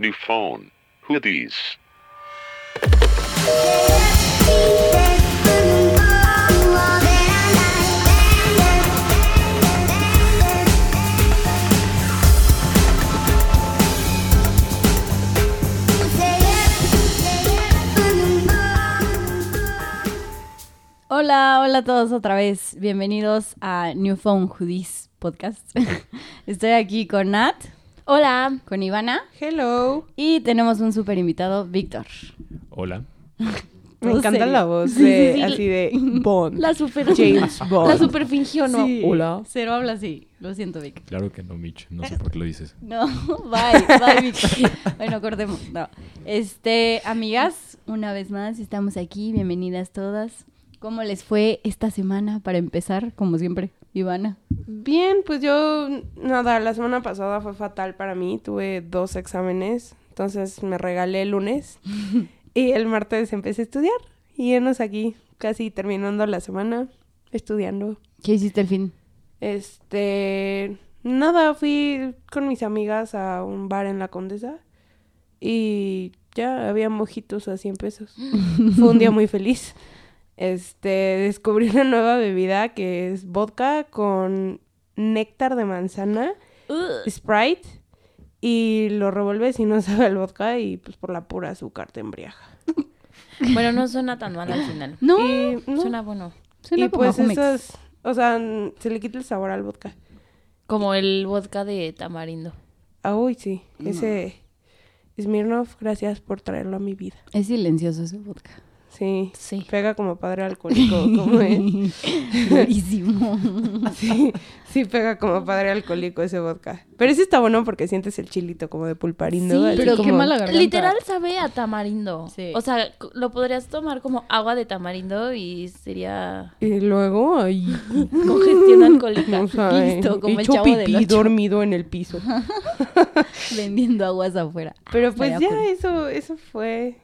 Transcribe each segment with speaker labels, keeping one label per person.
Speaker 1: New phone. Who these?
Speaker 2: Hola, hola a todos otra vez. Bienvenidos a New Phone Hoodies Podcast. Estoy aquí con Nat. Hola. Con Ivana.
Speaker 3: Hello.
Speaker 2: Y tenemos un super invitado, Víctor.
Speaker 4: Hola.
Speaker 3: Me
Speaker 2: Todo
Speaker 3: encanta
Speaker 2: serio.
Speaker 3: la voz
Speaker 2: Sí,
Speaker 3: de,
Speaker 2: sí, sí.
Speaker 3: así de Bond.
Speaker 5: La super,
Speaker 3: James Bond.
Speaker 5: la super fingió, ¿no?
Speaker 3: Sí.
Speaker 5: Hola.
Speaker 2: Cero habla así. Lo siento, Vic.
Speaker 4: Claro que no, Mitch. No sé por qué lo dices.
Speaker 2: No, bye, bye, Vic. bueno, cortemos. No. Este, amigas, una vez más estamos aquí. Bienvenidas todas. ¿Cómo les fue esta semana para empezar? Como siempre, Ivana.
Speaker 3: Bien, pues yo, nada, la semana pasada fue fatal para mí. Tuve dos exámenes, entonces me regalé el lunes y el martes empecé a estudiar. Y enos aquí, casi terminando la semana, estudiando.
Speaker 2: ¿Qué hiciste el fin?
Speaker 3: Este, nada, fui con mis amigas a un bar en La Condesa y ya había mojitos a 100 pesos. Fue un día muy feliz. Este, descubrí una nueva bebida que es vodka con néctar de manzana, Sprite y lo revuelves y no sabe el vodka y pues por la pura azúcar te embriaga.
Speaker 5: Bueno, no suena tan mal al final.
Speaker 2: No,
Speaker 3: Y, no,
Speaker 5: Suena bueno.
Speaker 2: suena
Speaker 3: y
Speaker 2: como
Speaker 3: pues
Speaker 2: a Jumex.
Speaker 3: esas, o sea, n- se le quita el sabor al vodka.
Speaker 5: Como el vodka de tamarindo.
Speaker 3: Ah, uy, sí.
Speaker 2: Mm.
Speaker 3: Ese Smirnoff, gracias por traerlo a mi vida.
Speaker 2: Es silencioso ese vodka.
Speaker 3: Sí.
Speaker 5: Sí.
Speaker 3: Pega como padre alcohólico, como es.
Speaker 2: Durísimo.
Speaker 3: Sí, sí pega como padre alcohólico ese vodka. Pero ese está bueno porque sientes el chilito como de pulparindo.
Speaker 2: Sí,
Speaker 3: así
Speaker 2: pero qué
Speaker 3: como-
Speaker 2: mala garganta.
Speaker 5: Literal sabe a tamarindo.
Speaker 2: Sí.
Speaker 5: O sea, c- lo podrías tomar como agua de tamarindo y sería
Speaker 3: Y luego, ay,
Speaker 5: congestión alcohólica.
Speaker 3: no sabe.
Speaker 2: Listo, como el
Speaker 3: Hecho
Speaker 2: chavo del
Speaker 3: pipí
Speaker 2: ocho.
Speaker 3: dormido en el piso.
Speaker 2: Vendiendo aguas afuera.
Speaker 3: Pero pues
Speaker 2: Estaría
Speaker 3: ya,
Speaker 2: cool.
Speaker 3: eso, eso fue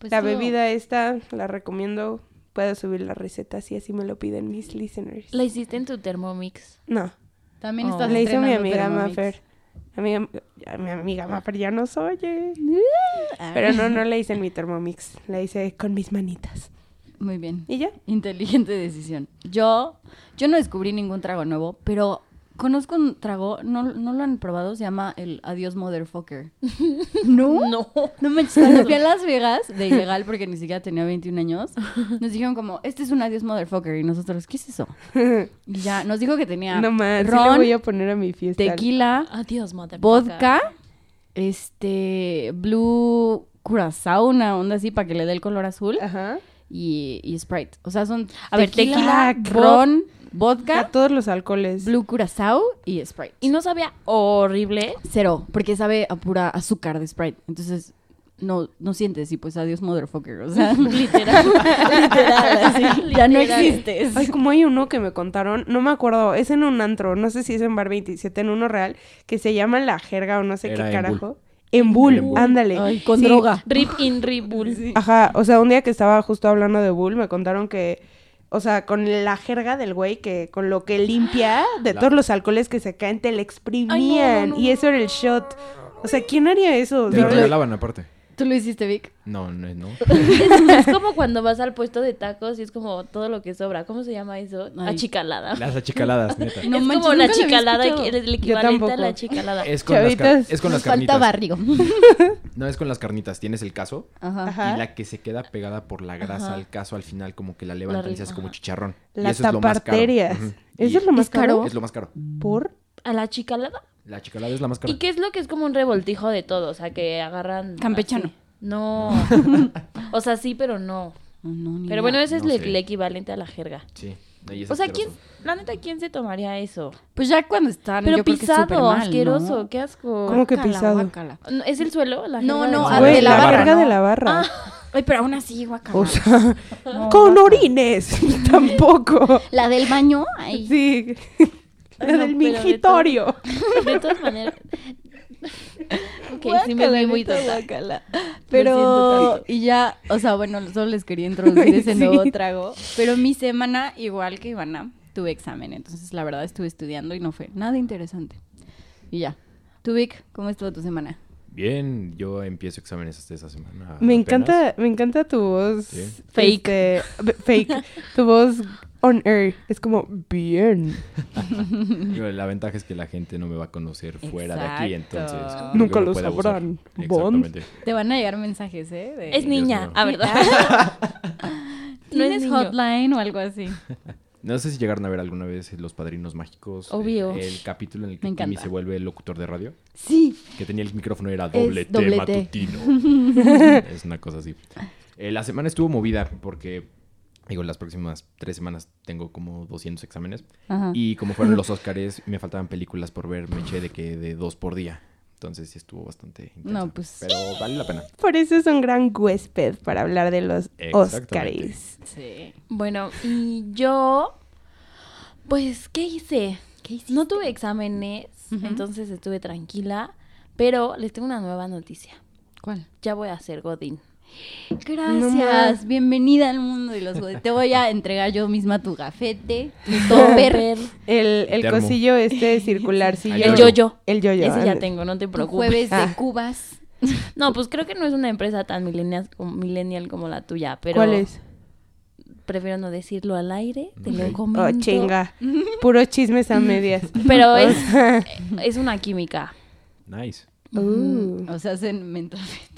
Speaker 5: Pues
Speaker 3: la
Speaker 5: todo.
Speaker 3: bebida esta. La recomiendo. Puedo subir la receta si así me lo piden mis listeners.
Speaker 5: La hiciste en tu Thermomix.
Speaker 3: No.
Speaker 2: También
Speaker 5: Oh.
Speaker 2: estás
Speaker 3: Le hizo mi
Speaker 2: estrenando
Speaker 3: amiga
Speaker 2: Thermomix.
Speaker 3: Maffer. Amiga, ya, mi amiga Maffer ya nos oye.
Speaker 2: Ah.
Speaker 3: Pero no, no la hice en mi Thermomix. La hice con mis manitas.
Speaker 2: Muy bien.
Speaker 3: ¿Y ya?
Speaker 2: Inteligente decisión. Yo, yo no descubrí ningún trago nuevo, pero conozco un trago, no, no lo han probado, se llama el Adiós Motherfucker. ¿No?
Speaker 5: No.
Speaker 2: No me cuando fui a Las Vegas de ilegal porque ni siquiera tenía 21 años. Nos dijeron como, este es un Adiós Motherfucker. Y nosotros, ¿qué es eso? Y ya, nos dijo que tenía
Speaker 3: no más. sí le
Speaker 2: ron,
Speaker 3: voy a poner Ah, a mi fiesta.
Speaker 2: tequila,
Speaker 5: Adiós, madre.
Speaker 2: vodka, este, blue curazao, una onda así para que le dé el color azul
Speaker 3: Ajá.
Speaker 2: y, y Sprite. O sea, son
Speaker 5: A ver,
Speaker 2: tequila,
Speaker 3: tequila,
Speaker 2: ron,
Speaker 3: A
Speaker 2: vodka,
Speaker 3: todos los alcoholes.
Speaker 2: blue curazao y Sprite.
Speaker 5: Y no sabía horrible.
Speaker 2: Cero, porque sabe a pura azúcar de Sprite. Entonces, no, no sientes y pues adiós motherfucker. O sea,
Speaker 5: Literal.
Speaker 2: literal, así, ya no
Speaker 5: Literal.
Speaker 2: existes.
Speaker 3: Ay, como hay uno que me contaron, no me acuerdo, es en un antro, no sé si es en Bar 27, en uno real, que se llama La Jerga o no sé
Speaker 4: Era
Speaker 3: qué
Speaker 4: en
Speaker 3: carajo. En Bull,
Speaker 4: En Bull.
Speaker 3: ándale.
Speaker 2: Ay, con
Speaker 3: Sí,
Speaker 2: droga.
Speaker 5: Rip in Rip Bull.
Speaker 3: Ajá, o sea, un día que estaba justo hablando de Bull, me contaron que, o sea, con la jerga del güey, que con lo que limpia de
Speaker 4: La-
Speaker 3: todos los alcoholes que se caen, te le exprimían. y eso era el shot. O sea, ¿quién haría eso?
Speaker 4: Te lo
Speaker 3: ¿Sabes?
Speaker 4: regalaban aparte.
Speaker 2: ¿Tú lo hiciste, Vic?
Speaker 4: No, no, no.
Speaker 5: Es, es como cuando vas al puesto de tacos y es como todo lo que sobra. ¿cómo se llama eso?
Speaker 2: Ay.
Speaker 5: Achicalada.
Speaker 4: Las achicaladas, neta.
Speaker 2: No
Speaker 5: es
Speaker 2: manches,
Speaker 5: como
Speaker 2: nunca
Speaker 5: la
Speaker 2: lo había
Speaker 5: chicalada,
Speaker 2: escuchado.
Speaker 5: el, el
Speaker 3: tampoco.
Speaker 5: equivalente a la chicalada.
Speaker 4: Es con, las car-
Speaker 3: Chavitas,
Speaker 4: es con las
Speaker 2: Nos falta
Speaker 4: carnitas.
Speaker 2: barrigo.
Speaker 4: No, es con las carnitas. Tienes el caso
Speaker 2: Ajá.
Speaker 3: Ajá.
Speaker 4: y la que se queda pegada por la grasa al caso al final, como que la levantan y se hace como chicharrón. y
Speaker 3: Las
Speaker 4: eso es lo más caro.
Speaker 3: taparterias.
Speaker 4: Ujú.
Speaker 3: ¿Eso es lo más
Speaker 2: ¿Es caro?
Speaker 3: caro?
Speaker 4: Es lo más caro.
Speaker 3: ¿Por?
Speaker 5: ¿A la chicalada?
Speaker 4: La chicalada es la más cara.
Speaker 5: ¿Y qué es lo que es como un revoltijo de todo? O sea, que agarran...
Speaker 2: Campechano.
Speaker 5: así. No. o sea, sí, pero no.
Speaker 2: Ah, No, ni idea.
Speaker 5: Pero bueno, ese es
Speaker 4: No
Speaker 5: el,
Speaker 4: sé.
Speaker 5: el equivalente a la jerga.
Speaker 4: Sí. ahí es
Speaker 5: O sea, ¿quién,
Speaker 4: asqueroso.
Speaker 5: la neta, ¿quién se tomaría eso?
Speaker 2: Pues ya cuando están.
Speaker 5: Pero
Speaker 2: yo creo que es
Speaker 5: pisado,
Speaker 2: supermal, ¿no?
Speaker 5: asqueroso, qué asco.
Speaker 3: ¿Cómo que
Speaker 2: Guácala,
Speaker 3: pisado?
Speaker 2: guácala.
Speaker 5: No, ¿Es el suelo? la
Speaker 2: No,
Speaker 5: jerga
Speaker 2: no,
Speaker 5: del
Speaker 4: Ah,
Speaker 2: de
Speaker 3: Güey,
Speaker 2: la
Speaker 3: la,
Speaker 2: barra,
Speaker 3: barra
Speaker 2: ¿no?
Speaker 3: de la barra.
Speaker 2: Ay, pero aún así, guacala.
Speaker 3: o sea,
Speaker 2: Ah. No,
Speaker 3: con
Speaker 2: guácala.
Speaker 3: orines. Tampoco.
Speaker 2: La del baño, ay.
Speaker 3: Sí. La del
Speaker 5: No, pero de todo.
Speaker 3: mingitorio.
Speaker 5: De todas maneras. ok, sí me vi muy
Speaker 2: Guácala, neta,
Speaker 5: tonta.
Speaker 2: guácala.
Speaker 5: siento
Speaker 2: Pero,
Speaker 5: tanto.
Speaker 2: y ya, o sea, bueno, solo les quería introducir ese
Speaker 3: Sí.
Speaker 2: nuevo trago. Pero mi semana, igual que Ivana, tuve examen. Entonces, la verdad, estuve estudiando y no fue nada interesante. Y ya. ¿Tú, Vic, cómo estuvo tu semana?
Speaker 4: Bien, yo empiezo exámenes hasta esa semana.
Speaker 3: Me
Speaker 4: Ah, apenas.
Speaker 3: encanta, me encanta tu voz.
Speaker 4: Sí.
Speaker 2: Fake.
Speaker 3: este, b- fake. tu voz on air. Es como, bien.
Speaker 4: Digo, La ventaja es que la gente no me va a conocer fuera de aquí,
Speaker 2: Exacto.
Speaker 4: entonces. creo
Speaker 3: Nunca
Speaker 4: que me
Speaker 3: lo
Speaker 4: puede
Speaker 3: sabrán,
Speaker 4: abusar.
Speaker 3: Bond.
Speaker 4: Exactamente.
Speaker 2: Te van a llegar mensajes, ¿eh? De-
Speaker 5: Es niña,
Speaker 4: mío.
Speaker 5: a verdad. No es
Speaker 2: ¿Tienes
Speaker 5: niño.
Speaker 2: hotline o algo así?
Speaker 4: No sé si llegaron a ver alguna vez Los Padrinos Mágicos. eh,
Speaker 5: Obvio.
Speaker 4: El, capítulo en el
Speaker 2: Me
Speaker 4: que Timmy
Speaker 2: encanta.
Speaker 4: se vuelve el locutor de radio.
Speaker 2: Sí.
Speaker 4: Que tenía el micrófono era doble T
Speaker 2: doble T.
Speaker 4: matutino. es una cosa así. Eh, la semana estuvo movida porque, digo, las próximas tres semanas tengo como 200 exámenes.
Speaker 2: Ajá.
Speaker 4: Y como fueron los Óscares, me faltaban películas por ver. Me eché de que de dos por día. Entonces sí estuvo bastante intenso.
Speaker 2: No, pues-
Speaker 4: Pero vale la pena.
Speaker 3: Por eso es un gran huésped para hablar de los
Speaker 4: Exactamente.
Speaker 3: Oscars.
Speaker 2: Sí.
Speaker 5: Bueno, y yo, pues, ¿qué hice? No tuve exámenes,
Speaker 2: Ujú.
Speaker 5: entonces estuve tranquila, pero les tengo una nueva noticia.
Speaker 2: ¿Cuál?
Speaker 5: Ya voy a ser Godín.
Speaker 2: Gracias. Bienvenida al mundo de los Te voy a entregar yo misma tu gafete, tu topper,
Speaker 3: El, el
Speaker 4: Termo.
Speaker 3: cosillo este circular. sí,
Speaker 4: El
Speaker 5: El
Speaker 4: yo-yo.
Speaker 5: yo-yo.
Speaker 3: El yo-yo.
Speaker 5: Ese ya
Speaker 3: ah,
Speaker 5: tengo, no te
Speaker 2: tu
Speaker 5: preocupes.
Speaker 2: jueves de
Speaker 3: Ah.
Speaker 2: cubas.
Speaker 5: No, pues creo que no es una empresa tan millennial, como- millennial como la tuya, pero
Speaker 3: ¿Cuál es?
Speaker 5: prefiero no decirlo al aire, te
Speaker 4: Ok.
Speaker 5: lo
Speaker 4: Oh,
Speaker 5: comento.
Speaker 3: Oh, chinga. Puros chismes a medias.
Speaker 5: Pero es,
Speaker 3: Eh,
Speaker 5: es una química.
Speaker 4: Nice.
Speaker 5: Mm.
Speaker 3: Uh.
Speaker 2: O sea, hacen metanfetamina.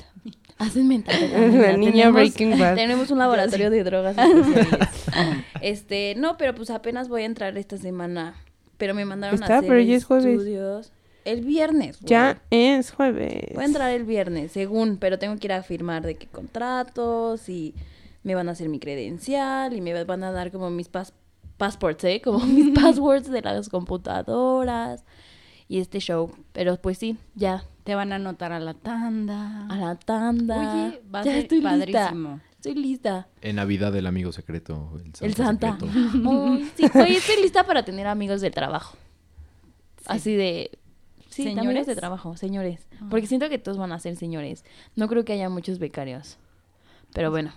Speaker 5: Hacen mental.
Speaker 3: La niña Breaking Bad.
Speaker 5: Tenemos un laboratorio de drogas. especiales. este, no, pero pues apenas voy a entrar esta semana. Pero me mandaron a
Speaker 3: Está,
Speaker 5: hacer
Speaker 3: pero ya es jueves.
Speaker 5: estudios. El viernes. güey.
Speaker 3: Ya es jueves.
Speaker 5: Voy a entrar el viernes, según, pero tengo que ir a firmar de qué contratos y me van a hacer mi credencial y me van a dar como mis pas passports, ¿eh? Como mis passwords de las computadoras y este show. Pero pues sí, ya,
Speaker 2: Te van a anotar a la tanda.
Speaker 5: a la tanda.
Speaker 2: Ah. Oye, va a
Speaker 5: ya
Speaker 2: ser padrísimo.
Speaker 5: lista. Estoy lista.
Speaker 4: En Navidad el amigo secreto. El Santa.
Speaker 5: El Santa.
Speaker 4: secreto.
Speaker 5: Ay, sí, oye, estoy lista para tener amigos del trabajo. Así de... Sí, de amigos
Speaker 2: ¿Señores? Ah.
Speaker 5: de trabajo, señores. Porque siento que todos van a ser señores. No creo que haya muchos becarios. Pero bueno.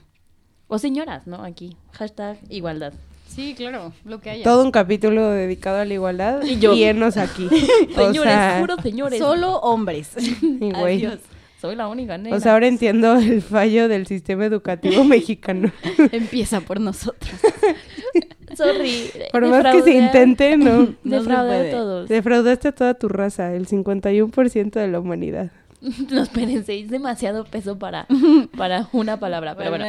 Speaker 5: O señoras, ¿no? Aquí. Hashtag igualdad.
Speaker 2: Sí, claro, lo que haya.
Speaker 3: Todo un capítulo dedicado a la igualdad.
Speaker 5: Y
Speaker 3: Y
Speaker 5: yo.
Speaker 3: enos aquí. o
Speaker 5: Señores,
Speaker 3: sea,
Speaker 5: puros señores.
Speaker 2: Solo hombres.
Speaker 3: y güey.
Speaker 2: Adiós.
Speaker 5: Soy la única nena.
Speaker 3: O sea, ahora entiendo el fallo del sistema educativo mexicano.
Speaker 2: Empieza por nosotros.
Speaker 5: Sorry.
Speaker 3: Por más que se
Speaker 5: defraudé a-
Speaker 3: intente, no.
Speaker 2: No se
Speaker 5: defraudé a
Speaker 2: puede.
Speaker 5: todos.
Speaker 3: Defraudaste a toda tu raza, el 51% de la humanidad.
Speaker 5: No, espérense. Es demasiado peso para, para una palabra. Pero bueno.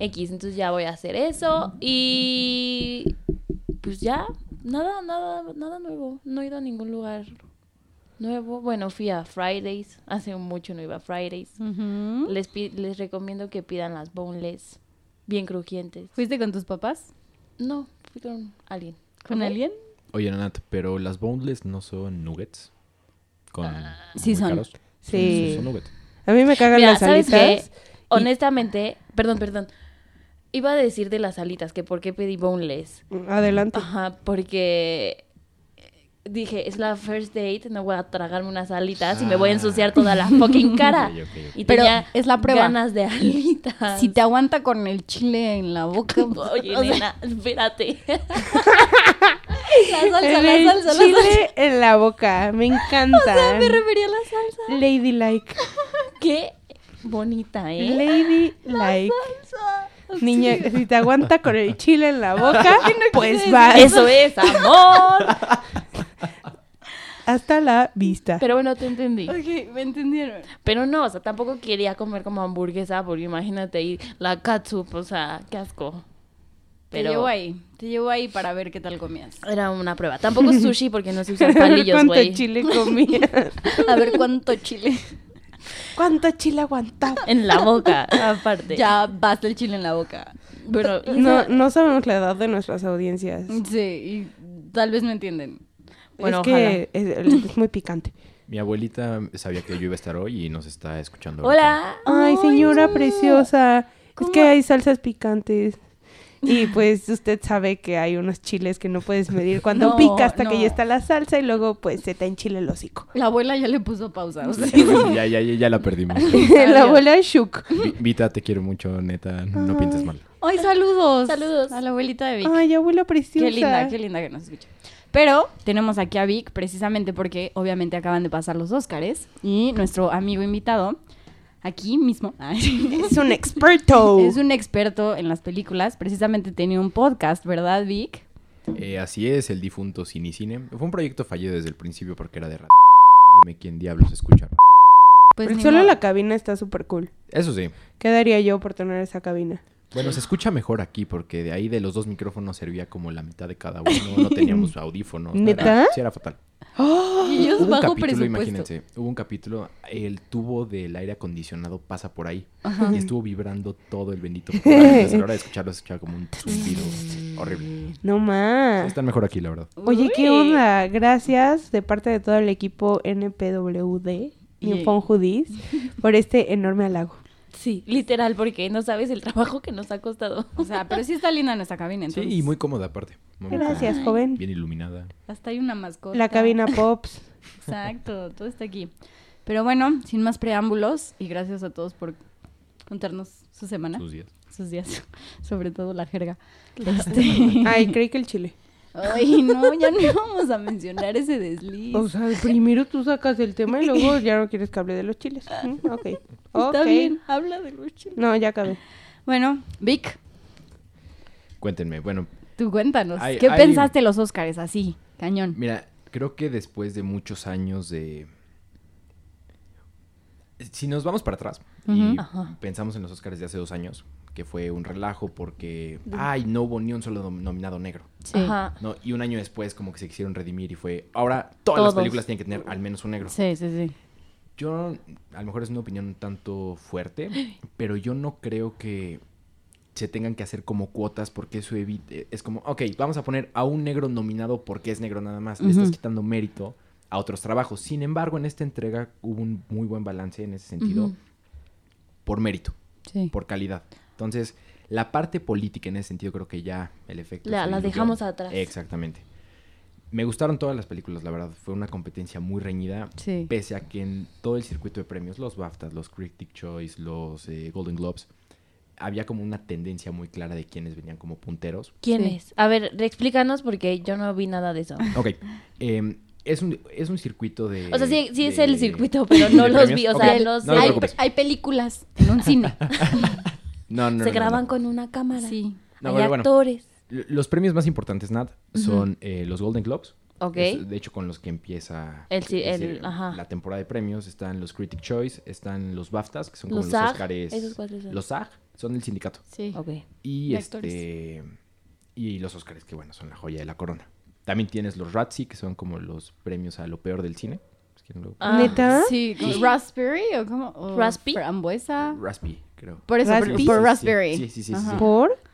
Speaker 5: X, entonces ya voy a hacer eso y pues ya, nada, nada, nada nuevo, no he ido a ningún lugar nuevo. Bueno, fui a Fridays, hace mucho no iba a Fridays.
Speaker 2: Ujú.
Speaker 5: Les, pi- les recomiendo que pidan las boneless, bien crujientes.
Speaker 2: ¿Fuiste con tus papás?
Speaker 5: No, fui con alguien.
Speaker 2: ¿Con
Speaker 5: Ok.
Speaker 2: alguien?
Speaker 4: Oye, Nanat, pero las boneless no son nuggets. Con
Speaker 2: sí
Speaker 4: muy
Speaker 2: son.
Speaker 4: caros.
Speaker 3: Sí.
Speaker 4: son nuggets.
Speaker 3: A mí me cagan
Speaker 5: Mira,
Speaker 3: las
Speaker 5: ¿sabes
Speaker 3: alitas.
Speaker 5: qué? Honestamente, perdón, perdón. Iba a decir de las alitas, que por qué pedí boneless.
Speaker 3: Adelante.
Speaker 5: Ajá, porque eh, dije, es la first date, no voy a tragarme unas alitas y me voy a ensuciar toda la fucking cara.
Speaker 4: Ok, ok, ok.
Speaker 5: Y
Speaker 2: Ah. Pero
Speaker 5: tenía
Speaker 2: es la prueba.
Speaker 5: ganas de alitas.
Speaker 2: Si te aguanta con el chile en la boca.
Speaker 5: Oye,
Speaker 2: o sea,
Speaker 5: nena, espérate.
Speaker 2: la salsa,
Speaker 3: En
Speaker 2: la
Speaker 3: el
Speaker 2: salsa, la
Speaker 3: chile
Speaker 2: salsa.
Speaker 3: en la boca, me encanta.
Speaker 5: Me refería a la salsa.
Speaker 3: Ladylike.
Speaker 5: Qué bonita, ¿eh?
Speaker 3: Ladylike. Niña, si te aguanta con el chile en la boca, pues va.
Speaker 5: Eso eh. es amor.
Speaker 3: Hasta la vista.
Speaker 5: Pero bueno, te entendí.
Speaker 2: Ok, me entendieron.
Speaker 5: Pero no, o sea, tampoco quería comer como hamburguesa, porque imagínate ahí la katsup, o sea, qué asco.
Speaker 2: Te llevo ahí. Te llevo ahí para ver qué tal comías.
Speaker 5: Era una prueba. Tampoco sushi porque no se usan palillos,
Speaker 3: ¿Cuánto
Speaker 5: güey.
Speaker 3: chile comía?
Speaker 2: A ver cuánto chile.
Speaker 3: ¿Cuánto chile aguantaba?
Speaker 5: En la boca, aparte.
Speaker 2: Ya basta el chile en la boca.
Speaker 5: Bueno, y
Speaker 3: No,
Speaker 5: esa-
Speaker 3: no sabemos la edad de nuestras audiencias.
Speaker 2: Mm, Sí, y tal vez no entienden.
Speaker 5: Bueno,
Speaker 3: es que es, es muy picante.
Speaker 4: Mi abuelita sabía que yo iba a estar hoy y nos está escuchando. ahorita.
Speaker 5: Hola.
Speaker 3: Ay, señora preciosa.
Speaker 2: ¿Cómo?
Speaker 3: Es que hay salsas picantes. Y pues usted sabe que hay unos chiles que no puedes medir cuando
Speaker 2: No,
Speaker 3: pica hasta que
Speaker 2: no.
Speaker 3: ya está la salsa y luego pues se te enchila el hocico.
Speaker 2: La abuela ya le puso pausa. o sea,
Speaker 4: Pues, Ya, ya, ya, ya la perdimos.
Speaker 3: la abuela Shuk.
Speaker 4: Vi- Vita, te quiero mucho, neta. No pienses mal.
Speaker 2: Ay, saludos.
Speaker 5: Saludos.
Speaker 2: A la abuelita de Vicky.
Speaker 3: Ay, abuela preciosa.
Speaker 2: qué linda, qué linda que nos escucha. Pero tenemos aquí a Vic precisamente porque obviamente acaban de pasar los Óscares y nuestro amigo invitado aquí mismo
Speaker 3: Es un experto.
Speaker 2: es un experto en las películas, precisamente tenía un podcast, ¿verdad, Vic?
Speaker 4: Eh, así es, el difunto Cinicine. Fue un proyecto fallido desde el principio porque era de radio. Dime quién diablos escucha.
Speaker 2: Pues
Speaker 3: Pero
Speaker 2: ni
Speaker 3: solo
Speaker 2: modo.
Speaker 3: la cabina está súper cool.
Speaker 4: Eso sí.
Speaker 3: ¿Qué daría yo por tener esa cabina?
Speaker 4: Bueno, se escucha mejor aquí porque de ahí de los dos micrófonos servía como la mitad de cada uno. No teníamos audífonos. no era-
Speaker 3: ¿Neta?
Speaker 4: sí, era fatal.
Speaker 2: Y ellos
Speaker 4: Hubo un
Speaker 2: bajo
Speaker 4: capítulo,
Speaker 2: presupuesto.
Speaker 4: imagínense. Hubo un capítulo, el tubo del aire acondicionado pasa por ahí y estuvo vibrando todo el bendito. programa. Entonces, a la hora de escucharlo, se escuchaba como un suspiro horrible.
Speaker 3: No
Speaker 2: Ah.
Speaker 3: más.
Speaker 4: Están mejor aquí, la verdad.
Speaker 3: Oye, ¿qué
Speaker 5: Uy.
Speaker 3: onda? Gracias de parte de todo el equipo NPWD, Nippon Judis, por este enorme halago.
Speaker 5: Sí, literal, porque no sabes el trabajo que nos ha costado.
Speaker 2: O sea, pero sí está linda nuestra cabina,
Speaker 4: Sí,
Speaker 2: entonces.
Speaker 4: y muy cómoda aparte. Muy, muy
Speaker 3: Gracias,
Speaker 4: cómoda.
Speaker 3: joven.
Speaker 4: Bien iluminada.
Speaker 2: Hasta hay una mascota.
Speaker 3: La cabina Pops.
Speaker 2: Exacto, todo está aquí. Pero bueno, sin más preámbulos y gracias a todos por contarnos su semana,
Speaker 4: Sus días.
Speaker 2: sus días, sobre todo la jerga. Este-
Speaker 3: Ay, creí que el chile.
Speaker 2: Ay, no, ya no íbamos a mencionar ese desliz.
Speaker 3: O sea, primero tú sacas el tema y luego ya no quieres que hable de los chiles. Mm, Ok.
Speaker 2: Está
Speaker 3: Ok.
Speaker 2: bien, habla de lucha.
Speaker 3: No, ya acabé.
Speaker 2: Bueno, Vic,
Speaker 4: Cuéntenme. Bueno,
Speaker 2: tú cuéntanos.
Speaker 4: Ay,
Speaker 2: ¿Qué
Speaker 4: ay.
Speaker 2: pensaste los Óscares así? Cañón.
Speaker 4: Mira, creo que después de muchos años de... Si nos vamos para atrás y
Speaker 2: Ujú.
Speaker 5: Ajá.
Speaker 4: pensamos en los Oscars de hace dos años, que fue un relajo porque, ay, no hubo ni un solo nom- nominado negro.
Speaker 2: Sí.
Speaker 5: Ajá.
Speaker 4: ¿no? Y un año después como que se quisieron redimir y fue, ahora todas
Speaker 5: Todos.
Speaker 4: las películas tienen que tener al menos un negro.
Speaker 2: Sí, sí, sí.
Speaker 4: Yo, a lo mejor es una opinión un tanto fuerte, pero yo no creo que se tengan que hacer como cuotas porque eso evite, es como, ok, vamos a poner a un negro nominado porque es negro nada más, le estás
Speaker 2: Ujú.
Speaker 4: quitando mérito a otros trabajos. Sin embargo, en esta entrega hubo un muy buen balance en ese sentido,
Speaker 5: Ujú.
Speaker 4: por mérito,
Speaker 2: Sí.
Speaker 4: por calidad. Entonces, la parte política en ese sentido creo que ya el efecto...
Speaker 5: La-
Speaker 4: se
Speaker 5: la
Speaker 4: diluyó.
Speaker 5: dejamos atrás.
Speaker 4: Exactamente. Me gustaron todas las películas, la verdad. Fue una competencia muy reñida
Speaker 2: Sí.
Speaker 4: pese a que en todo el circuito de premios, los BAFTAs, los Critic Choice, los eh, Golden Globes, había como una tendencia muy clara de quienes venían como punteros.
Speaker 5: ¿Quién
Speaker 2: Sí.
Speaker 5: es? A ver, explícanos porque yo no vi nada de eso.
Speaker 4: Ok. em, es, un, es un circuito de...
Speaker 5: O sea, sí, sí es
Speaker 4: de-
Speaker 5: el circuito, pero no
Speaker 4: de
Speaker 5: los
Speaker 4: premios.
Speaker 5: vi. O
Speaker 4: Ok,
Speaker 5: sea, los
Speaker 4: no te
Speaker 5: Ay,
Speaker 2: hay,
Speaker 4: preocupes.
Speaker 2: hay películas en un cine.
Speaker 4: No, no,
Speaker 5: se
Speaker 4: no, no,
Speaker 5: graban
Speaker 4: no.
Speaker 5: con una cámara.
Speaker 2: sí.
Speaker 4: No,
Speaker 5: Hay
Speaker 4: pero bueno.
Speaker 5: actores.
Speaker 4: L- Los premios más importantes, Nat, son eh, los Golden Globes.
Speaker 5: Ok.
Speaker 4: Es, de hecho, con los que empieza
Speaker 5: El ci-
Speaker 4: es
Speaker 5: el-
Speaker 4: decir,
Speaker 5: ajá.
Speaker 4: la temporada de premios. Están los Critic Choice, están los BAFTAs, que son como
Speaker 5: Los
Speaker 4: los
Speaker 5: SAG,
Speaker 4: Oscars.
Speaker 5: ¿esos cuáles son?
Speaker 4: Los SAG son el sindicato.
Speaker 2: Sí.
Speaker 5: Ok.
Speaker 4: Y
Speaker 2: De
Speaker 4: este. Y los Oscars, que bueno, son la joya de la corona. También tienes los Razzie, que son como los premios a lo peor del cine. Es que no lo-
Speaker 5: Ah.
Speaker 3: ¿Neta?
Speaker 2: Sí, como raspberry o como o
Speaker 5: Raspi?
Speaker 2: frambuesa.
Speaker 4: Raspy, creo.
Speaker 2: Por eso, por-
Speaker 3: Raspi.
Speaker 2: por,
Speaker 4: Sí, sí, sí.
Speaker 2: raspberry.
Speaker 4: Sí, sí, sí, sí,
Speaker 2: Ajá.
Speaker 4: sí.
Speaker 3: ¿Por?
Speaker 5: Ah,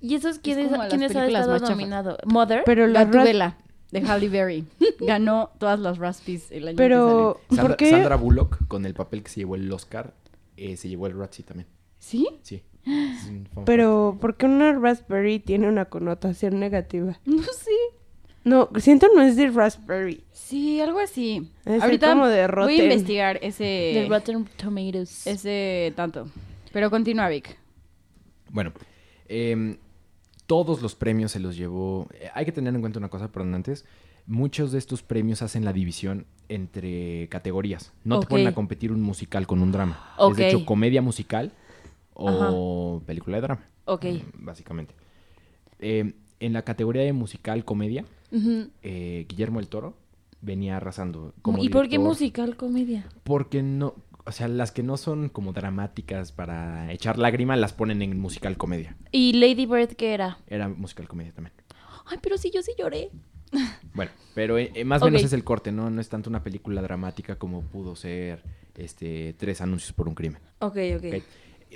Speaker 5: ¿Y esos quiénes,
Speaker 2: como las
Speaker 5: quiénes han
Speaker 2: películas
Speaker 5: estado
Speaker 2: más chafas.
Speaker 5: nominados? ¿Mother?
Speaker 3: Pero
Speaker 2: La
Speaker 3: las ras-
Speaker 2: Gatubela de Halle Berry ganó todas las raspis el año
Speaker 3: Pero,
Speaker 4: Sandra,
Speaker 3: ¿por qué?
Speaker 4: Sandra Bullock, con el papel que se llevó el Oscar, eh, se llevó el Razzie también.
Speaker 2: que salió. ¿Sí?
Speaker 4: Sí. Es un fun fact.
Speaker 3: Pero, ¿por qué una raspberry tiene una connotación negativa?
Speaker 2: No sé.
Speaker 3: No, siento no es de raspberry.
Speaker 2: Sí, algo así.
Speaker 3: Debe ser
Speaker 2: Ahorita
Speaker 3: como de
Speaker 2: voy
Speaker 3: Rotten.
Speaker 2: a investigar ese
Speaker 5: De Rotten Tomatoes.
Speaker 2: ese tanto. Pero continúa Vic.
Speaker 4: Bueno, em, todos los premios se los llevó. eh, Hay que tener en cuenta una cosa, perdón, antes. Muchos de estos premios hacen la división entre categorías. No te
Speaker 5: Ok.
Speaker 4: ponen a competir un musical con un drama.
Speaker 5: Ok.
Speaker 4: Es de hecho comedia musical o película de drama, eh,
Speaker 5: Ok.
Speaker 4: básicamente. Em, en la categoría de musical comedia,
Speaker 5: Ujú.
Speaker 4: eh, Guillermo el Toro venía arrasando. Como
Speaker 5: ¿Y por qué
Speaker 4: director.
Speaker 5: musical comedia?
Speaker 4: Porque no, o sea, las que no son como dramáticas para echar lágrima las ponen en musical comedia.
Speaker 5: ¿Y Lady Bird qué era?
Speaker 4: Era musical comedia también.
Speaker 5: Ay, pero sí, yo sí lloré.
Speaker 4: Bueno, pero eh, eh, más o
Speaker 5: Ok.
Speaker 4: menos es el corte, ¿no? No es tanto una película dramática como pudo ser este tres anuncios por un crimen.
Speaker 5: Ok,
Speaker 4: ¿ok?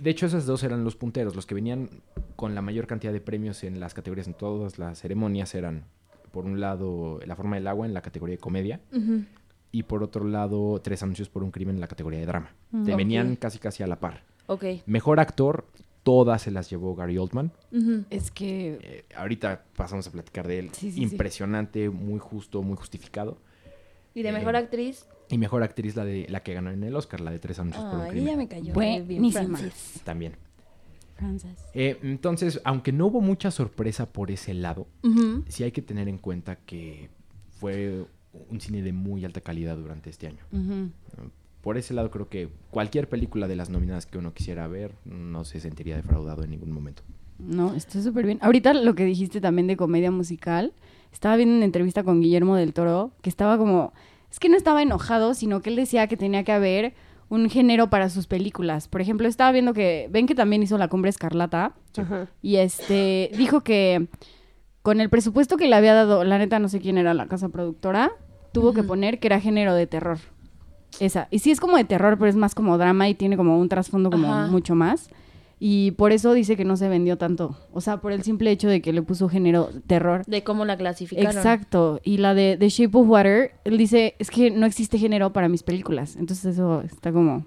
Speaker 4: De hecho, esos dos eran los punteros. Los que venían con la mayor cantidad de premios en las categorías, en todas las ceremonias, eran, por un lado, La forma del agua en la categoría de comedia
Speaker 5: Ujú.
Speaker 4: y por otro lado, Tres anuncios por un crimen en la categoría de drama. Te
Speaker 5: Mm, ok.
Speaker 4: venían casi casi a la par.
Speaker 5: Ok.
Speaker 4: Mejor actor, todas se las llevó Gary Oldman.
Speaker 5: Ujú.
Speaker 2: Es que
Speaker 4: Eh, ahorita pasamos a platicar de él.
Speaker 2: Sí, sí, sí.
Speaker 4: Impresionante, muy justo, muy justificado.
Speaker 5: ¿Y de mejor
Speaker 4: Eh,
Speaker 5: actriz?
Speaker 4: Y mejor actriz la de la que ganó en el Oscar, la de tres anuncios por un
Speaker 5: Ay,
Speaker 4: crimen.
Speaker 5: ella me cayó. re bien,
Speaker 2: buenísima.
Speaker 5: Francis.
Speaker 4: También.
Speaker 2: Frances.
Speaker 4: Eh, entonces, aunque no hubo mucha sorpresa por ese lado,
Speaker 5: Ujú.
Speaker 4: sí hay que tener en cuenta que fue un cine de muy alta calidad durante este año.
Speaker 2: Ujú.
Speaker 4: Por ese lado creo que cualquier película de las nominadas que uno quisiera ver no se sentiría defraudado en ningún momento.
Speaker 2: No, está súper bien. Ahorita lo que dijiste también de comedia musical, estaba viendo una entrevista con Guillermo del Toro, que estaba como, es que no estaba enojado, sino que él decía que tenía que haber un género para sus películas. Por ejemplo, estaba viendo que, ven que también hizo La Cumbre Escarlata,
Speaker 3: Ajá.
Speaker 2: y este, dijo que con el presupuesto que le había dado, la neta no sé quién era la casa productora, tuvo que
Speaker 5: Ujú.
Speaker 2: poner que era género de terror. Esa. Y sí es como de terror, pero es más como drama y tiene como un trasfondo como
Speaker 5: Ajá.
Speaker 2: mucho más. Y por eso dice que no se vendió tanto. O sea, por el simple hecho de que le puso género terror.
Speaker 5: De cómo la clasificaron.
Speaker 2: Exacto. Y la de The Shape of Water, él dice, es que no existe género para mis películas. Entonces eso está como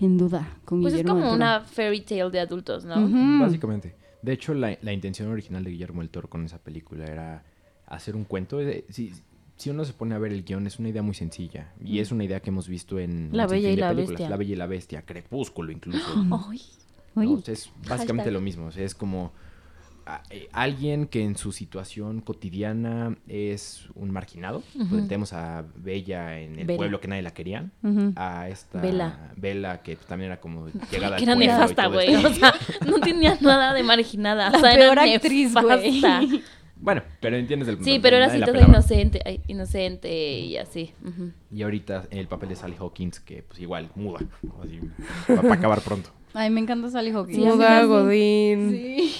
Speaker 2: en duda con
Speaker 5: Pues es
Speaker 2: Guillermo del
Speaker 5: como
Speaker 2: Toro.
Speaker 5: una fairy tale de adultos, ¿no?
Speaker 2: Ujú.
Speaker 4: Básicamente. De hecho, la, la intención original de Guillermo el Toro con esa película era hacer un cuento. Eh, Si, si uno se pone a ver el guión, es una idea muy sencilla. Y es una idea que hemos visto en...
Speaker 5: Mm. La
Speaker 4: un sinfín
Speaker 5: Bella y
Speaker 4: de
Speaker 5: la
Speaker 4: películas.
Speaker 5: Bestia.
Speaker 4: La Bella y la Bestia, Crepúsculo incluso.
Speaker 5: Ay,
Speaker 4: ¿no?
Speaker 2: Oye.
Speaker 4: O sea, es básicamente
Speaker 5: Hashtag.
Speaker 4: lo mismo. o sea, es como a- eh, alguien que en su situación cotidiana es un marginado. Pues, tenemos a Bella en el
Speaker 5: Bella. Mm.
Speaker 4: pueblo que nadie la quería.
Speaker 2: Ujú.
Speaker 4: A esta
Speaker 5: Bella.
Speaker 4: Bella que pues, también era como llegada
Speaker 5: que
Speaker 4: al
Speaker 5: era
Speaker 4: pueblo y
Speaker 5: nefasta,
Speaker 4: todo
Speaker 5: güey.
Speaker 4: esto.
Speaker 5: O sea, no tenía nada de marginada.
Speaker 2: La
Speaker 5: o sea, era
Speaker 2: peor actriz, güey.
Speaker 5: nefasta.
Speaker 4: Bueno, pero entiendes el
Speaker 5: Sí, pero era
Speaker 4: nadie
Speaker 5: así
Speaker 4: la
Speaker 5: toda
Speaker 4: pelaba.
Speaker 5: inocente, ay, inocente y así. ujú.
Speaker 4: Y ahorita en el papel de Sally Hawkins, que pues igual muda. Así, va para acabar pronto.
Speaker 2: Ay, me encanta Sally Hawkins.
Speaker 5: Sí, a mí
Speaker 3: Muda,
Speaker 5: también.
Speaker 3: Godín.
Speaker 2: Sí.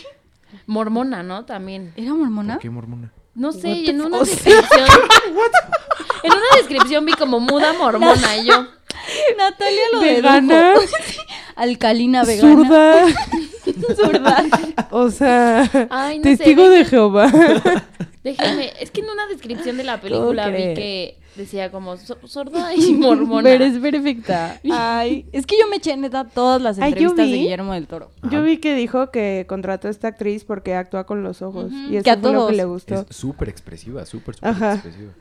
Speaker 5: Mormona, ¿no? También.
Speaker 2: ¿Era mormona?
Speaker 4: ¿Por qué mormona?
Speaker 5: No
Speaker 3: What
Speaker 5: sé,
Speaker 3: the
Speaker 5: en una
Speaker 3: fuck?
Speaker 5: descripción. en una descripción vi como muda mormona y yo.
Speaker 2: Natalia lo
Speaker 3: Vegana,
Speaker 2: Alcalina vegana.
Speaker 3: zurda,
Speaker 2: Zurda.
Speaker 3: o sea,
Speaker 5: Ay, no sé,
Speaker 3: testigo de Jehová.
Speaker 5: Déjenme, es que en una descripción de la película vi
Speaker 3: crees?
Speaker 5: que decía como so- sorda y mormona.
Speaker 2: Pero es perfecta. Ay, es que yo me eché neta todas las
Speaker 3: Ay, yo
Speaker 2: entrevistas de
Speaker 3: vi.
Speaker 2: Guillermo del Toro.
Speaker 3: Yo vi que dijo que contrató a esta actriz porque actúa con los ojos
Speaker 2: Ujú.
Speaker 3: y eso
Speaker 2: Que a
Speaker 3: fue lo
Speaker 2: todos.
Speaker 3: que le gustó.
Speaker 4: Es súper expresiva, súper, súper
Speaker 3: Ajá.
Speaker 4: expresiva.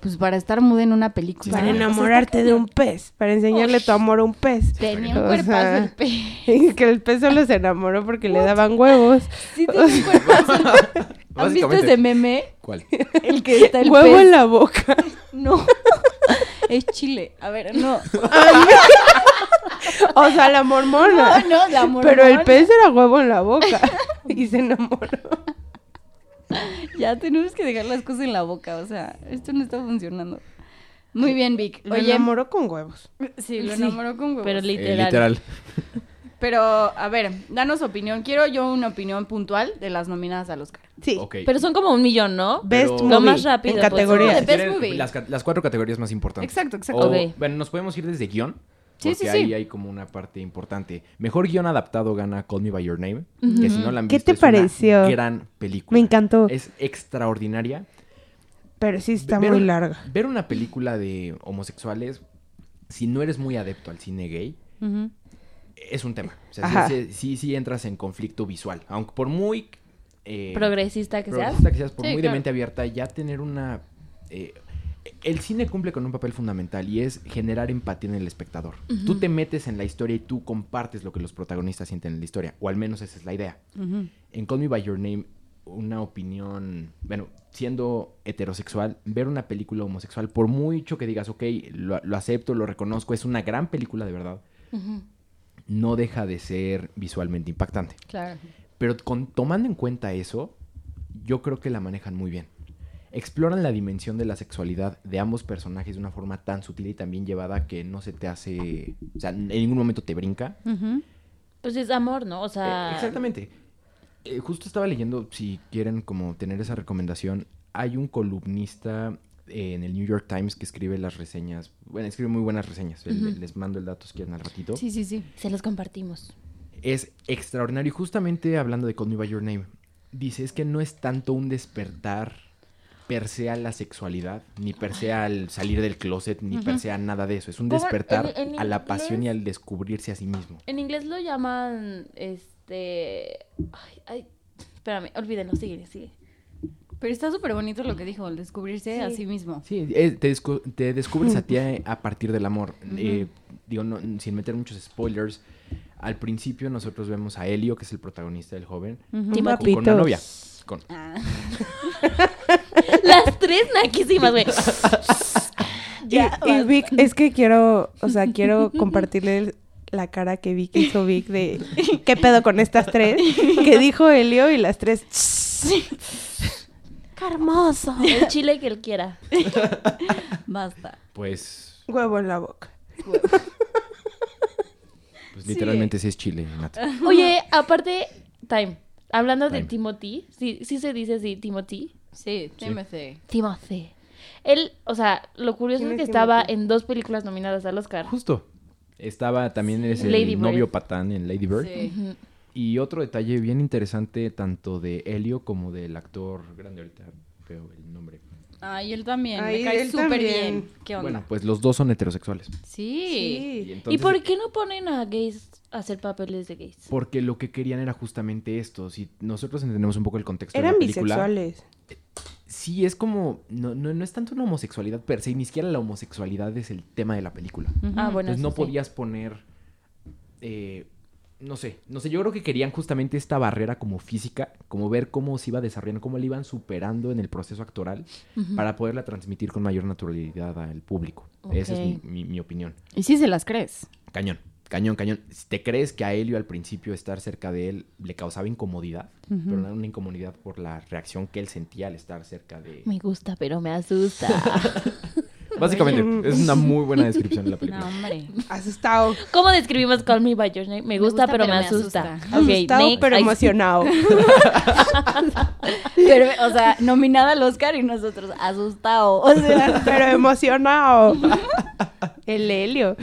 Speaker 2: Pues para estar muda en una película.
Speaker 4: Sí,
Speaker 3: Para
Speaker 4: está bien.
Speaker 3: enamorarte de un pez, para enseñarle tu amor a un pez.
Speaker 2: Tenía un
Speaker 3: O
Speaker 2: cuerpazo
Speaker 3: sea,
Speaker 2: el pe.
Speaker 3: Y que el pez solo se enamoró porque le daban huevos.
Speaker 2: Sí, tenía un cuerpazo. ¿Has visto
Speaker 4: Básicamente-
Speaker 2: ese meme?
Speaker 4: ¿Cuál?
Speaker 2: El que está el
Speaker 3: Huevo
Speaker 2: pez.
Speaker 3: en la boca.
Speaker 2: No. Es chile. A ver, no.
Speaker 3: O sea, la mormona.
Speaker 2: No, no, la mormona.
Speaker 3: Pero el pez era huevo en la boca. Y se enamoró.
Speaker 2: Ya tenemos que dejar las cosas en la boca, o sea, esto no está funcionando. Muy bien, Vic.
Speaker 3: Lo
Speaker 2: Oye,
Speaker 3: enamoró con huevos.
Speaker 2: sí, lo
Speaker 5: Sí.
Speaker 2: enamoró con huevos.
Speaker 5: Pero
Speaker 2: Pero,
Speaker 4: Eh,
Speaker 5: literal.
Speaker 4: literal.
Speaker 2: a ver, danos opinión. Quiero yo una opinión puntual de las nominadas al Oscar.
Speaker 3: Sí.
Speaker 4: Ok.
Speaker 5: Pero son como un millón, ¿no?
Speaker 3: Best
Speaker 4: Pero-
Speaker 3: movie.
Speaker 4: Lo
Speaker 5: más rápido,
Speaker 3: En
Speaker 5: pues.
Speaker 3: categoría.
Speaker 2: No, de- Best
Speaker 4: Tienen
Speaker 2: Movie.
Speaker 4: Las, ca- las cuatro categorías más importantes.
Speaker 2: Exacto, exacto.
Speaker 3: Oh,
Speaker 4: O-
Speaker 5: Ok.
Speaker 4: Bueno, nos podemos ir desde guión.
Speaker 2: Sí,
Speaker 4: Porque
Speaker 2: sí, sí.
Speaker 4: ahí hay como una parte importante. Mejor guión adaptado gana Call Me By Your Name. Que si no la han
Speaker 3: ¿Qué
Speaker 4: visto,
Speaker 3: te
Speaker 4: es una
Speaker 3: pareció?
Speaker 4: gran película.
Speaker 3: Me encantó.
Speaker 4: Es extraordinaria.
Speaker 3: Pero sí está
Speaker 4: Ver
Speaker 3: muy
Speaker 4: un-
Speaker 3: larga.
Speaker 4: Ver una película de homosexuales, si no eres muy adepto al cine gay, es un tema. O sea, sí-
Speaker 3: Ajá.
Speaker 4: sí, sí, sí entras en conflicto visual. Aunque por muy... eh,
Speaker 5: Progresista que seas.
Speaker 4: progresista que seas, por
Speaker 2: Sí,
Speaker 4: muy de
Speaker 2: claro.
Speaker 4: mente abierta, ya tener una... eh, el cine cumple con un papel fundamental y es generar empatía en el espectador. Tú te metes en la historia y tú compartes lo que los protagonistas sienten en la historia, o al menos esa es la idea. En Call Me By Your Name, una opinión, bueno, siendo heterosexual, ver una película homosexual, por mucho que digas, ok, lo, lo acepto, lo reconozco, es una gran película de verdad, no deja de ser visualmente impactante.
Speaker 2: Claro.
Speaker 4: Pero con- tomando en cuenta eso, yo creo que la manejan muy bien. Exploran la dimensión de la sexualidad de ambos personajes de una forma tan sutil y tan bien llevada que no se te hace, o sea, en ningún momento te brinca.
Speaker 5: Pues es amor, ¿no? O sea.
Speaker 4: Eh, exactamente. Eh, justo estaba leyendo, si quieren como tener esa recomendación, hay un columnista eh, en el New York Times que escribe las reseñas, bueno, escribe muy buenas reseñas, El- les mando el dato si quieren al ratito.
Speaker 2: Sí, sí, sí.
Speaker 5: Se los compartimos.
Speaker 4: es extraordinario. Y justamente hablando de Call Me By Your Name, dice, es que no es tanto un despertar per se a la sexualidad, ni per se al salir del closet, ni per se a nada de eso. Es un
Speaker 5: Por-
Speaker 4: despertar
Speaker 5: en- en
Speaker 4: a la
Speaker 5: inglés-
Speaker 4: pasión y al descubrirse a sí mismo.
Speaker 5: En inglés lo llaman. Este. Ay, ay. Espérame, olvídenlo, sigue, sigue.
Speaker 2: Pero está súper bonito lo que dijo, el descubrirse
Speaker 5: Sí.
Speaker 2: a sí mismo.
Speaker 4: Sí, es- te, descu- te descubres a ti a, a partir del amor. Eh, digo, no- sin meter muchos spoilers, al principio nosotros vemos a Helio, que es el protagonista del joven,
Speaker 3: Un
Speaker 5: Timothy.
Speaker 4: con una
Speaker 3: papito.
Speaker 4: novia. Con,
Speaker 5: Las tres naquísimas, güey.
Speaker 3: Y, y Vic, es que quiero, o sea, quiero compartirle el- la cara que Vic hizo Vic de qué pedo con estas tres, que dijo Helio y las tres. ¡Qué hermoso!
Speaker 5: El chile que él quiera.
Speaker 2: Basta.
Speaker 4: Pues,
Speaker 3: Huevo en la boca.
Speaker 4: pues literalmente sí es chile, Nat.
Speaker 5: Oye, aparte, Time. Hablando de
Speaker 4: Time.
Speaker 5: Timothy, sí, sí se dice así, Timothy.
Speaker 2: Sí,
Speaker 4: Sí.
Speaker 2: TMC.
Speaker 5: Timothy. Él, o sea, lo curioso es
Speaker 3: ¿Quién
Speaker 5: que
Speaker 3: es
Speaker 5: estaba
Speaker 3: Timothy?
Speaker 5: en dos películas nominadas al Oscar.
Speaker 4: Justo. Estaba también es el
Speaker 5: Ah. Lady Bird.
Speaker 4: novio patán en Lady Bird.
Speaker 2: Sí.
Speaker 5: Ujú.
Speaker 4: Y otro detalle bien interesante, tanto de Helio como del actor grande ahorita, veo el nombre.
Speaker 2: Ay, él también.
Speaker 3: Ay,
Speaker 2: me cae
Speaker 3: él
Speaker 2: súper
Speaker 3: también.
Speaker 2: bien. ¿Qué onda?
Speaker 4: Bueno, pues los dos son heterosexuales.
Speaker 2: Sí.
Speaker 5: ¿Y
Speaker 4: entonces- eh,
Speaker 5: por qué no ponen a gays a hacer papeles de gays?
Speaker 4: Porque lo que querían era justamente esto. Si nosotros entendemos un poco el contexto de
Speaker 3: Eran
Speaker 4: la película.
Speaker 3: bisexuales.
Speaker 4: Sí, es como. No, no, no es tanto una homosexualidad per se, ni siquiera la homosexualidad es el tema de la película.
Speaker 2: Ujú.
Speaker 5: Ah, bueno.
Speaker 4: Entonces
Speaker 5: eso
Speaker 4: pues no
Speaker 5: sí.
Speaker 4: podías poner. eh, no sé, no sé, yo creo que querían justamente esta barrera como física, como ver cómo se iba desarrollando, cómo la iban superando en el proceso actoral
Speaker 5: Ujú.
Speaker 4: para poderla transmitir con mayor naturalidad al público. Esa es mi-
Speaker 5: Ok.
Speaker 4: mi- mi opinión.
Speaker 2: ¿Y si se las crees?
Speaker 4: Cañón, cañón, cañón. Si te crees que a Helio al principio estar cerca de él le causaba incomodidad, pero no era una incomodidad por la reacción que él sentía al estar cerca de...
Speaker 5: Me gusta, pero me asusta.
Speaker 4: Básicamente, es una muy buena descripción de la
Speaker 2: No,
Speaker 4: película.
Speaker 2: hombre.
Speaker 3: Asustado.
Speaker 5: ¿Cómo describimos Call Me By Your Name? Me gusta, pero, me asusta. Ok,
Speaker 3: Asustado,
Speaker 5: next.
Speaker 3: pero
Speaker 5: Ay,
Speaker 3: emocionado.
Speaker 2: Pero, o sea, nominada al Oscar y nosotros asustado. O sea,
Speaker 3: pero emocionado. El Helio.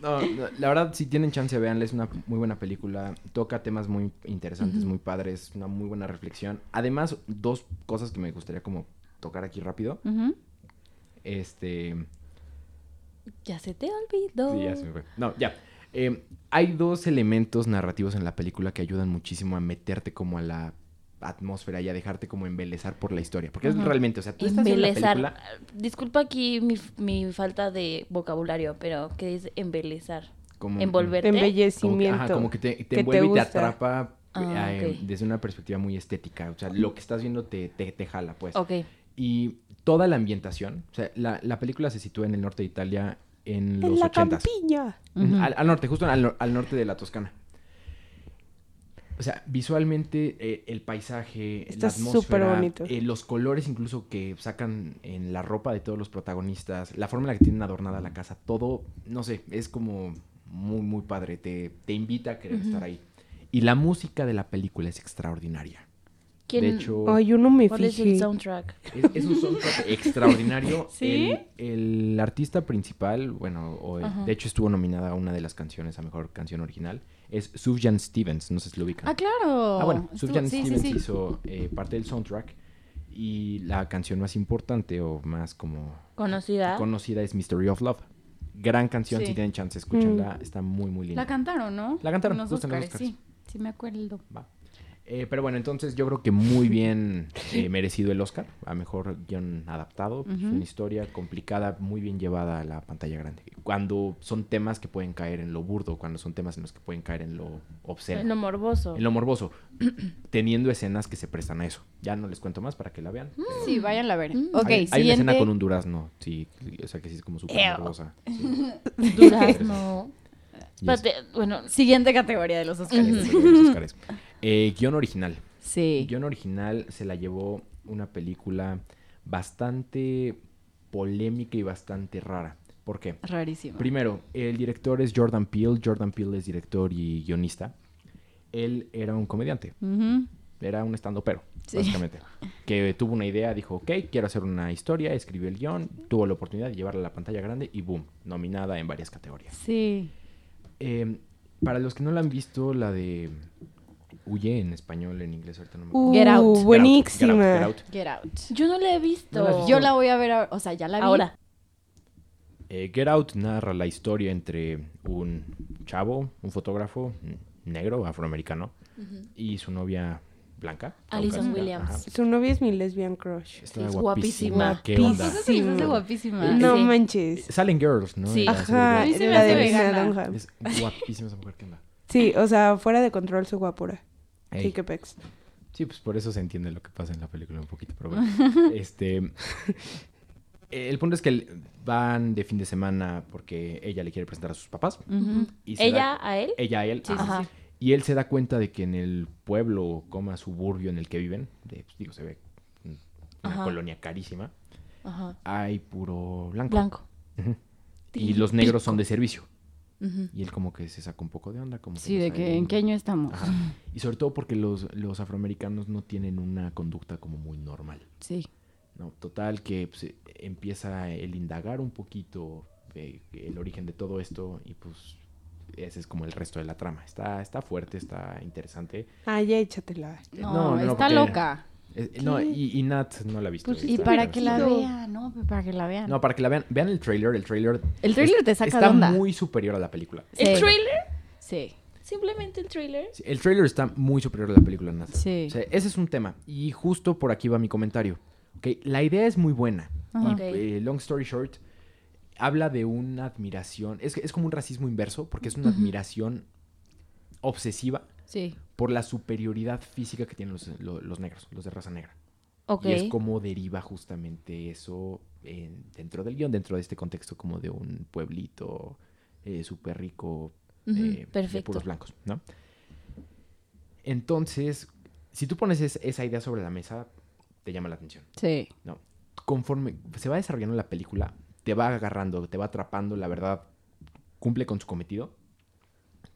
Speaker 4: No, no, la verdad, si tienen chance, véanla. Es una muy buena película. Toca temas muy interesantes, muy padres. Una muy buena reflexión. Además, dos cosas que me gustaría como tocar aquí rápido.
Speaker 2: Ujú.
Speaker 4: Este...
Speaker 5: Ya se te olvidó.
Speaker 4: Sí, ya se me fue. No, ya. Eh, hay dos elementos narrativos en la película que ayudan muchísimo a meterte como a la atmósfera y a dejarte como embelezar por la historia. Porque es
Speaker 5: Ajá.
Speaker 4: realmente, o sea, tú estás viendo la
Speaker 5: Embelezar.
Speaker 4: película...
Speaker 5: Disculpa aquí mi, mi falta de vocabulario, pero ¿qué es embelezar?
Speaker 4: Como,
Speaker 5: Envolverte.
Speaker 4: Como que,
Speaker 3: Embellecimiento.
Speaker 4: ajá, como que te, te
Speaker 3: te
Speaker 4: envuelve y te
Speaker 3: gusta.
Speaker 4: atrapa
Speaker 5: Ah,
Speaker 4: eh,
Speaker 5: ok.
Speaker 4: desde una perspectiva muy estética. O sea, lo que estás viendo te, te, te jala, pues.
Speaker 5: Ok.
Speaker 4: Y toda la ambientación, o sea, la, la película se sitúa en el norte de Italia en
Speaker 3: En
Speaker 4: los
Speaker 3: la
Speaker 4: ochentas.
Speaker 3: campiña.
Speaker 4: Ujú,
Speaker 2: Ujú.
Speaker 4: Al, al norte, justo al, nor- al norte de la Toscana. O sea, visualmente eh, el paisaje,
Speaker 3: Está
Speaker 4: la atmósfera,
Speaker 3: súper bonito.
Speaker 4: eh, los colores incluso que sacan en la ropa de todos los protagonistas, la forma en la que tienen adornada la casa, todo, no sé, es como muy, muy padre, te, te invita a querer estar ahí. Y la música de la película es extraordinaria.
Speaker 5: ¿Quién,
Speaker 4: De hecho,
Speaker 3: Ay, yo no me
Speaker 5: ¿Cuál es el
Speaker 3: fijé.
Speaker 5: soundtrack?
Speaker 4: es, es un soundtrack extraordinario.
Speaker 2: ¿Sí?
Speaker 4: El, el artista principal, bueno, o el-
Speaker 5: Ajá.
Speaker 4: de hecho estuvo nominada a una de las canciones a mejor canción original, es Sufjan Stevens, no sé si lo ubican.
Speaker 2: Ah, claro.
Speaker 4: Ah, bueno,
Speaker 2: Estuvo-
Speaker 4: Sufjan
Speaker 2: sí, sí,
Speaker 4: Stevens
Speaker 2: sí.
Speaker 4: hizo eh, parte del soundtrack y la canción más importante o más como
Speaker 5: ¿Conocida?
Speaker 4: conocida es Mystery of Love. Gran canción,
Speaker 2: Sí. Mm.
Speaker 4: si tienen chance, escúchenla, está muy, muy linda.
Speaker 2: La cantaron, ¿no?
Speaker 4: La cantaron,
Speaker 2: En los
Speaker 4: justo en los
Speaker 2: Óscares,
Speaker 4: Óscares.
Speaker 2: sí. Sí, me acuerdo.
Speaker 4: Va. Eh, pero bueno, entonces yo creo que muy bien eh, merecido el Oscar. A mejor guión adaptado. pues,
Speaker 2: Ujú.
Speaker 4: Una historia complicada, muy bien llevada a la pantalla grande. Cuando son temas que pueden caer en lo burdo, cuando son temas en los que pueden caer en lo obsceno,
Speaker 5: En lo morboso.
Speaker 4: en lo morboso, teniendo escenas que se prestan a eso. Ya no les cuento más para que la vean. pero
Speaker 2: Sí, vayan a ver.
Speaker 5: Mm.
Speaker 2: Ok,
Speaker 4: hay, hay una
Speaker 2: siguiente.
Speaker 4: escena con un durazno, sí, o sea que sí es como súper
Speaker 5: Ew.
Speaker 4: morbosa. sí.
Speaker 5: Durazno.
Speaker 4: Y es-
Speaker 5: Espérate, bueno,
Speaker 2: Siguiente categoría de los
Speaker 4: es
Speaker 2: Óscares.
Speaker 4: de los Óscares. Eh, guión original.
Speaker 2: Sí.
Speaker 4: El guión original se la llevó una película bastante polémica y bastante rara. ¿Por qué?
Speaker 2: Rarísimo.
Speaker 4: Primero, el director es Jordan Peele. Jordan Peele es director y guionista. Él era un comediante,
Speaker 2: Ujú.
Speaker 4: era un estando pero,
Speaker 2: Sí.
Speaker 4: básicamente. Que tuvo una idea, dijo, ok, quiero hacer una historia, escribió el guión, tuvo la oportunidad de llevarla a la pantalla grande y boom, nominada en varias categorías.
Speaker 2: Sí.
Speaker 4: Eh, para los que no la han visto, la de Huye en español, en inglés, ahorita no me acuerdo.
Speaker 3: Uh,
Speaker 2: Get Out. Get
Speaker 3: Buenísima.
Speaker 4: Get Out, Get Out.
Speaker 2: Get Out.
Speaker 5: yo no la he visto.
Speaker 4: No la has
Speaker 2: Yo la voy a ver ahora. O sea, ya la vi.
Speaker 5: Ahora.
Speaker 4: Eh, Get Out narra la historia entre un chavo, un fotógrafo n- negro, afroamericano, y su novia blanca.
Speaker 5: Alison
Speaker 4: caucásica,
Speaker 5: Williams.
Speaker 4: ajá.
Speaker 3: Su novia es mi lesbian crush.
Speaker 4: Está
Speaker 5: Es
Speaker 4: guapísima.
Speaker 5: guapísima.
Speaker 4: ¿Qué onda?
Speaker 2: Eso sí, eso es
Speaker 3: Sí.
Speaker 2: guapísima.
Speaker 3: No
Speaker 5: Ah, Sí.
Speaker 4: Eh,
Speaker 3: manches.
Speaker 4: Salen girls, ¿no?
Speaker 5: Sí.
Speaker 4: En la
Speaker 3: Ajá,
Speaker 2: A mí se
Speaker 4: serie
Speaker 2: me
Speaker 3: la
Speaker 2: hace
Speaker 3: de
Speaker 4: de-
Speaker 3: Lindsay
Speaker 2: vegana.
Speaker 3: Lohan.
Speaker 4: Es guapísima esa mujer, ¿qué onda?
Speaker 3: Sí, o sea, fuera de control su guapura.
Speaker 4: Ey,
Speaker 3: Sí, qué pex.
Speaker 4: Sí, pues por eso se entiende lo que pasa en la película un poquito, pero bueno. este. El punto es que el- van de fin de semana porque ella le quiere presentar a sus papás.
Speaker 5: Ujú.
Speaker 4: Y se
Speaker 5: ¿Ella
Speaker 4: da-
Speaker 5: a él?
Speaker 4: ella a él.
Speaker 5: Sí, sí,
Speaker 4: ajá.
Speaker 5: sí.
Speaker 4: Y él se da cuenta de que en el pueblo o coma suburbio en el que viven, de, pues, digo, se ve un- una
Speaker 5: Ajá.
Speaker 4: colonia carísima,
Speaker 5: Ajá.
Speaker 4: hay puro blanco.
Speaker 5: Blanco.
Speaker 4: Y los negros son de servicio.
Speaker 5: Ujú.
Speaker 4: Y él como que se sacó un poco de onda. Como
Speaker 2: Sí,
Speaker 4: no
Speaker 2: de
Speaker 4: sabe
Speaker 2: que
Speaker 4: bien.
Speaker 2: en qué año estamos.
Speaker 4: Ajá. Y sobre todo porque los, los afroamericanos no tienen una conducta como muy normal.
Speaker 2: Sí.
Speaker 4: ¿no? Total que pues, eh, empieza el indagar un poquito eh, el origen de todo esto y pues ese es como el resto de la trama. Está, está fuerte, está interesante.
Speaker 3: Ah, ya échatela.
Speaker 2: No,
Speaker 4: No, no, no,
Speaker 2: está
Speaker 4: porque-
Speaker 2: loca.
Speaker 4: Eh, no,
Speaker 3: ¿Qué?
Speaker 4: y, y Nat no la ha visto.
Speaker 3: Pues,
Speaker 4: eh,
Speaker 2: Y
Speaker 4: está
Speaker 2: para
Speaker 4: bien,
Speaker 2: que
Speaker 4: está
Speaker 2: la
Speaker 4: bien.
Speaker 2: vean, ¿no? Para que la vean.
Speaker 4: No, para que la vean, vean el trailer, el trailer.
Speaker 2: El tráiler
Speaker 4: es-
Speaker 2: te saca
Speaker 4: Está
Speaker 2: de onda.
Speaker 4: muy superior a la película.
Speaker 5: ¿El
Speaker 2: Sí.
Speaker 5: trailer?
Speaker 2: Sí.
Speaker 5: Simplemente el trailer.
Speaker 4: Sí, El trailer está muy superior a la película, Nat.
Speaker 2: Sí.
Speaker 4: O sea, ese es un tema. Y justo por aquí va mi comentario. Ok, La idea es muy buena.
Speaker 2: Ajá.
Speaker 5: Ok.
Speaker 4: eh, long story short, habla de una admiración. Es, es como un racismo inverso, porque es una admiración obsesiva
Speaker 2: Sí.
Speaker 4: por la superioridad física que tienen los, lo- los negros, los de raza negra.
Speaker 5: Ok.
Speaker 4: Y es como deriva justamente eso en- dentro del guión, dentro de este contexto como de un pueblito eh, súper rico
Speaker 5: Ujú,
Speaker 4: eh, de
Speaker 5: perfecto.
Speaker 4: puros blancos, ¿no? Entonces, si tú pones es- esa idea sobre la mesa, te llama la atención.
Speaker 2: Sí.
Speaker 4: No. Conforme se va desarrollando la película, te va agarrando, te va atrapando, la verdad, cumple con su cometido.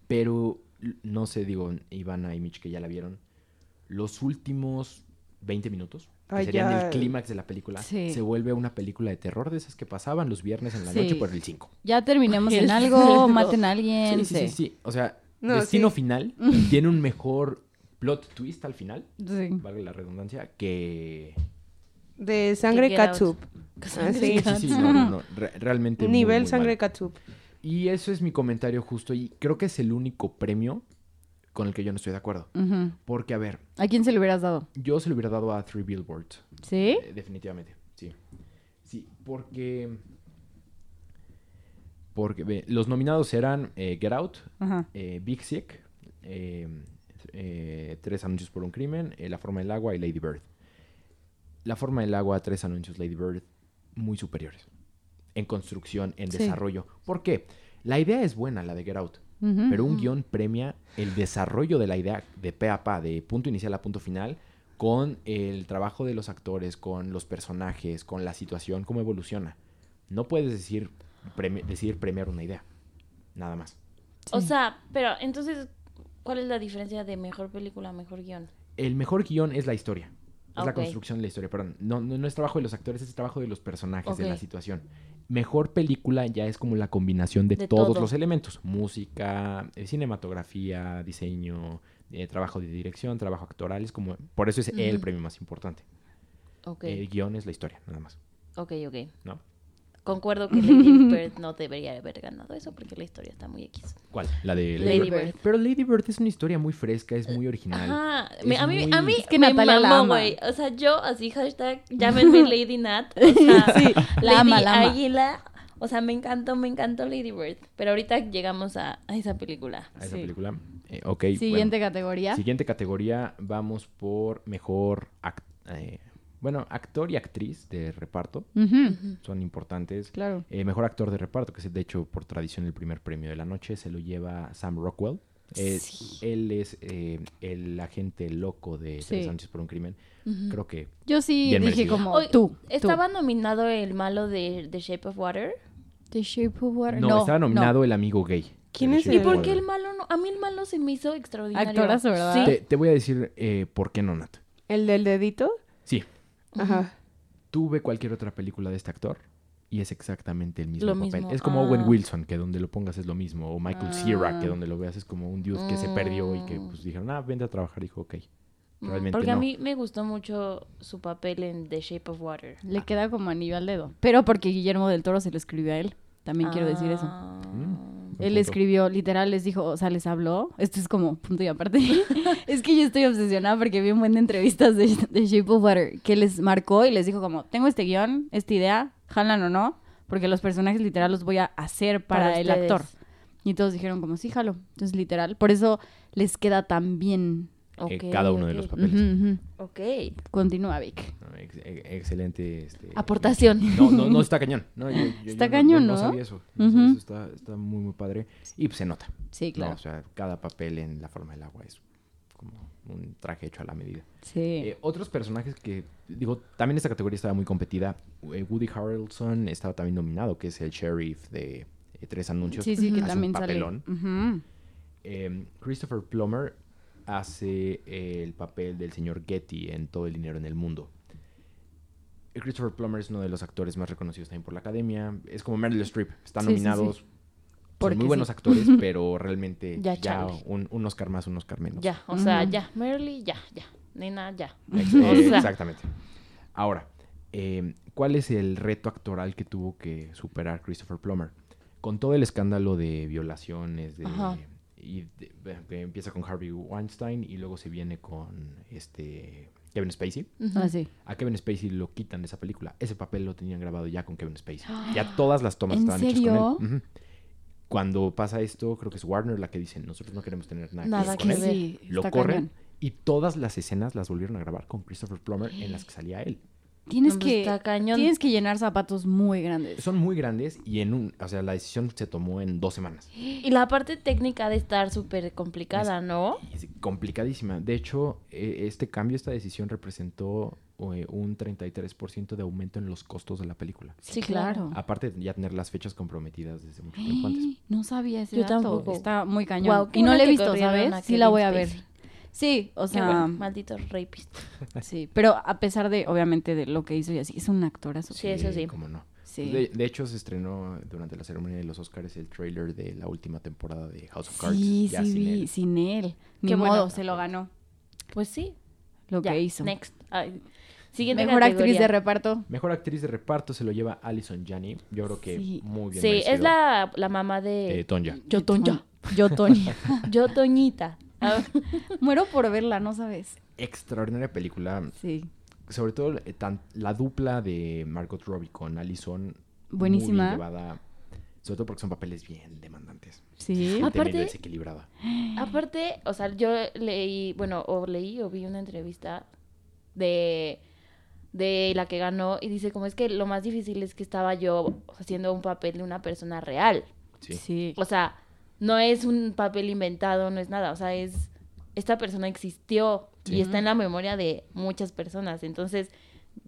Speaker 4: Pero, l- no sé, digo, Ivana y Mitch que ya la vieron, los últimos 20 minutos, que
Speaker 3: Ay,
Speaker 4: serían
Speaker 3: ya.
Speaker 4: el clímax de la película,
Speaker 2: Sí.
Speaker 4: se vuelve una película de terror de esas que pasaban los viernes en la
Speaker 2: Sí.
Speaker 4: noche por el 5.
Speaker 2: Ya terminemos en
Speaker 5: El-
Speaker 2: algo, maten a
Speaker 4: Sí,
Speaker 2: alguien.
Speaker 4: sí, sí, sí. O sea,
Speaker 3: No,
Speaker 4: Destino
Speaker 3: sí.
Speaker 4: Final tiene un mejor plot twist al final,
Speaker 2: Sí.
Speaker 4: valga la redundancia, que...
Speaker 3: De sangre
Speaker 5: Get Out.
Speaker 3: katsup. Ah,
Speaker 4: Sí, sí, sí, no, no, no, re- realmente... muy,
Speaker 3: Nivel
Speaker 4: muy
Speaker 3: sangre
Speaker 4: mal.
Speaker 3: katsup.
Speaker 4: Y eso es mi comentario justo y creo que es el único premio con el que yo no estoy de acuerdo.
Speaker 2: Ujú.
Speaker 4: Porque, a ver,
Speaker 2: ¿A quién se le hubieras dado?
Speaker 4: yo se lo hubiera dado a Three Billboards.
Speaker 2: ¿Sí?
Speaker 4: Eh, definitivamente, sí. Sí, porque... Porque ve, los nominados eran eh, Get Out,
Speaker 2: Ajá.
Speaker 4: eh, Big Sick, eh, eh, Tres Anuncios por un Crimen, eh, La Forma del Agua y Lady Bird. La Forma del Agua, Tres Anuncios, Lady Bird, muy superiores. En construcción, en
Speaker 2: Sí.
Speaker 4: desarrollo. ¿Por qué? La idea es buena, la de Get Out.
Speaker 2: Ujú.
Speaker 4: Pero un guión premia el desarrollo de la idea de pe a pa, de punto inicial a punto final, con el trabajo de los actores, con los personajes, con la situación, cómo evoluciona. No puedes decir, premi- decidir premiar una idea. Nada más.
Speaker 5: O
Speaker 2: Sí.
Speaker 5: sea, pero entonces, ¿cuál es la diferencia de mejor película a mejor guión?
Speaker 4: El mejor guión es la historia. Es la
Speaker 5: Ok.
Speaker 4: construcción de la historia, perdón. No, no, no es trabajo de los actores, es trabajo de los personajes, de la
Speaker 5: Ok.
Speaker 4: situación. Mejor película ya es como la combinación de,
Speaker 5: De
Speaker 4: todos
Speaker 5: todo.
Speaker 4: los elementos. Música, eh, cinematografía, diseño, eh, trabajo de dirección, trabajo actoral. Es como, por eso es el
Speaker 5: Ujú.
Speaker 4: premio más importante.
Speaker 5: Ok,
Speaker 4: El guión es la historia, nada más.
Speaker 5: ok, ok.
Speaker 4: ¿No?
Speaker 5: Concuerdo que Lady Bird no debería haber ganado eso porque la historia está muy X.
Speaker 4: ¿Cuál? La de
Speaker 5: Lady Bird.
Speaker 4: Pero Lady Bird es una historia muy fresca, es muy original.
Speaker 5: Ajá,
Speaker 4: Es
Speaker 5: me- a mí,
Speaker 4: muy-
Speaker 5: a mí
Speaker 2: Es que
Speaker 5: me
Speaker 2: Natalia la
Speaker 5: mamó,
Speaker 2: ama.
Speaker 5: güey. O sea, yo así hashtag llámenme Lady Nat. O sea,
Speaker 2: la
Speaker 5: Lady
Speaker 2: ama, la ama.
Speaker 5: Águila. O sea, me encantó, me encantó Lady Bird. Pero ahorita llegamos a, a esa película.
Speaker 4: A esa
Speaker 2: Sí.
Speaker 4: película. Eh, ok. bueno.
Speaker 2: Siguiente categoría.
Speaker 4: Siguiente categoría, vamos por mejor act- eh, bueno, actor y actriz de reparto.
Speaker 2: Ujú.
Speaker 4: Son importantes.
Speaker 2: Claro.
Speaker 4: Eh, mejor actor de reparto, que es de hecho por tradición el primer premio de la noche, se lo lleva Sam Rockwell. Eh, Él es eh, el agente loco de
Speaker 2: Sí.
Speaker 4: Tres Anuncios por un Crimen. Creo que
Speaker 2: Yo sí
Speaker 4: Bien
Speaker 2: dije
Speaker 4: merecido.
Speaker 2: como
Speaker 5: Oye,
Speaker 2: tú.
Speaker 5: ¿Estaba nominado el malo de The Shape of Water?
Speaker 2: tú. The Shape of Water.
Speaker 4: no,
Speaker 2: No,
Speaker 4: estaba nominado el amigo gay.
Speaker 3: ¿Quién
Speaker 4: El
Speaker 3: es
Speaker 4: de
Speaker 3: el-
Speaker 5: ¿Y
Speaker 4: Shape of
Speaker 5: por qué
Speaker 4: Water.
Speaker 5: el malo no? A mí el malo se me hizo extraordinario.
Speaker 2: Actorazo, ¿verdad?
Speaker 5: Sí.
Speaker 4: Te, te voy a decir eh, por qué no, Nat.
Speaker 3: ¿El del dedito?
Speaker 4: Sí,
Speaker 3: Ajá.
Speaker 4: tú ve cualquier otra película de este actor y es exactamente el mismo
Speaker 5: Lo
Speaker 4: papel.
Speaker 5: mismo,
Speaker 4: Es como
Speaker 5: ah.
Speaker 4: Owen Wilson, que donde lo pongas es lo mismo. O Michael
Speaker 2: Ah.
Speaker 4: Cera, que donde lo veas es como un dude que se perdió y que
Speaker 5: Mm.
Speaker 4: pues dijeron, ah, vente a trabajar. Dijo, ok.
Speaker 5: Mm,
Speaker 4: Realmente
Speaker 5: Porque a
Speaker 4: no.
Speaker 5: mí me gustó mucho su papel en The Shape of Water.
Speaker 2: Le queda como anillo al dedo. Pero porque Guillermo del Toro se lo escribió a él. También quiero decir eso.
Speaker 5: Ah.
Speaker 4: Mm.
Speaker 2: Él
Speaker 4: punto.
Speaker 2: escribió, literal, les dijo, o sea, les habló. Esto es como punto y aparte. es que yo estoy obsesionada porque vi un buen de entrevistas de, de Shape of Water que les marcó y les dijo como, tengo este guión, esta idea, jalan o no, porque los personajes literal los voy a hacer para,
Speaker 5: Para
Speaker 2: el
Speaker 5: ustedes.
Speaker 2: actor. Y todos dijeron como, sí, jalo. Entonces, literal, por eso les queda tan bien
Speaker 4: eh,
Speaker 5: Ok,
Speaker 4: cada uno de
Speaker 5: ok.
Speaker 4: los papeles.
Speaker 2: Ujú, ujú.
Speaker 5: Ok.
Speaker 2: Continúa, Vic.
Speaker 4: No, ex- e- excelente. este,
Speaker 5: Aportación.
Speaker 4: No, no, no está cañón. No, yo- yo- yo
Speaker 2: Está
Speaker 4: no-
Speaker 2: cañón,
Speaker 4: no,
Speaker 2: ¿no?
Speaker 4: sabía eso. no sabía
Speaker 2: Ujú.
Speaker 4: eso, Está, está muy, muy padre. Y pues se nota.
Speaker 2: Sí,
Speaker 4: No,
Speaker 2: claro.
Speaker 4: o sea, cada papel en la forma del agua es como un traje hecho a la medida.
Speaker 2: Sí.
Speaker 4: Eh, otros personajes que, digo, también esta categoría estaba muy competida. Eh, Woody Harrelson estaba también nominado, que es el sheriff de eh, Tres Anuncios.
Speaker 2: Sí, sí, que
Speaker 4: Hace un
Speaker 2: también sale.
Speaker 4: papelón.
Speaker 2: Ujú.
Speaker 4: Eh, Christopher Plummer hace eh, el papel del señor Getty en Todo el Dinero en el Mundo. Eh, Christopher Plummer es uno de los actores más reconocidos también por la academia. Es como Meryl Streep. Están
Speaker 2: Sí, sí, sí.
Speaker 4: nominados. por
Speaker 2: Porque
Speaker 4: muy buenos
Speaker 2: sí.
Speaker 4: actores, pero realmente
Speaker 5: Ya,
Speaker 4: ya,
Speaker 5: chale.
Speaker 4: un, un Oscar más, un Oscar menos.
Speaker 5: Ya, o sea,
Speaker 2: Ujú.
Speaker 5: ya. Merly, ya, ya. Nena, ya.
Speaker 4: Ex-
Speaker 5: O
Speaker 4: eh,
Speaker 5: sea.
Speaker 4: Exactamente. Ahora, eh, ¿cuál es el reto actoral que tuvo que superar Christopher Plummer? Con todo el escándalo de violaciones, de,
Speaker 5: Ajá.
Speaker 4: y de- bueno, que empieza con Harvey Weinstein y luego se viene con este Kevin Spacey.
Speaker 5: Ujú.
Speaker 2: Ah, sí.
Speaker 4: A Kevin Spacey lo quitan de esa película. Ese papel lo tenían grabado ya con Kevin Spacey. Ya todas las tomas
Speaker 2: ¿En
Speaker 4: estaban hechas
Speaker 2: serio?
Speaker 4: con él. Ujú. Cuando pasa esto, creo que es Warner la que dice, nosotros no queremos tener nada,
Speaker 5: Nada
Speaker 4: que ver con
Speaker 5: que
Speaker 4: él"
Speaker 5: ver.
Speaker 2: Sí,
Speaker 4: lo
Speaker 2: está
Speaker 4: corren
Speaker 2: cañón.
Speaker 4: y todas las escenas las volvieron a grabar con Christopher Plummer en las que salía él.
Speaker 2: Tienes
Speaker 5: No, pues,
Speaker 2: que
Speaker 5: está cañón.
Speaker 2: tienes que llenar zapatos muy grandes.
Speaker 4: Son muy grandes y en un, o sea, la decisión se tomó en dos semanas.
Speaker 5: Y la parte técnica de estar súper complicada, ¿no?
Speaker 4: Y es complicadísima. De hecho, eh, este cambio, esta decisión representó eh, un 33% de aumento en los costos de la película.
Speaker 5: Sí, claro.
Speaker 4: Aparte de ya tener las fechas comprometidas desde mucho tiempo antes.
Speaker 2: No sabía ese
Speaker 5: Yo
Speaker 2: dato.
Speaker 5: tampoco.
Speaker 2: Está muy cañón.
Speaker 5: Guau, qué
Speaker 2: y no
Speaker 5: bueno
Speaker 2: le he
Speaker 5: que
Speaker 2: visto,
Speaker 5: corrieron
Speaker 2: ¿sabes?
Speaker 5: a
Speaker 2: Sí la
Speaker 5: Kevin
Speaker 2: voy a ver.
Speaker 5: Spacey.
Speaker 2: Sí, o
Speaker 5: Qué
Speaker 2: sea,
Speaker 5: bueno, maldito rapist.
Speaker 2: sí, pero a pesar de obviamente de lo que hizo y así, es un actorazo.
Speaker 5: Sí, eso sí.
Speaker 4: Cómo no. Pues
Speaker 2: Sí.
Speaker 4: De, de hecho, se estrenó durante la ceremonia de los Oscars el tráiler de la última temporada de House of Cards.
Speaker 2: Sí,
Speaker 4: ya
Speaker 2: sí,
Speaker 4: sin
Speaker 2: vi,
Speaker 4: él.
Speaker 2: sin él. Ni
Speaker 5: Qué
Speaker 2: modo,
Speaker 5: bueno.
Speaker 2: se lo ganó
Speaker 5: Pues sí.
Speaker 2: lo
Speaker 5: ya,
Speaker 2: que hizo.
Speaker 5: Next. Ay, siguiente
Speaker 2: Mejor actriz de
Speaker 5: categoría.
Speaker 2: reparto.
Speaker 4: Mejor actriz de reparto se lo lleva Alison Janney. Yo creo que
Speaker 2: Sí.
Speaker 4: muy bien.
Speaker 5: Sí,
Speaker 4: merecido.
Speaker 5: es la, la mamá
Speaker 4: Eh,
Speaker 5: de
Speaker 4: Tonya.
Speaker 2: Yo Toña. Yo Toña.
Speaker 5: Yo Toñita. Ah,
Speaker 2: Muero por verla, no sabes.
Speaker 4: Extraordinaria película.
Speaker 2: Sí.
Speaker 4: Sobre todo eh, tan- la dupla de Margot Robbie con Alison.
Speaker 2: Buenísima.
Speaker 4: Muy bien llevada. Sobre todo porque son papeles bien demandantes.
Speaker 2: Sí.
Speaker 4: Gente
Speaker 5: Aparte-
Speaker 4: medio desequilibrada.
Speaker 5: Aparte, o sea, yo leí, bueno, o leí o vi una entrevista de de la que ganó y dice como es que lo más difícil es que estaba yo haciendo un papel de una persona real.
Speaker 4: Sí.
Speaker 2: Sí.
Speaker 5: O sea, no es un papel inventado, no es nada. O sea, es. Esta persona existió y
Speaker 4: Sí.
Speaker 5: está en la memoria de muchas personas. Entonces,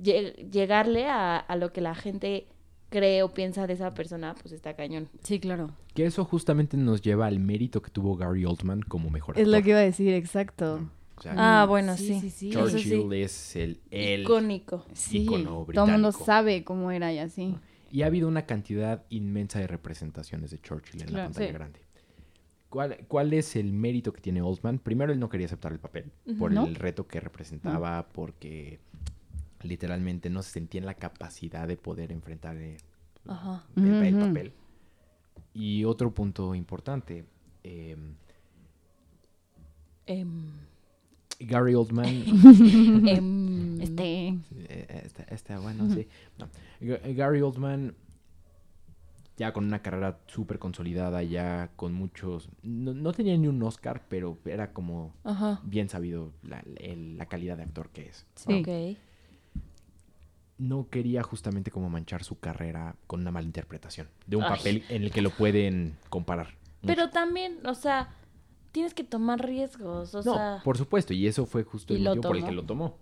Speaker 5: lle- llegarle a, a lo que la gente cree o piensa de esa persona, pues está cañón.
Speaker 2: Sí, claro.
Speaker 4: Que eso justamente nos lleva al mérito que tuvo Gary Oldman como mejor actor.
Speaker 2: Es lo que iba a decir, exacto.
Speaker 4: Mm, O sea,
Speaker 5: Ah, bueno, sí.
Speaker 2: Sí, sí, eso sí.
Speaker 4: Churchill es el, el
Speaker 5: Icónico.
Speaker 2: Sí,
Speaker 4: ícono
Speaker 2: todo el mundo
Speaker 4: británico.
Speaker 2: sabe cómo era y así.
Speaker 4: Y ha habido una cantidad inmensa de representaciones de Churchill en la
Speaker 2: Claro,
Speaker 4: pantalla
Speaker 2: sí.
Speaker 4: grande. ¿Cuál, ¿Cuál es el mérito que tiene Oldman? Primero, él no quería aceptar el papel por
Speaker 2: ¿No?
Speaker 4: el reto que representaba, porque literalmente no se sentía en la capacidad de poder enfrentar eh,
Speaker 5: Ajá.
Speaker 4: el, el
Speaker 2: Ujú.
Speaker 4: papel. Y otro punto importante, eh,
Speaker 5: Em,
Speaker 4: Gary Oldman
Speaker 5: em,
Speaker 2: Este.
Speaker 4: Eh, Está, está bueno, sí. No. Ga- eh, Gary Oldman, ya con una carrera súper consolidada, ya con muchos... No, no tenía ni un Oscar, pero era como
Speaker 5: Ajá.
Speaker 4: bien sabido la, el- la calidad de actor que es.
Speaker 2: Sí.
Speaker 5: Ok.
Speaker 4: No quería justamente como manchar su carrera con una mala interpretación de un
Speaker 5: Ay.
Speaker 4: papel en el que lo pueden comparar.
Speaker 5: Pero también, o sea, tienes que tomar riesgos. O
Speaker 4: no,
Speaker 5: sea,
Speaker 4: por supuesto, y eso fue justo
Speaker 5: ¿Y
Speaker 4: el
Speaker 5: lo
Speaker 4: motivo por el
Speaker 5: tomó?
Speaker 4: que lo tomó.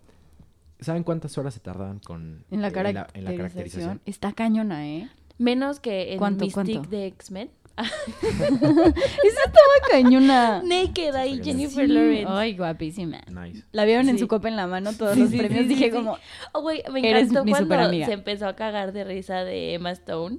Speaker 4: ¿Saben cuántas horas se tardaban con
Speaker 2: En la,
Speaker 4: en la caracterización?
Speaker 2: caracterización. Está cañona, ¿eh?
Speaker 5: menos que en
Speaker 2: ¿Cuánto,
Speaker 5: Mystic
Speaker 2: cuánto?
Speaker 5: de X-Men.
Speaker 2: Esa estaba cañona.
Speaker 5: Naked ahí,
Speaker 4: cañón.
Speaker 5: Jennifer
Speaker 2: Ah, Sí.
Speaker 5: Lawrence.
Speaker 2: Ay, guapísima.
Speaker 4: Nice.
Speaker 2: La vieron en
Speaker 5: Sí.
Speaker 2: su copa en la mano todos
Speaker 5: Sí,
Speaker 2: los
Speaker 5: sí,
Speaker 2: premios.
Speaker 5: sí,
Speaker 2: Dije
Speaker 5: sí, sí.
Speaker 2: como.
Speaker 5: Oh, güey, me
Speaker 2: Eres
Speaker 5: encantó
Speaker 2: mi
Speaker 5: cuando
Speaker 2: superamiga.
Speaker 5: se empezó a cagar de risa de Emma Stone.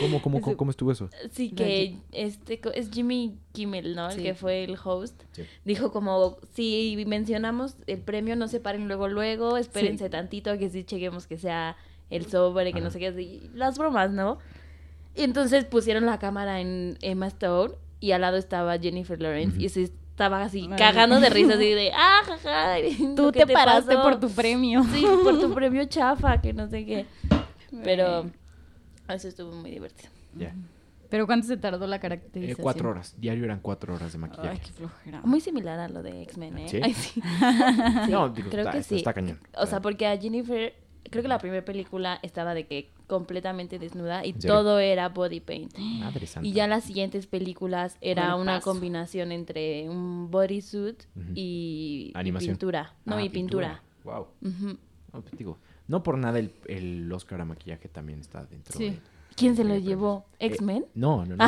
Speaker 4: ¿Cómo, cómo, cómo, cómo estuvo eso?
Speaker 5: Sí,
Speaker 2: La
Speaker 5: que
Speaker 2: Ji-
Speaker 5: este co- es Jimmy Kimmel, ¿no?
Speaker 2: Sí.
Speaker 5: El que fue el host.
Speaker 4: Sí.
Speaker 5: Dijo como, si mencionamos el premio, no se paren luego, luego, espérense
Speaker 2: Sí.
Speaker 5: tantito, que sí chequemos que sea el sobre, que no
Speaker 4: Ajá.
Speaker 5: sé qué, así, las bromas, ¿no? Y entonces pusieron la cámara en Emma Stone y al lado estaba Jennifer Lawrence
Speaker 4: Ujú.
Speaker 5: y se estaba así
Speaker 2: Ay.
Speaker 5: cagando de risa, así de, ah, jaja,
Speaker 2: Tú
Speaker 5: ¿qué
Speaker 2: te paraste
Speaker 5: pasó?"
Speaker 2: por tu premio.
Speaker 5: Sí, por tu premio chafa, que no sé qué. Pero eso estuvo muy divertido.
Speaker 4: Ya.
Speaker 2: ¿Pero cuánto se tardó la
Speaker 4: Eh,
Speaker 2: caracterización?
Speaker 4: cuatro horas. Diario eran cuatro horas de maquillaje.
Speaker 2: Ay, qué flojera.
Speaker 5: Muy similar a lo de X-Men, ¿eh?
Speaker 4: ¿Sí?
Speaker 5: Ay, sí. Sí,
Speaker 4: no, digo,
Speaker 5: creo
Speaker 4: está,
Speaker 5: que
Speaker 4: está-
Speaker 5: sí.
Speaker 4: está cañón. Ah,
Speaker 5: O sea, porque a Jennifer, creo que la primera película estaba de que completamente desnuda y
Speaker 4: ¿En serio?
Speaker 5: todo era body paint.
Speaker 4: Madre santa.
Speaker 5: Y ya las siguientes películas era
Speaker 2: Cuerpazo.
Speaker 5: una combinación entre un bodysuit
Speaker 4: Ujú.
Speaker 5: y, y
Speaker 4: Animación.
Speaker 5: pintura. No,
Speaker 4: Ah,
Speaker 5: y pintura.
Speaker 4: Wow.
Speaker 5: Ujú.
Speaker 4: No, pues, digo, no por nada el, el Oscar a maquillaje también está dentro.
Speaker 2: Sí.
Speaker 4: de-
Speaker 5: ¿Quién se
Speaker 4: de
Speaker 5: lo
Speaker 4: premios.
Speaker 5: llevó?
Speaker 4: Eh,
Speaker 5: ¿X-Men?
Speaker 4: no, no, no,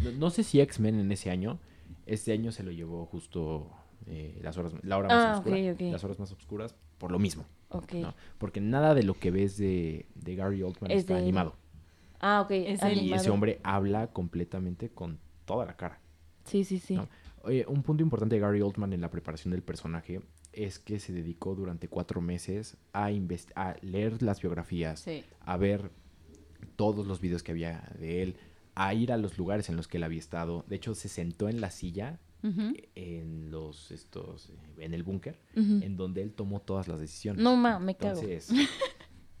Speaker 4: pero- no. no sé si X-Men en ese año. Este año se lo llevó justo eh, las horas, la hora más
Speaker 5: Ah,
Speaker 4: oscura.
Speaker 5: ok, ok.
Speaker 4: Las horas más oscuras por lo mismo.
Speaker 5: Ok.
Speaker 4: ¿no? Porque nada de lo que ves de, de Gary Oldman
Speaker 5: Es
Speaker 4: está
Speaker 5: de él.
Speaker 4: animado.
Speaker 5: Ah, ok.
Speaker 2: Es
Speaker 4: Y
Speaker 2: él.
Speaker 5: animado.
Speaker 4: ese hombre habla completamente con toda la cara.
Speaker 5: Sí, sí, sí.
Speaker 4: No. Oye, un punto importante de Gary Oldman en la preparación del personaje es que se dedicó durante cuatro meses a, invest- a leer las biografías,
Speaker 2: Sí.
Speaker 4: a ver todos los videos que había de él, a ir a los lugares en los que él había estado. De hecho, se sentó en la silla
Speaker 2: Ujú.
Speaker 4: en los estos eh, en el búnker
Speaker 5: Ujú.
Speaker 4: en donde él tomó todas las decisiones.
Speaker 5: No, ma, me cago.
Speaker 4: Entonces,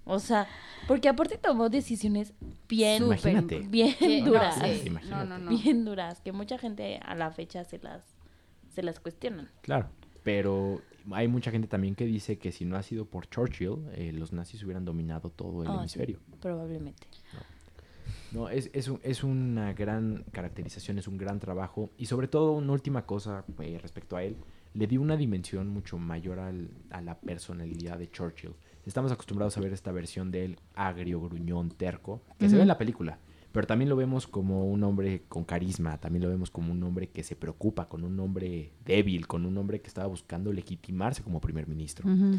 Speaker 5: O sea, porque aparte tomó decisiones bien,
Speaker 2: Súper
Speaker 4: imagínate.
Speaker 5: bien
Speaker 2: Sí,
Speaker 5: duras.
Speaker 2: No, sí. no,
Speaker 4: Imagínate.
Speaker 2: no, no.
Speaker 5: Bien duras, que mucha gente a la fecha se las, se las cuestionan.
Speaker 4: Claro, pero hay mucha gente también que dice que si no ha sido por Churchill, eh, los nazis hubieran dominado todo el
Speaker 5: Ah, sí,
Speaker 4: hemisferio.
Speaker 5: probablemente.
Speaker 4: No, es, es, un- es una gran caracterización, es un gran trabajo. Y sobre todo, una última cosa eh, respecto a él, le dio una dimensión mucho mayor al- a la personalidad de Churchill. Estamos acostumbrados a ver esta versión de él agrio, gruñón, terco, que se ve en la película. Pero también lo vemos como un hombre con carisma, también lo vemos como un hombre que se preocupa, con un hombre débil, con un hombre que estaba buscando legitimarse como primer ministro.
Speaker 2: Ujú.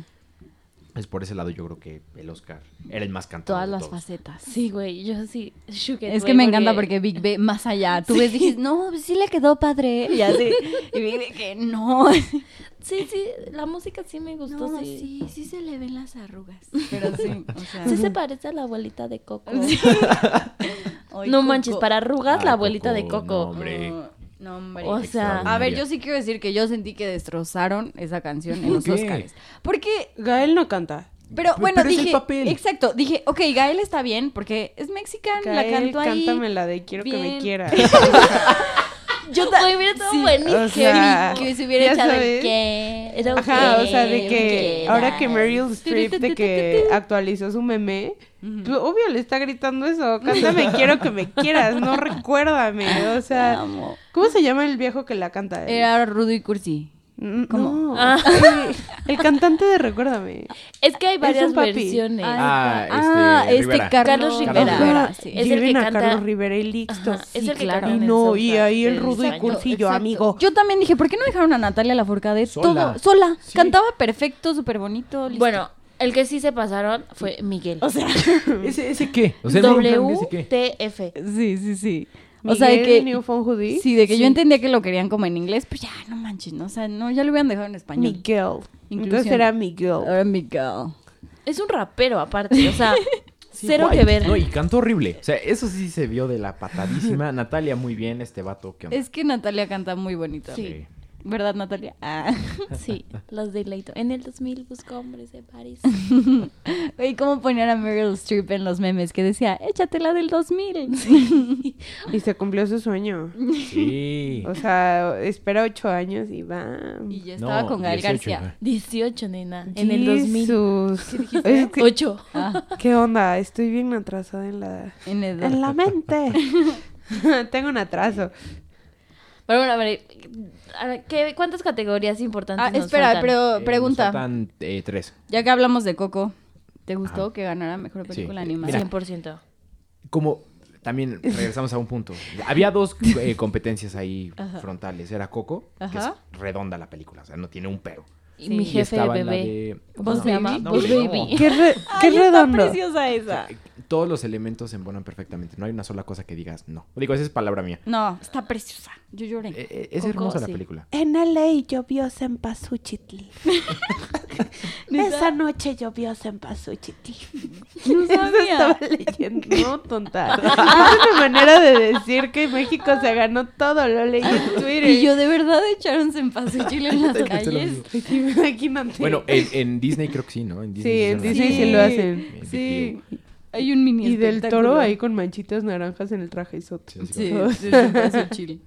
Speaker 4: Es por ese lado yo creo que el Oscar era el más cantado.
Speaker 2: Todas
Speaker 4: de
Speaker 2: las
Speaker 4: todos.
Speaker 2: facetas.
Speaker 5: Sí, güey, yo sí. shook it,
Speaker 2: Es
Speaker 5: güey,
Speaker 2: que me encanta porque Big B, más allá, tú ves, dices, no, pues sí le quedó padre. Y así, y Big B, que no.
Speaker 5: Sí, sí, la música sí me gustó,
Speaker 2: No,
Speaker 5: sí. sí.
Speaker 2: sí se le ven las arrugas. Pero sí, o sea.
Speaker 5: se parece a la abuelita de Coco.
Speaker 2: Ay,
Speaker 5: No
Speaker 2: Coco.
Speaker 5: manches, para arrugas,
Speaker 4: Ay,
Speaker 5: la abuelita
Speaker 4: Coco,
Speaker 5: de Coco.
Speaker 4: no, hombre.
Speaker 2: No, no, hombre.
Speaker 5: O sea-
Speaker 2: a ver, yo sí quiero decir que yo sentí que destrozaron esa canción en
Speaker 4: ¿Por
Speaker 2: los
Speaker 4: qué?
Speaker 2: Oscars. Porque,
Speaker 3: Gael no canta.
Speaker 2: pero
Speaker 4: Pero-
Speaker 2: bueno,
Speaker 4: pero es el
Speaker 2: dije,
Speaker 4: papel.
Speaker 2: exacto, dije, ok, Gael está bien porque es mexicano, la
Speaker 3: Gael,
Speaker 2: canto ahí.
Speaker 3: cántame la de quiero que me
Speaker 2: bien.
Speaker 3: quiera.
Speaker 5: Yo también hubiera estado buenísimo.
Speaker 3: o sea,
Speaker 5: que se hubiera
Speaker 3: ya
Speaker 5: echado el
Speaker 3: sabes.
Speaker 5: que. Era
Speaker 3: Ajá, o sea, de
Speaker 5: ok,
Speaker 3: que
Speaker 5: ok,
Speaker 3: ahora que
Speaker 5: nice.
Speaker 3: Meryl Streep de que actualizó su meme, pues, obvio le está gritando eso, cántame quiero que me quieras, no recuérdame, o
Speaker 2: Te
Speaker 3: sea,
Speaker 2: amo.
Speaker 3: ¿cómo se llama el viejo que la canta?
Speaker 2: Era rudo y cursi.
Speaker 3: Mm,
Speaker 2: ¿cómo?
Speaker 3: no,
Speaker 5: Ah.
Speaker 3: el, el cantante de Recuérdame.
Speaker 5: Es que hay varias
Speaker 3: un papi.
Speaker 5: versiones.
Speaker 4: Ah,
Speaker 2: Ah,
Speaker 4: este,
Speaker 2: este
Speaker 4: Rivera.
Speaker 2: Carlos,
Speaker 5: Carlos
Speaker 2: Rivera.
Speaker 5: Rivera.
Speaker 3: Ajá,
Speaker 2: sí.
Speaker 5: Es el
Speaker 3: Lleven
Speaker 5: que
Speaker 3: a
Speaker 5: canta-
Speaker 3: Carlos Rivera y Lixto.
Speaker 5: Ajá,
Speaker 2: sí,
Speaker 5: el que
Speaker 2: claro.
Speaker 5: canta en
Speaker 3: Y no,
Speaker 5: el
Speaker 3: y ahí el
Speaker 5: soundtrack
Speaker 3: rudo y
Speaker 5: del español.
Speaker 3: cursillo,
Speaker 5: Exacto.
Speaker 3: amigo.
Speaker 2: Yo también dije, ¿por qué no dejaron a Natalia Lafourcade
Speaker 4: Sola.
Speaker 2: todo sola?
Speaker 4: Sí.
Speaker 2: Cantaba perfecto, súper bonito. listo.
Speaker 5: Bueno, el que sí se pasaron fue Miguel. O sea,
Speaker 4: ¿Ese, ese qué? O sea, no entiendo ese qué.
Speaker 5: WTF.
Speaker 2: sí, sí, sí.
Speaker 3: Miguel
Speaker 2: o sea, de que
Speaker 3: Newfound Hoodie.
Speaker 2: Sí, de que yo entendía que lo querían como en inglés, pues ya, no manches, ¿no? O sea, no, ya lo hubieran dejado en español.
Speaker 3: Miguel. Entonces era
Speaker 5: Ah.
Speaker 3: Miguel.
Speaker 2: Ahora Miguel.
Speaker 5: Es un rapero aparte, o sea,
Speaker 4: Sí,
Speaker 5: cero
Speaker 4: guay.
Speaker 5: que ver.
Speaker 4: No, y cantó horrible. O sea, eso sí se vio de la patadísima. Natalia, muy bien, este vato. ¿qué onda?
Speaker 2: Es que Natalia canta muy bonito.
Speaker 4: Sí.
Speaker 2: ¿Verdad, Natalia? Ah.
Speaker 5: Sí, los deleito. En el 2000 busco hombres de París.
Speaker 2: Oye, ¿cómo ponían a Meryl Streep en los memes? Que decía, échatela del 2000.
Speaker 3: Y se cumplió su sueño.
Speaker 4: Sí.
Speaker 3: O sea, espera ocho años y va.
Speaker 2: Y yo estaba
Speaker 4: No,
Speaker 2: con Gael
Speaker 4: 18,
Speaker 2: García.
Speaker 5: 18, nena. En el 2000.
Speaker 3: Jesús. Es que-
Speaker 5: 8.
Speaker 2: Ah,
Speaker 3: ¿Qué onda? Estoy bien atrasada en la,
Speaker 2: en el...
Speaker 3: en la mente. Tengo un atraso.
Speaker 5: Pero bueno, a ver, a ver, ¿qué, ¿cuántas categorías importantes
Speaker 2: Ah,
Speaker 5: nos
Speaker 2: espera,
Speaker 5: faltan?
Speaker 4: Eh,
Speaker 2: pero
Speaker 4: nos
Speaker 2: pregunta.
Speaker 4: faltan, eh, tres.
Speaker 2: Ya que hablamos de Coco, ¿te gustó
Speaker 4: Ajá.
Speaker 2: que ganara mejor película
Speaker 4: eh,
Speaker 2: animada?
Speaker 4: mira.
Speaker 5: 100%.
Speaker 4: Como también regresamos a un punto. Había dos eh, competencias ahí frontales. Era Coco, que
Speaker 2: Ajá.
Speaker 4: es redonda la película. O sea, no tiene un pero.
Speaker 5: Y mi
Speaker 4: Y
Speaker 5: jefe
Speaker 4: estaba
Speaker 5: bebé.
Speaker 4: la de-
Speaker 5: ¿Cómo se
Speaker 4: No,
Speaker 5: llama?
Speaker 4: no,
Speaker 5: Boss
Speaker 4: no.
Speaker 5: Baby.
Speaker 3: Qué, re- qué
Speaker 2: Ay, está
Speaker 3: redondo.
Speaker 2: preciosa esa.
Speaker 4: Todos los elementos se embonan perfectamente. No hay una sola cosa que digas no. Digo, esa es palabra mía.
Speaker 2: No, está preciosa. Yo lloré.
Speaker 4: Eh, eh, es
Speaker 5: Coco,
Speaker 4: hermosa la
Speaker 5: sí.
Speaker 4: película.
Speaker 6: En LA llovió Sempasuchitl. Esa noche llovió Sempasuchitl.
Speaker 2: no
Speaker 3: Eso estaba leyendo. No, tonta. Es una manera de decir que México se ganó todo. Lo leí en Twitter.
Speaker 2: Y yo de verdad echaron en paso chile en las
Speaker 4: pensé lo
Speaker 2: calles.
Speaker 4: mismo.
Speaker 3: Ay, sí, Imagínate.
Speaker 4: Bueno, en, en Disney creo que sí, ¿no? En
Speaker 3: sí, en
Speaker 4: se
Speaker 3: Disney sí
Speaker 4: organiza.
Speaker 3: lo hacen.
Speaker 4: Bien,
Speaker 2: Sí.
Speaker 4: bien,
Speaker 2: Hay un mini
Speaker 3: Y del
Speaker 2: espectáculo.
Speaker 3: toro ahí con manchitas naranjas en el traje
Speaker 4: Sí,
Speaker 3: soto.
Speaker 4: así
Speaker 2: Sí,
Speaker 4: como-
Speaker 2: sí, sí, fue su chile.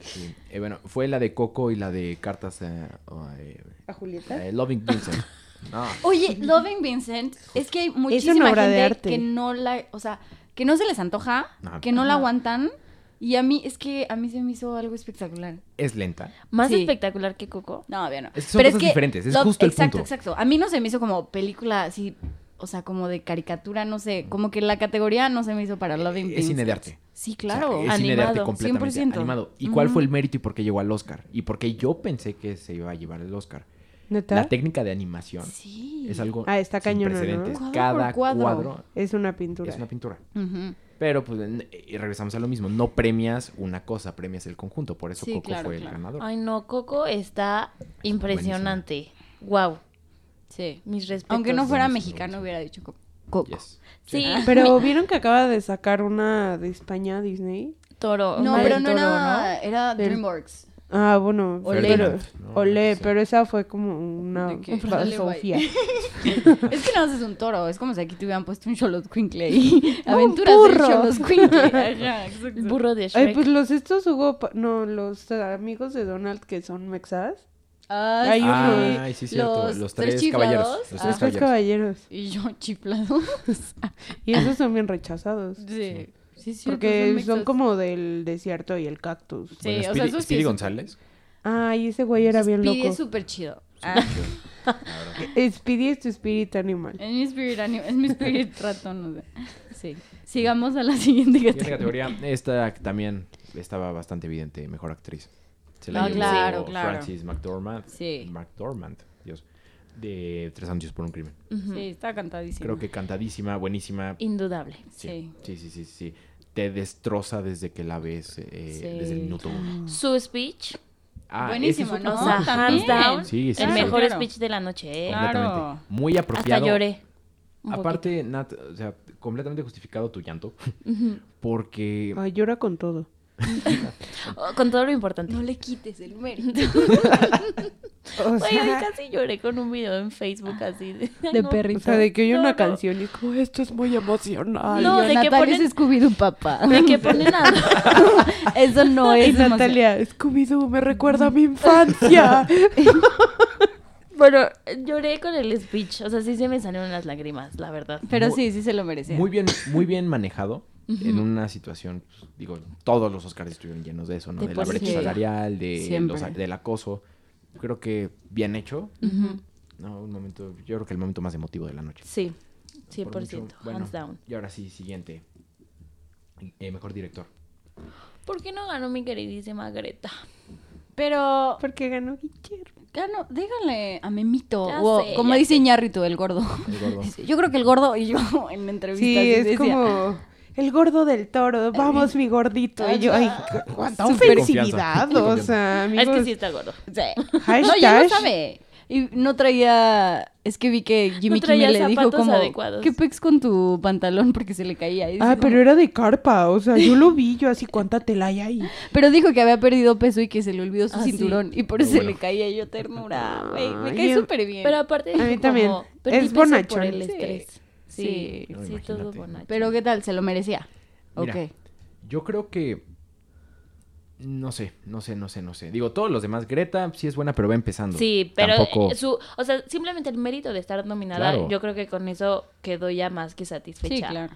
Speaker 4: sí. Eh, bueno, fue la de Coco y la de cartas eh, oh, eh,
Speaker 3: ¿A Julieta?
Speaker 4: eh, Loving Vincent. No,
Speaker 2: Oye, Loving Vincent, es que hay muchísima
Speaker 3: obra
Speaker 2: gente
Speaker 3: de arte.
Speaker 2: que no la, o sea, que no se les antoja,
Speaker 4: Ajá.
Speaker 2: que no la
Speaker 5: Ajá.
Speaker 2: aguantan. Y a mí, es que a mí se me hizo algo espectacular.
Speaker 4: es lenta.
Speaker 5: Más
Speaker 2: Sí.
Speaker 5: espectacular que Coco.
Speaker 2: No, bien, no.
Speaker 4: Es que son cosas diferentes, es justo el
Speaker 2: exacto,
Speaker 4: punto.
Speaker 2: Exacto, A mí no se me hizo como película así, o sea, como de caricatura, no sé. Como que la categoría no se me hizo para Loving
Speaker 4: es cine de
Speaker 2: Vincent.
Speaker 4: arte.
Speaker 2: Sí, claro.
Speaker 4: O sea, es cine de arte
Speaker 5: Animado,
Speaker 4: completamente
Speaker 2: 100%.
Speaker 4: animado. ¿Y cuál
Speaker 2: Ujú.
Speaker 4: fue el mérito y por qué llegó al Oscar? Y por qué yo pensé que se iba a llevar el Oscar.
Speaker 3: ¿Neta?
Speaker 4: La técnica de animación
Speaker 2: Sí.
Speaker 4: es algo
Speaker 3: Ah, está
Speaker 4: sin
Speaker 3: cañona, ¿no?
Speaker 4: precedentes.
Speaker 2: Cuadro por
Speaker 4: Cada
Speaker 2: cuadro.
Speaker 4: cuadro
Speaker 3: Es una pintura.
Speaker 4: es una pintura.
Speaker 2: Ujú.
Speaker 4: Pero pues n- y regresamos a lo mismo, no premias una cosa, premias el conjunto, por eso
Speaker 2: Sí,
Speaker 4: Coco
Speaker 2: claro,
Speaker 4: fue
Speaker 2: claro.
Speaker 4: el ganador.
Speaker 5: Ay, no, Coco está impresionante. Wow,
Speaker 2: Sí.
Speaker 5: mis respetos.
Speaker 2: Aunque no fuera
Speaker 4: buenísimo,
Speaker 2: mexicano,
Speaker 4: buenísimo.
Speaker 2: hubiera dicho co- Coco.
Speaker 4: Yes.
Speaker 5: Sí,
Speaker 3: Pero vieron que acaba de sacar una de España Disney.
Speaker 5: toro.
Speaker 2: No,
Speaker 5: mal
Speaker 2: pero no
Speaker 5: toro,
Speaker 2: era, era
Speaker 3: Del-
Speaker 2: DreamWorks.
Speaker 3: Ah, bueno.
Speaker 2: Olé.
Speaker 3: Pero,
Speaker 4: Ferdinand, ¿no?
Speaker 3: olé,
Speaker 4: Sí.
Speaker 3: pero esa fue como una
Speaker 2: ¿De qué?
Speaker 3: para
Speaker 2: Dale,
Speaker 3: Sofía.
Speaker 2: Es que nada más es un toro, es como si aquí te hubieran puesto un Charlotte Quincle ahí.
Speaker 3: Un
Speaker 2: Aventuras de
Speaker 3: burro.
Speaker 2: Charlotte
Speaker 5: El
Speaker 2: Quincle.
Speaker 5: burro de Shrek.
Speaker 3: Ay, pues los estos Hugo, Pa- no, los eh, amigos de Donald que son mexas.
Speaker 2: Ah,
Speaker 3: Hay uno.
Speaker 4: Ay, sí, cierto. Los,
Speaker 2: los tres
Speaker 4: tres,
Speaker 2: chiflados.
Speaker 4: caballeros. Los
Speaker 2: Ah.
Speaker 4: tres
Speaker 3: Los tres caballeros.
Speaker 4: caballeros.
Speaker 2: Y yo chiflado.
Speaker 3: Y esos son bien rechazados.
Speaker 2: Sí, sí, sí.
Speaker 3: Porque son como del desierto y el cactus.
Speaker 2: Sí,
Speaker 4: Bueno,
Speaker 2: o sea,
Speaker 4: Speedy-
Speaker 2: eso sí
Speaker 4: Speedy
Speaker 2: es-
Speaker 4: González.
Speaker 3: Ay, ese güey era bien
Speaker 2: Speedy
Speaker 3: loco.
Speaker 2: es súper chido.
Speaker 4: la verdad.
Speaker 3: Speedy es tu spirit animal.
Speaker 2: es mi spirit animal, es mi spirit ratón. o sea. Sí. Sigamos a la siguiente
Speaker 4: Siguiente
Speaker 2: categoría.
Speaker 4: categoría, esta también estaba bastante evidente, mejor actriz. Se la
Speaker 2: Ah,
Speaker 4: llevó
Speaker 2: claro, claro.
Speaker 4: Francis McDormand.
Speaker 2: Sí.
Speaker 4: McDormand, Dios. De Tres anuncios por un crimen.
Speaker 5: Ujú.
Speaker 2: Sí, está cantadísimo.
Speaker 4: Creo que cantadísima, buenísima.
Speaker 5: Indudable.
Speaker 4: Sí. Sí, sí, sí, sí. Te destroza desde que la ves, eh,
Speaker 2: Sí.
Speaker 4: desde el minuto uno.
Speaker 5: Su speech,
Speaker 4: Ah,
Speaker 2: Buenísimo,
Speaker 4: ese es otro
Speaker 2: ¿no?
Speaker 5: o
Speaker 4: punto.
Speaker 5: sea, hands
Speaker 2: también.
Speaker 5: down,
Speaker 4: Sí, sí,
Speaker 5: el
Speaker 4: sí.
Speaker 5: mejor
Speaker 2: Claro.
Speaker 5: speech de la noche, ¿eh?
Speaker 2: Claro.
Speaker 4: Completamente. Muy
Speaker 5: Hasta
Speaker 4: apropiado.
Speaker 5: lloré. un
Speaker 4: Aparte, Nat, o sea, completamente justificado tu llanto.
Speaker 5: Ujú.
Speaker 2: Eh.
Speaker 4: Porque
Speaker 3: Ay, llora con todo.
Speaker 5: poquito. Oh, Con todo lo importante.
Speaker 2: No le quites el mérito.
Speaker 3: O
Speaker 5: Oye, hoy
Speaker 3: sea,
Speaker 5: casi lloré con un video en Facebook así. De,
Speaker 2: De
Speaker 5: no,
Speaker 2: perrito.
Speaker 3: o sea, de que oye
Speaker 5: No,
Speaker 3: una
Speaker 5: no.
Speaker 3: canción y es como, esto es muy emocional.
Speaker 5: No, de que
Speaker 2: Natalia
Speaker 5: ponen-
Speaker 2: es Scooby-Doo papá.
Speaker 5: De que ponen a...
Speaker 2: Eso no
Speaker 3: Y
Speaker 2: es emoción.
Speaker 3: Natalia, Scooby-Doo me recuerda a mi infancia.
Speaker 5: Bueno, lloré con el speech. O sea, sí se me salieron las lágrimas, la verdad.
Speaker 2: Pero
Speaker 4: Muy-
Speaker 2: sí, sí se lo merece.
Speaker 4: muy bien, muy bien manejado en una situación, pues, digo, todos los Oscars estuvieron llenos de eso, ¿no?
Speaker 5: De
Speaker 4: De, la brecha
Speaker 2: posibilidad.
Speaker 4: salarial, de
Speaker 2: Siempre.
Speaker 4: los- del acoso. Creo que bien hecho. No, un momento, yo creo que el momento más emotivo de la noche.
Speaker 5: Sí,
Speaker 4: Por
Speaker 5: 100%,
Speaker 4: mucho. Bueno,
Speaker 5: hands down.
Speaker 4: Y ahora sí, siguiente. Eh, mejor director.
Speaker 5: ¿Por qué no ganó mi queridísima Greta?
Speaker 2: Pero
Speaker 3: Porque ganó Guillermo.
Speaker 2: Ya no, déjale a Memito.
Speaker 5: Ya
Speaker 2: o
Speaker 5: sé,
Speaker 2: como
Speaker 5: ya
Speaker 2: dice
Speaker 5: sé.
Speaker 2: Iñárritu, el gordo.
Speaker 4: El gordo.
Speaker 2: Dice, Yo creo que el gordo y yo en la entrevista.
Speaker 3: Sí,
Speaker 2: así
Speaker 3: es
Speaker 2: decía,
Speaker 3: como el gordo del toro. Vamos, mi gordito. Y yo, ay, cu- cuánta
Speaker 4: Súper
Speaker 3: ofensividad.
Speaker 4: confianza.
Speaker 3: O sea,
Speaker 5: Es que
Speaker 3: amigos.
Speaker 5: sí está gordo.
Speaker 2: "Sí".
Speaker 3: Hashtag.
Speaker 2: No, ya lo sabe. Y no traía. Es que vi que Jimmy
Speaker 5: No traía
Speaker 2: Kimmel le dijo
Speaker 5: zapatos
Speaker 2: como.
Speaker 5: adecuados.
Speaker 2: ¿Qué pex con tu pantalón? Porque se le caía. Y dice,
Speaker 3: Ah,
Speaker 2: "No".
Speaker 3: pero era de carpa. O sea, yo lo vi, yo así, cuánta tela hay ahí.
Speaker 2: Pero dijo que había perdido peso y que se le olvidó su
Speaker 5: Ah, sí.
Speaker 2: cinturón. Y por
Speaker 4: No,
Speaker 2: eso se
Speaker 4: bueno.
Speaker 2: le caía yo ternura. güey, me
Speaker 3: Ay,
Speaker 2: cae
Speaker 3: yo-
Speaker 2: súper bien.
Speaker 5: Pero aparte
Speaker 3: eh, A mí
Speaker 5: dijo
Speaker 3: también.
Speaker 5: como,
Speaker 3: Es
Speaker 5: perdí peso
Speaker 3: bonachón.
Speaker 5: por el
Speaker 3: Sí.
Speaker 5: estrés. Sí,
Speaker 2: Sí.
Speaker 5: sí,
Speaker 4: No,
Speaker 5: todo
Speaker 4: imagínate.
Speaker 5: bonachón.
Speaker 2: Pero ¿qué tal? ¿Se lo merecía?
Speaker 4: Mira,
Speaker 2: Ok.
Speaker 4: Yo creo que. No sé, no sé, no sé, no sé. Digo, todos los demás, Greta sí es buena, pero va empezando.
Speaker 5: Sí, pero
Speaker 4: Tampoco-
Speaker 5: eh, su, o sea, simplemente el mérito de estar nominada,
Speaker 4: Claro.
Speaker 5: yo creo que con eso quedó ya más que satisfecha.
Speaker 2: Sí, claro.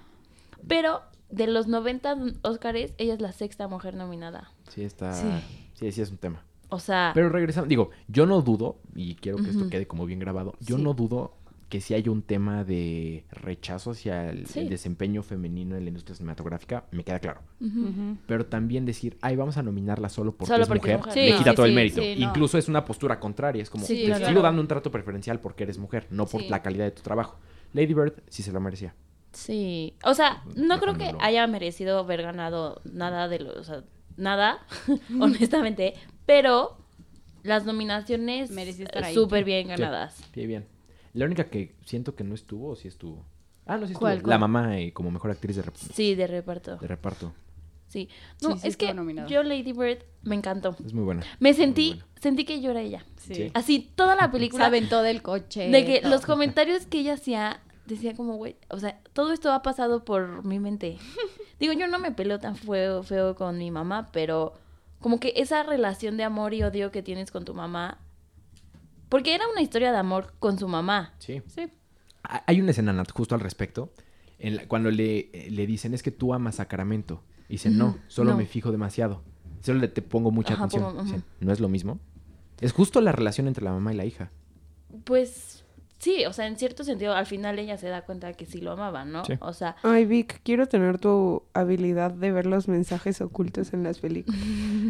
Speaker 5: Pero de los 90 Óscares, ella es la sexta mujer nominada.
Speaker 4: Sí, está.
Speaker 2: Sí.
Speaker 4: Sí, sí es un tema.
Speaker 5: O sea,
Speaker 4: Pero regresando, digo, yo no dudo, y quiero que esto
Speaker 5: Ah. Ujú.
Speaker 4: quede como bien grabado, yo
Speaker 5: Sí.
Speaker 4: no dudo que si hay un tema de rechazo hacia el,
Speaker 5: Sí.
Speaker 4: el desempeño femenino en la industria cinematográfica, me queda claro.
Speaker 5: ujú.
Speaker 4: Pero también decir, ay, vamos a nominarla solo porque
Speaker 5: Solo
Speaker 4: es
Speaker 5: porque es
Speaker 4: mujer,
Speaker 5: mujer.
Speaker 2: Sí,
Speaker 4: le
Speaker 2: no.
Speaker 4: quita
Speaker 2: sí,
Speaker 4: todo el
Speaker 2: sí,
Speaker 4: mérito.
Speaker 2: sí, no.
Speaker 4: Incluso es una postura contraria, es como,
Speaker 5: Sí,
Speaker 4: te
Speaker 5: claro.
Speaker 4: sigo dando un trato preferencial porque eres mujer, no por
Speaker 2: Sí.
Speaker 4: la calidad de tu trabajo. Lady Bird sí se lo merecía.
Speaker 5: sí. O sea, no creo que
Speaker 4: Dejándolo.
Speaker 5: haya merecido haber ganado nada de los, o sea, nada, honestamente, pero las nominaciones
Speaker 2: Merecía estar
Speaker 5: eh,
Speaker 2: ahí.
Speaker 5: súper
Speaker 4: Sí.
Speaker 5: bien ganadas.
Speaker 4: Sí, bien. La única que siento que no estuvo, sí estuvo. Ah, no, sí estuvo.
Speaker 2: ¿Cuál,
Speaker 4: La
Speaker 2: cuál?
Speaker 4: mamá eh, como mejor actriz de, rep-
Speaker 5: Sí, de reparto.
Speaker 4: de reparto.
Speaker 5: Sí. No,
Speaker 2: Sí, sí
Speaker 5: es que
Speaker 2: estuvo nominada.
Speaker 5: yo Lady Bird me encantó.
Speaker 4: Es muy buena.
Speaker 5: Me
Speaker 4: Muy
Speaker 5: sentí,
Speaker 4: buena.
Speaker 5: sentí que yo era ella.
Speaker 4: Sí.
Speaker 5: Así toda la película
Speaker 2: Saben todo el coche.
Speaker 5: de que
Speaker 2: todo.
Speaker 5: los comentarios que ella hacía decía como, güey, o sea, todo esto ha pasado por mi mente. Digo, yo no me peleo tan feo, feo con mi mamá, pero como que esa relación de amor y odio que tienes con tu mamá, porque era una historia de amor con su mamá.
Speaker 4: Sí.
Speaker 2: Sí.
Speaker 4: Ha- Hay una escena, Nat, justo al respecto, en la- cuando le, eh, le dicen, es que tú amas Sacramento. Y dice, no, solo
Speaker 5: no.
Speaker 4: me fijo demasiado. Solo le, te pongo mucha
Speaker 5: Ajá,
Speaker 4: atención.
Speaker 5: pongo- ajá.
Speaker 4: Dicen, ¿No es lo mismo? Es justo la relación entre la mamá y la hija.
Speaker 5: Pues sí, o sea, en cierto sentido, al final ella se da cuenta que sí lo amaba, ¿no?
Speaker 4: Sí.
Speaker 5: O sea,
Speaker 3: Ay, Vic, quiero tener tu habilidad de ver los mensajes ocultos en las películas.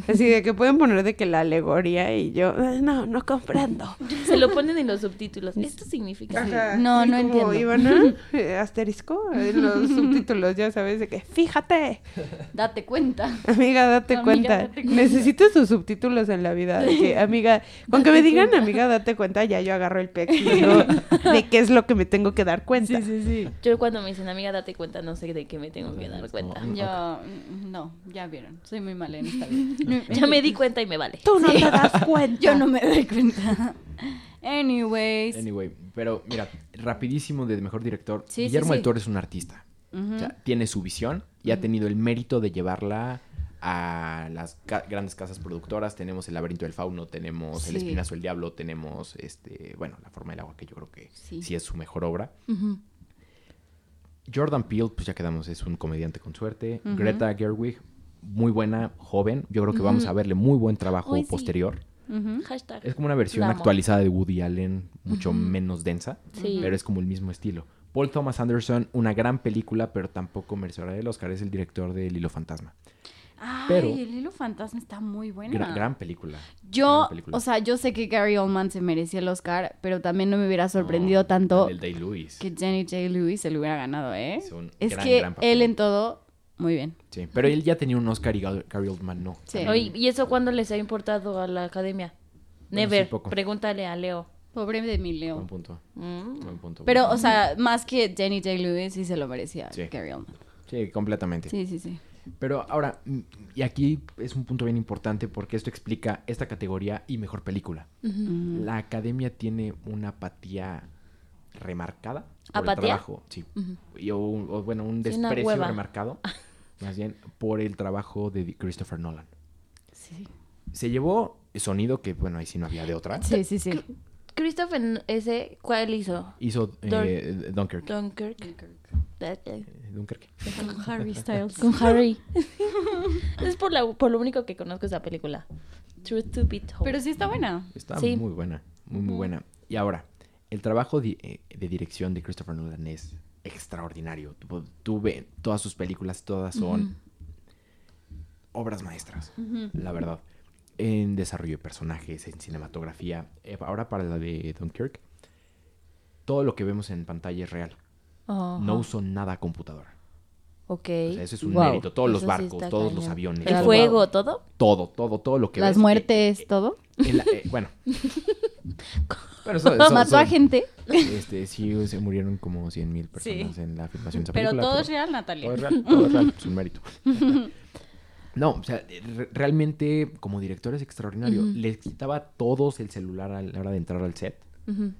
Speaker 3: Así de que pueden poner de que la alegoría y yo, "Ah, no, no comprendo.
Speaker 5: se lo ponen en los subtítulos. Esto significa...
Speaker 3: Ajá,
Speaker 2: No,
Speaker 3: sí,
Speaker 2: no
Speaker 3: como
Speaker 2: entiendo.
Speaker 3: Ivana, eh, asterisco, en los subtítulos, ya sabes, de que fíjate,
Speaker 2: Date cuenta.
Speaker 3: amiga, date,
Speaker 2: Amiga,
Speaker 3: cuenta.
Speaker 2: date cuenta.
Speaker 3: Necesito sus subtítulos en la vida. de que, amiga, con que me
Speaker 2: Date
Speaker 3: digan,
Speaker 2: cuenta.
Speaker 3: amiga, date cuenta, ya yo agarro el pex y digo de qué es lo que me tengo que dar cuenta.
Speaker 2: sí, sí.
Speaker 5: Yo cuando me dicen, amiga, date cuenta, no sé de qué me tengo que dar
Speaker 4: Es
Speaker 5: cuenta.
Speaker 4: como,
Speaker 2: Yo, mm, no, ya vieron, soy muy mala en esta vida.
Speaker 5: Ya me di cuenta y me vale.
Speaker 6: Tú no te das cuenta.
Speaker 2: Yo no me doy cuenta. Anyways.
Speaker 4: Anyway, pero mira, rapidísimo de mejor director.
Speaker 2: Sí, sí,
Speaker 4: Guillermo
Speaker 2: sí.
Speaker 4: del Toro es un artista.
Speaker 2: Ujú.
Speaker 4: O sea, tiene su visión y ha tenido el mérito de llevarla a las ca- grandes casas productoras. Tenemos El laberinto del fauno, tenemos El
Speaker 2: Sí.
Speaker 4: espinazo del diablo, tenemos, este, bueno, La forma del agua, que yo creo que
Speaker 2: Sí.
Speaker 4: sí, es su mejor obra. Jordan Peele, pues ya quedamos, es un comediante con suerte.
Speaker 2: Ujú.
Speaker 4: Greta Gerwig, muy buena, joven. Yo creo que vamos a verle muy buen trabajo
Speaker 5: Ay, sí.
Speaker 4: posterior.
Speaker 2: Ujú.
Speaker 5: Hashtag. Eh,
Speaker 4: Es como una versión
Speaker 5: La amo.
Speaker 4: actualizada de Woody Allen, mucho menos densa,
Speaker 5: Sí.
Speaker 4: pero es como el mismo estilo. Paul Thomas Anderson, una gran película, pero tampoco merecerá el Oscar, es el director de El Hilo Fantasma.
Speaker 2: Ay,
Speaker 4: Pero-
Speaker 2: el hilo fantasma está muy bueno.
Speaker 4: Gran, gran película.
Speaker 2: Yo,
Speaker 4: gran película.
Speaker 2: o sea, yo sé que Gary Oldman se merecía el Oscar, pero también no me hubiera sorprendido
Speaker 4: No,
Speaker 2: tanto
Speaker 4: El Day Lewis.
Speaker 2: que Jenny J. Lewis se lo hubiera ganado, ¿eh?
Speaker 4: Es un
Speaker 2: es
Speaker 4: gran,
Speaker 2: que
Speaker 4: gran papel.
Speaker 2: él en todo, muy bien.
Speaker 4: Sí, pero él ya tenía un Oscar y Gal- Gary Oldman no.
Speaker 2: Sí.
Speaker 4: También.
Speaker 5: Oye, ¿y eso cuándo les ha importado a la academia?
Speaker 4: Bueno,
Speaker 5: Never.
Speaker 4: sí, poco.
Speaker 5: Pregúntale a Leo.
Speaker 2: Pobre de mi
Speaker 4: Buen
Speaker 2: Leo.
Speaker 4: punto.
Speaker 5: Mm.
Speaker 4: Buen punto.
Speaker 2: Pero,
Speaker 4: buen
Speaker 2: o sea, más que Jenny J. Lewis sí se lo merecía
Speaker 4: Sí.
Speaker 2: Gary Oldman.
Speaker 4: punto. Sí, completamente.
Speaker 2: Sí, sí, sí.
Speaker 4: Pero ahora, mm, y aquí es un punto bien importante porque esto explica esta categoría y mejor película.
Speaker 2: Mm.
Speaker 4: La academia tiene una apatía remarcada por
Speaker 5: ¿Apatía?
Speaker 4: el trabajo. Sí. Y o un- o, bueno, un
Speaker 5: Sí, una
Speaker 4: desprecio
Speaker 5: hueva.
Speaker 4: remarcado, más bien, por el trabajo de Christopher Nolan.
Speaker 2: Sí,
Speaker 4: Se llevó sonido, que bueno, ahí sí no había de otra.
Speaker 2: sí, sí. sí.
Speaker 5: Christopher ese, ¿cuál hizo?
Speaker 4: Hizo eh, Dunkirk.
Speaker 5: Dunkirk.
Speaker 4: Dunkirk.
Speaker 2: Con Harry Styles.
Speaker 5: Con Harry. es por, la, por lo único que conozco esa película. Truth to be told.
Speaker 2: Pero sí está buena.
Speaker 4: Está
Speaker 5: Sí.
Speaker 4: muy buena, muy, muy buena. Y ahora, el trabajo di- eh, de, dirección de Christopher Nolan es extraordinario. Tú, tú ve todas sus películas, todas son obras maestras, la verdad. En desarrollo de personajes, en cinematografía. Eh, Ahora para la de Dunkirk, todo lo que vemos en pantalla es real.
Speaker 5: Ajá.
Speaker 4: No usó nada computadora.
Speaker 5: Ok.
Speaker 4: O sea, eso es un
Speaker 2: Wow.
Speaker 4: mérito. Todos los
Speaker 5: Eso sí
Speaker 4: barcos,
Speaker 5: está
Speaker 4: todos los
Speaker 5: cañón.
Speaker 4: aviones.
Speaker 5: El
Speaker 4: todo,
Speaker 5: fuego, todo.
Speaker 4: Todo, todo, todo lo que
Speaker 2: Las
Speaker 4: ves, eh,
Speaker 2: muertes, todo.
Speaker 4: en la- eh, bueno. Bueno, so- so-
Speaker 2: Mató
Speaker 4: so-
Speaker 2: a gente.
Speaker 4: Este, sí, se murieron como 100 mil personas en la filmación de esa
Speaker 2: Pero
Speaker 4: película,
Speaker 2: todo es real, Natalia.
Speaker 4: Todo es real, todo es real, es un mérito. No, o sea, re- realmente como director es extraordinario. Les quitaba a todos el celular a la hora de entrar al set.
Speaker 5: Ujú.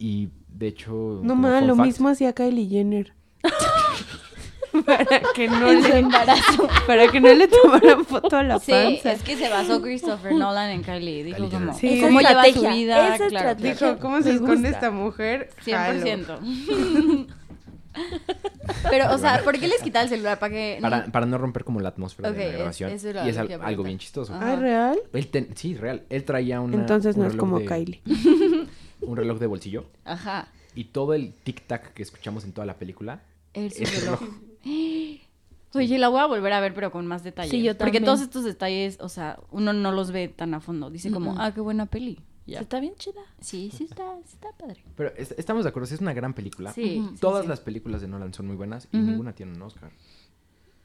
Speaker 4: Y de hecho.
Speaker 3: No
Speaker 4: como
Speaker 3: mames,
Speaker 4: fun
Speaker 3: lo
Speaker 4: fact,
Speaker 3: mismo hacía Kylie Jenner. para que no le
Speaker 2: embarazo.
Speaker 3: para que no le tomaran foto a la
Speaker 2: Sí,
Speaker 3: panza.
Speaker 2: es que se basó Christopher Nolan en Kylie. Dijo
Speaker 4: Kylie
Speaker 2: como,
Speaker 4: Jenner.
Speaker 3: Sí. Esa
Speaker 2: ¿cómo lleva su
Speaker 5: estrategia,
Speaker 2: vida?
Speaker 5: esa
Speaker 2: claro,
Speaker 5: estrategia.
Speaker 3: Dijo, ¿cómo se
Speaker 5: Me
Speaker 3: esconde
Speaker 5: gusta.
Speaker 3: esta mujer? Jalo.
Speaker 2: 100%. Pero, o sea, ¿por qué les quita el celular? Para que...
Speaker 4: Para, para no romper como la atmósfera
Speaker 2: Ok,
Speaker 4: de
Speaker 2: es-
Speaker 4: la grabación.
Speaker 2: eso era
Speaker 4: y es
Speaker 2: lo
Speaker 4: al-
Speaker 2: que iba a
Speaker 4: algo
Speaker 2: preguntar.
Speaker 4: bien chistoso.
Speaker 2: Ajá.
Speaker 3: Ah, ¿real?
Speaker 4: Él ten- sí, real. Él traía una,
Speaker 3: Entonces
Speaker 4: un
Speaker 3: no es
Speaker 4: reloj
Speaker 3: como
Speaker 4: de-
Speaker 3: Kylie.
Speaker 4: Un reloj de bolsillo.
Speaker 2: Ajá.
Speaker 4: Y todo el tic-tac que escuchamos en toda la película
Speaker 2: El su
Speaker 4: es el
Speaker 2: reloj. Oye, la voy a volver a ver, pero con más detalles.
Speaker 5: Sí, yo
Speaker 2: Porque
Speaker 5: también.
Speaker 2: todos estos detalles, o sea, uno no los ve tan a fondo. Dice como,
Speaker 5: Mm-mm.
Speaker 2: ah, qué buena peli.
Speaker 5: Sí, Está bien chida.
Speaker 2: Sí, sí está, sí está padre.
Speaker 4: Pero es- estamos de acuerdo, sí es una gran película.
Speaker 2: Sí.
Speaker 5: Ujú.
Speaker 2: sí,
Speaker 4: Todas
Speaker 2: sí.
Speaker 4: las películas de Nolan son muy buenas y
Speaker 2: Ujú.
Speaker 4: ninguna tiene un Oscar.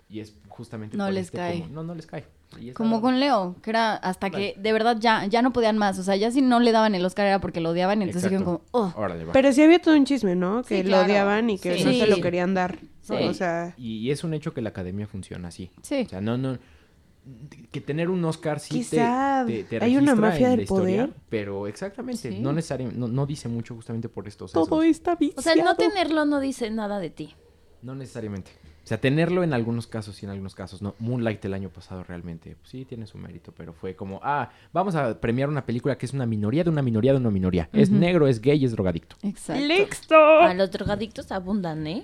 Speaker 4: Y es justamente
Speaker 2: No
Speaker 4: por
Speaker 2: les
Speaker 4: este
Speaker 2: cae.
Speaker 4: como- no, no les cae. Y es
Speaker 2: Como
Speaker 4: nada-
Speaker 2: con Leo, que era hasta que de verdad ya, ya no podían más. O sea, ya si no le daban el Oscar era porque lo odiaban y entonces dijeron
Speaker 4: Exacto.
Speaker 2: como, oh.
Speaker 4: Órale, va.
Speaker 3: Pero sí había todo un chisme, ¿no? Que
Speaker 2: Sí,
Speaker 3: lo
Speaker 2: claro.
Speaker 3: odiaban y que
Speaker 2: Sí.
Speaker 3: no se lo
Speaker 2: Sí.
Speaker 3: querían dar.
Speaker 2: Sí.
Speaker 3: O sea,
Speaker 4: Y, y es un hecho que la academia funciona así.
Speaker 2: Sí.
Speaker 4: O sea, no, no. que tener un Oscar sí te-
Speaker 3: Quizá
Speaker 4: te, te
Speaker 3: hay una
Speaker 4: registra
Speaker 3: mafia
Speaker 4: en
Speaker 3: del
Speaker 4: la historia,
Speaker 3: poder.
Speaker 4: pero exactamente,
Speaker 5: Sí.
Speaker 4: no necesariamente, no, no dice mucho justamente por esto. o sea,
Speaker 3: Todo
Speaker 4: eso-
Speaker 3: está bien.
Speaker 5: O sea, el no tenerlo no dice nada de ti.
Speaker 4: No necesariamente. O sea, tenerlo en algunos casos y en algunos casos no. Moonlight el año pasado realmente, pues, sí tiene su mérito, pero fue como, ah, vamos a premiar una película que es una minoría de una minoría de una minoría. Es
Speaker 2: Ujú.
Speaker 4: negro, es gay, es drogadicto.
Speaker 2: Exacto.
Speaker 3: ¡Listo!
Speaker 5: A los drogadictos abundan, ¿eh?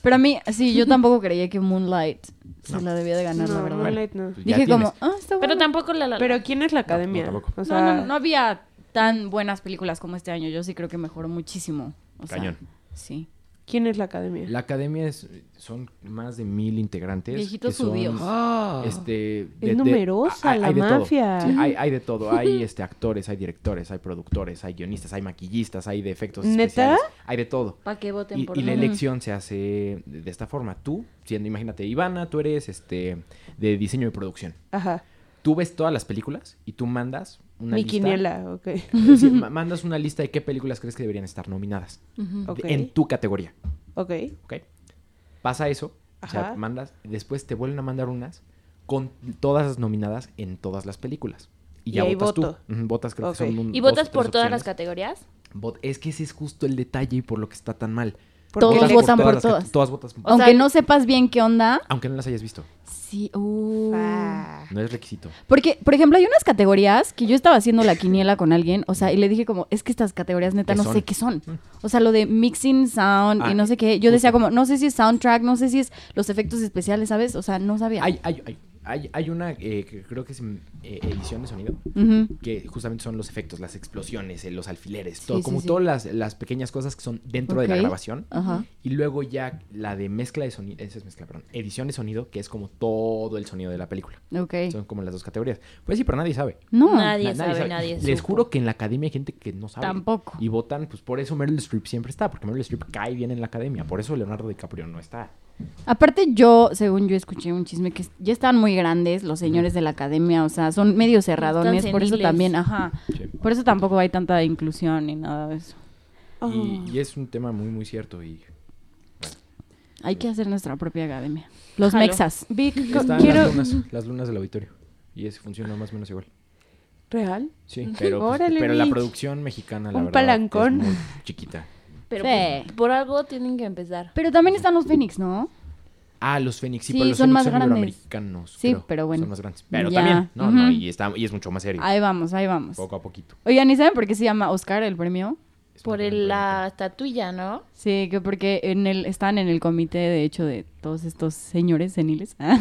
Speaker 2: Pero a mí, sí, yo tampoco creía que Moonlight se
Speaker 4: No.
Speaker 2: la debía de ganar, la
Speaker 3: No,
Speaker 2: verdad.
Speaker 3: Moonlight no.
Speaker 4: Pues ya
Speaker 2: Dije
Speaker 4: tienes.
Speaker 2: como, ah, está bueno.
Speaker 5: Pero tampoco la... la-
Speaker 3: Pero ¿quién es la academia?
Speaker 4: tampoco.
Speaker 3: o
Speaker 2: No, no,
Speaker 3: sea,
Speaker 2: no, no había tan buenas películas como este año. Yo sí creo que mejoró muchísimo. O sea,
Speaker 4: Cañón.
Speaker 2: Sí.
Speaker 3: ¿quién es la academia?
Speaker 4: La academia es, son más de mil integrantes.
Speaker 2: Viejitos
Speaker 4: que son,
Speaker 2: judíos.
Speaker 4: Este,
Speaker 3: numerosa
Speaker 4: hay-
Speaker 3: la
Speaker 4: hay de todo.
Speaker 3: mafia.
Speaker 4: Sí, hay, hay de todo. Hay este, actores, hay directores, hay productores, hay guionistas, hay maquillistas, hay de efectos
Speaker 3: ¿Neta?
Speaker 4: especiales. Hay de todo.
Speaker 5: Para que voten
Speaker 4: Y,
Speaker 5: por
Speaker 4: y la
Speaker 5: mí.
Speaker 4: elección se hace de de esta forma. Tú, siendo, imagínate, Ivana, tú eres este de diseño y producción.
Speaker 3: Ajá.
Speaker 4: Tú ves todas las películas y tú mandas una
Speaker 3: Mi
Speaker 4: lista.
Speaker 3: quiniela, ok.
Speaker 4: Eh, sí, ma- mandas una lista de qué películas crees que deberían estar nominadas de-
Speaker 3: Ok.
Speaker 4: en tu categoría.
Speaker 3: Ok.
Speaker 4: ¿ok? Pasa eso, o sea,
Speaker 3: Ajá.
Speaker 4: mandas, después te vuelven a mandar unas con todas las nominadas en todas las películas. Y
Speaker 3: Y
Speaker 4: ya
Speaker 3: ahí
Speaker 4: votas
Speaker 3: voto.
Speaker 4: tú. Ujú, votas creo
Speaker 3: Ok.
Speaker 4: que son un-
Speaker 5: ¿Y
Speaker 4: dos
Speaker 5: votas
Speaker 4: o
Speaker 5: por
Speaker 4: tres
Speaker 5: todas las
Speaker 4: opciones.
Speaker 5: categorías?
Speaker 4: Vot- es que ese es justo el detalle y por lo que está tan mal.
Speaker 3: Porque
Speaker 2: Todos
Speaker 4: Votas
Speaker 3: le-
Speaker 2: votan por
Speaker 4: las cate-
Speaker 2: todas.
Speaker 4: Todas votas.
Speaker 2: Aunque no sepas bien qué onda,
Speaker 4: Aunque no las hayas visto.
Speaker 2: sí. uh.
Speaker 4: No es requisito.
Speaker 2: Porque, por ejemplo, hay unas categorías que yo estaba haciendo la quiniela con alguien, o sea, y le dije como, es que estas categorías neta
Speaker 4: ¿Qué
Speaker 2: no
Speaker 4: son? Mm.
Speaker 2: sé qué son. O sea, lo de mixing sound
Speaker 4: Ah,
Speaker 2: y no sé qué. Yo decía
Speaker 4: justo.
Speaker 2: como, no sé si es soundtrack, no sé si es los efectos especiales, ¿sabes? O sea, no sabía.
Speaker 4: Hay, hay, hay, hay, hay una eh, que creo que es mm, eh, edición de sonido.
Speaker 2: Ujú.
Speaker 4: Que justamente son los efectos, las explosiones, eh, los alfileres,
Speaker 2: Sí,
Speaker 4: todo,
Speaker 2: sí,
Speaker 4: como
Speaker 2: sí.
Speaker 4: todas las, las pequeñas cosas que son dentro de
Speaker 2: Ok.
Speaker 4: la grabación.
Speaker 2: Ajá.
Speaker 4: Y luego ya la de mezcla de sonido, esa es mezcla, perdón, edición de sonido, que es como todo el sonido de la película.
Speaker 2: Ok.
Speaker 4: Son como las dos categorías. Pues sí, pero nadie sabe.
Speaker 2: No.
Speaker 5: Nadie
Speaker 4: Na-
Speaker 5: sabe, nadie
Speaker 4: Les
Speaker 5: supo.
Speaker 4: juro que en la academia hay gente que no sabe.
Speaker 2: Tampoco.
Speaker 4: Y votan, pues por eso Meryl Streep siempre está, porque Meryl Streep cae bien en la academia. Por eso Leonardo DiCaprio no está.
Speaker 2: Aparte yo, según yo escuché un chisme que ya están muy grandes los señores de la academia, o sea, son medio cerradones, por eso
Speaker 5: seniles.
Speaker 2: también, ajá.
Speaker 4: Sí.
Speaker 2: Por eso tampoco hay tanta inclusión ni nada de eso.
Speaker 3: Oh.
Speaker 4: Y,
Speaker 2: Ah.
Speaker 4: y es un tema muy, muy cierto. Y
Speaker 2: Hay que hacer nuestra propia academia. Los
Speaker 5: Jalo.
Speaker 2: mexas.
Speaker 3: Vic, co-
Speaker 4: están
Speaker 3: quiero...
Speaker 4: las, lunas, las lunas del auditorio. Y eso funciona más o menos igual.
Speaker 3: ¿Real?
Speaker 4: Sí, pero, pues,
Speaker 3: Órale,
Speaker 4: pero la
Speaker 3: Mitch.
Speaker 4: producción mexicana, la
Speaker 3: Un
Speaker 4: verdad, es
Speaker 3: palancón.
Speaker 4: muy chiquita.
Speaker 5: Pero
Speaker 2: Sí.
Speaker 5: pues, por algo tienen que empezar.
Speaker 2: Pero también están los Fénix, ¿no?
Speaker 4: Ah, los Fénix, sí,
Speaker 2: Sí,
Speaker 4: pero los
Speaker 2: son
Speaker 4: Fénix
Speaker 2: más
Speaker 4: son
Speaker 2: grandes.
Speaker 4: americanos.
Speaker 2: Sí, pero bueno.
Speaker 4: Son más grandes. Pero
Speaker 2: Ya.
Speaker 4: también, no, no,
Speaker 2: Ujú. Ah,
Speaker 4: y, está, y es mucho más serio.
Speaker 2: Ahí vamos, ahí vamos.
Speaker 4: Poco a poquito.
Speaker 2: Oigan, ¿y saben por qué se llama Oscar el premio?
Speaker 4: Es
Speaker 5: Por
Speaker 4: una gran
Speaker 5: el-
Speaker 4: pregunta.
Speaker 5: la estatuilla, ¿no?
Speaker 2: Sí, que porque en el, están en el comité, de hecho, de todos estos señores seniles. ah,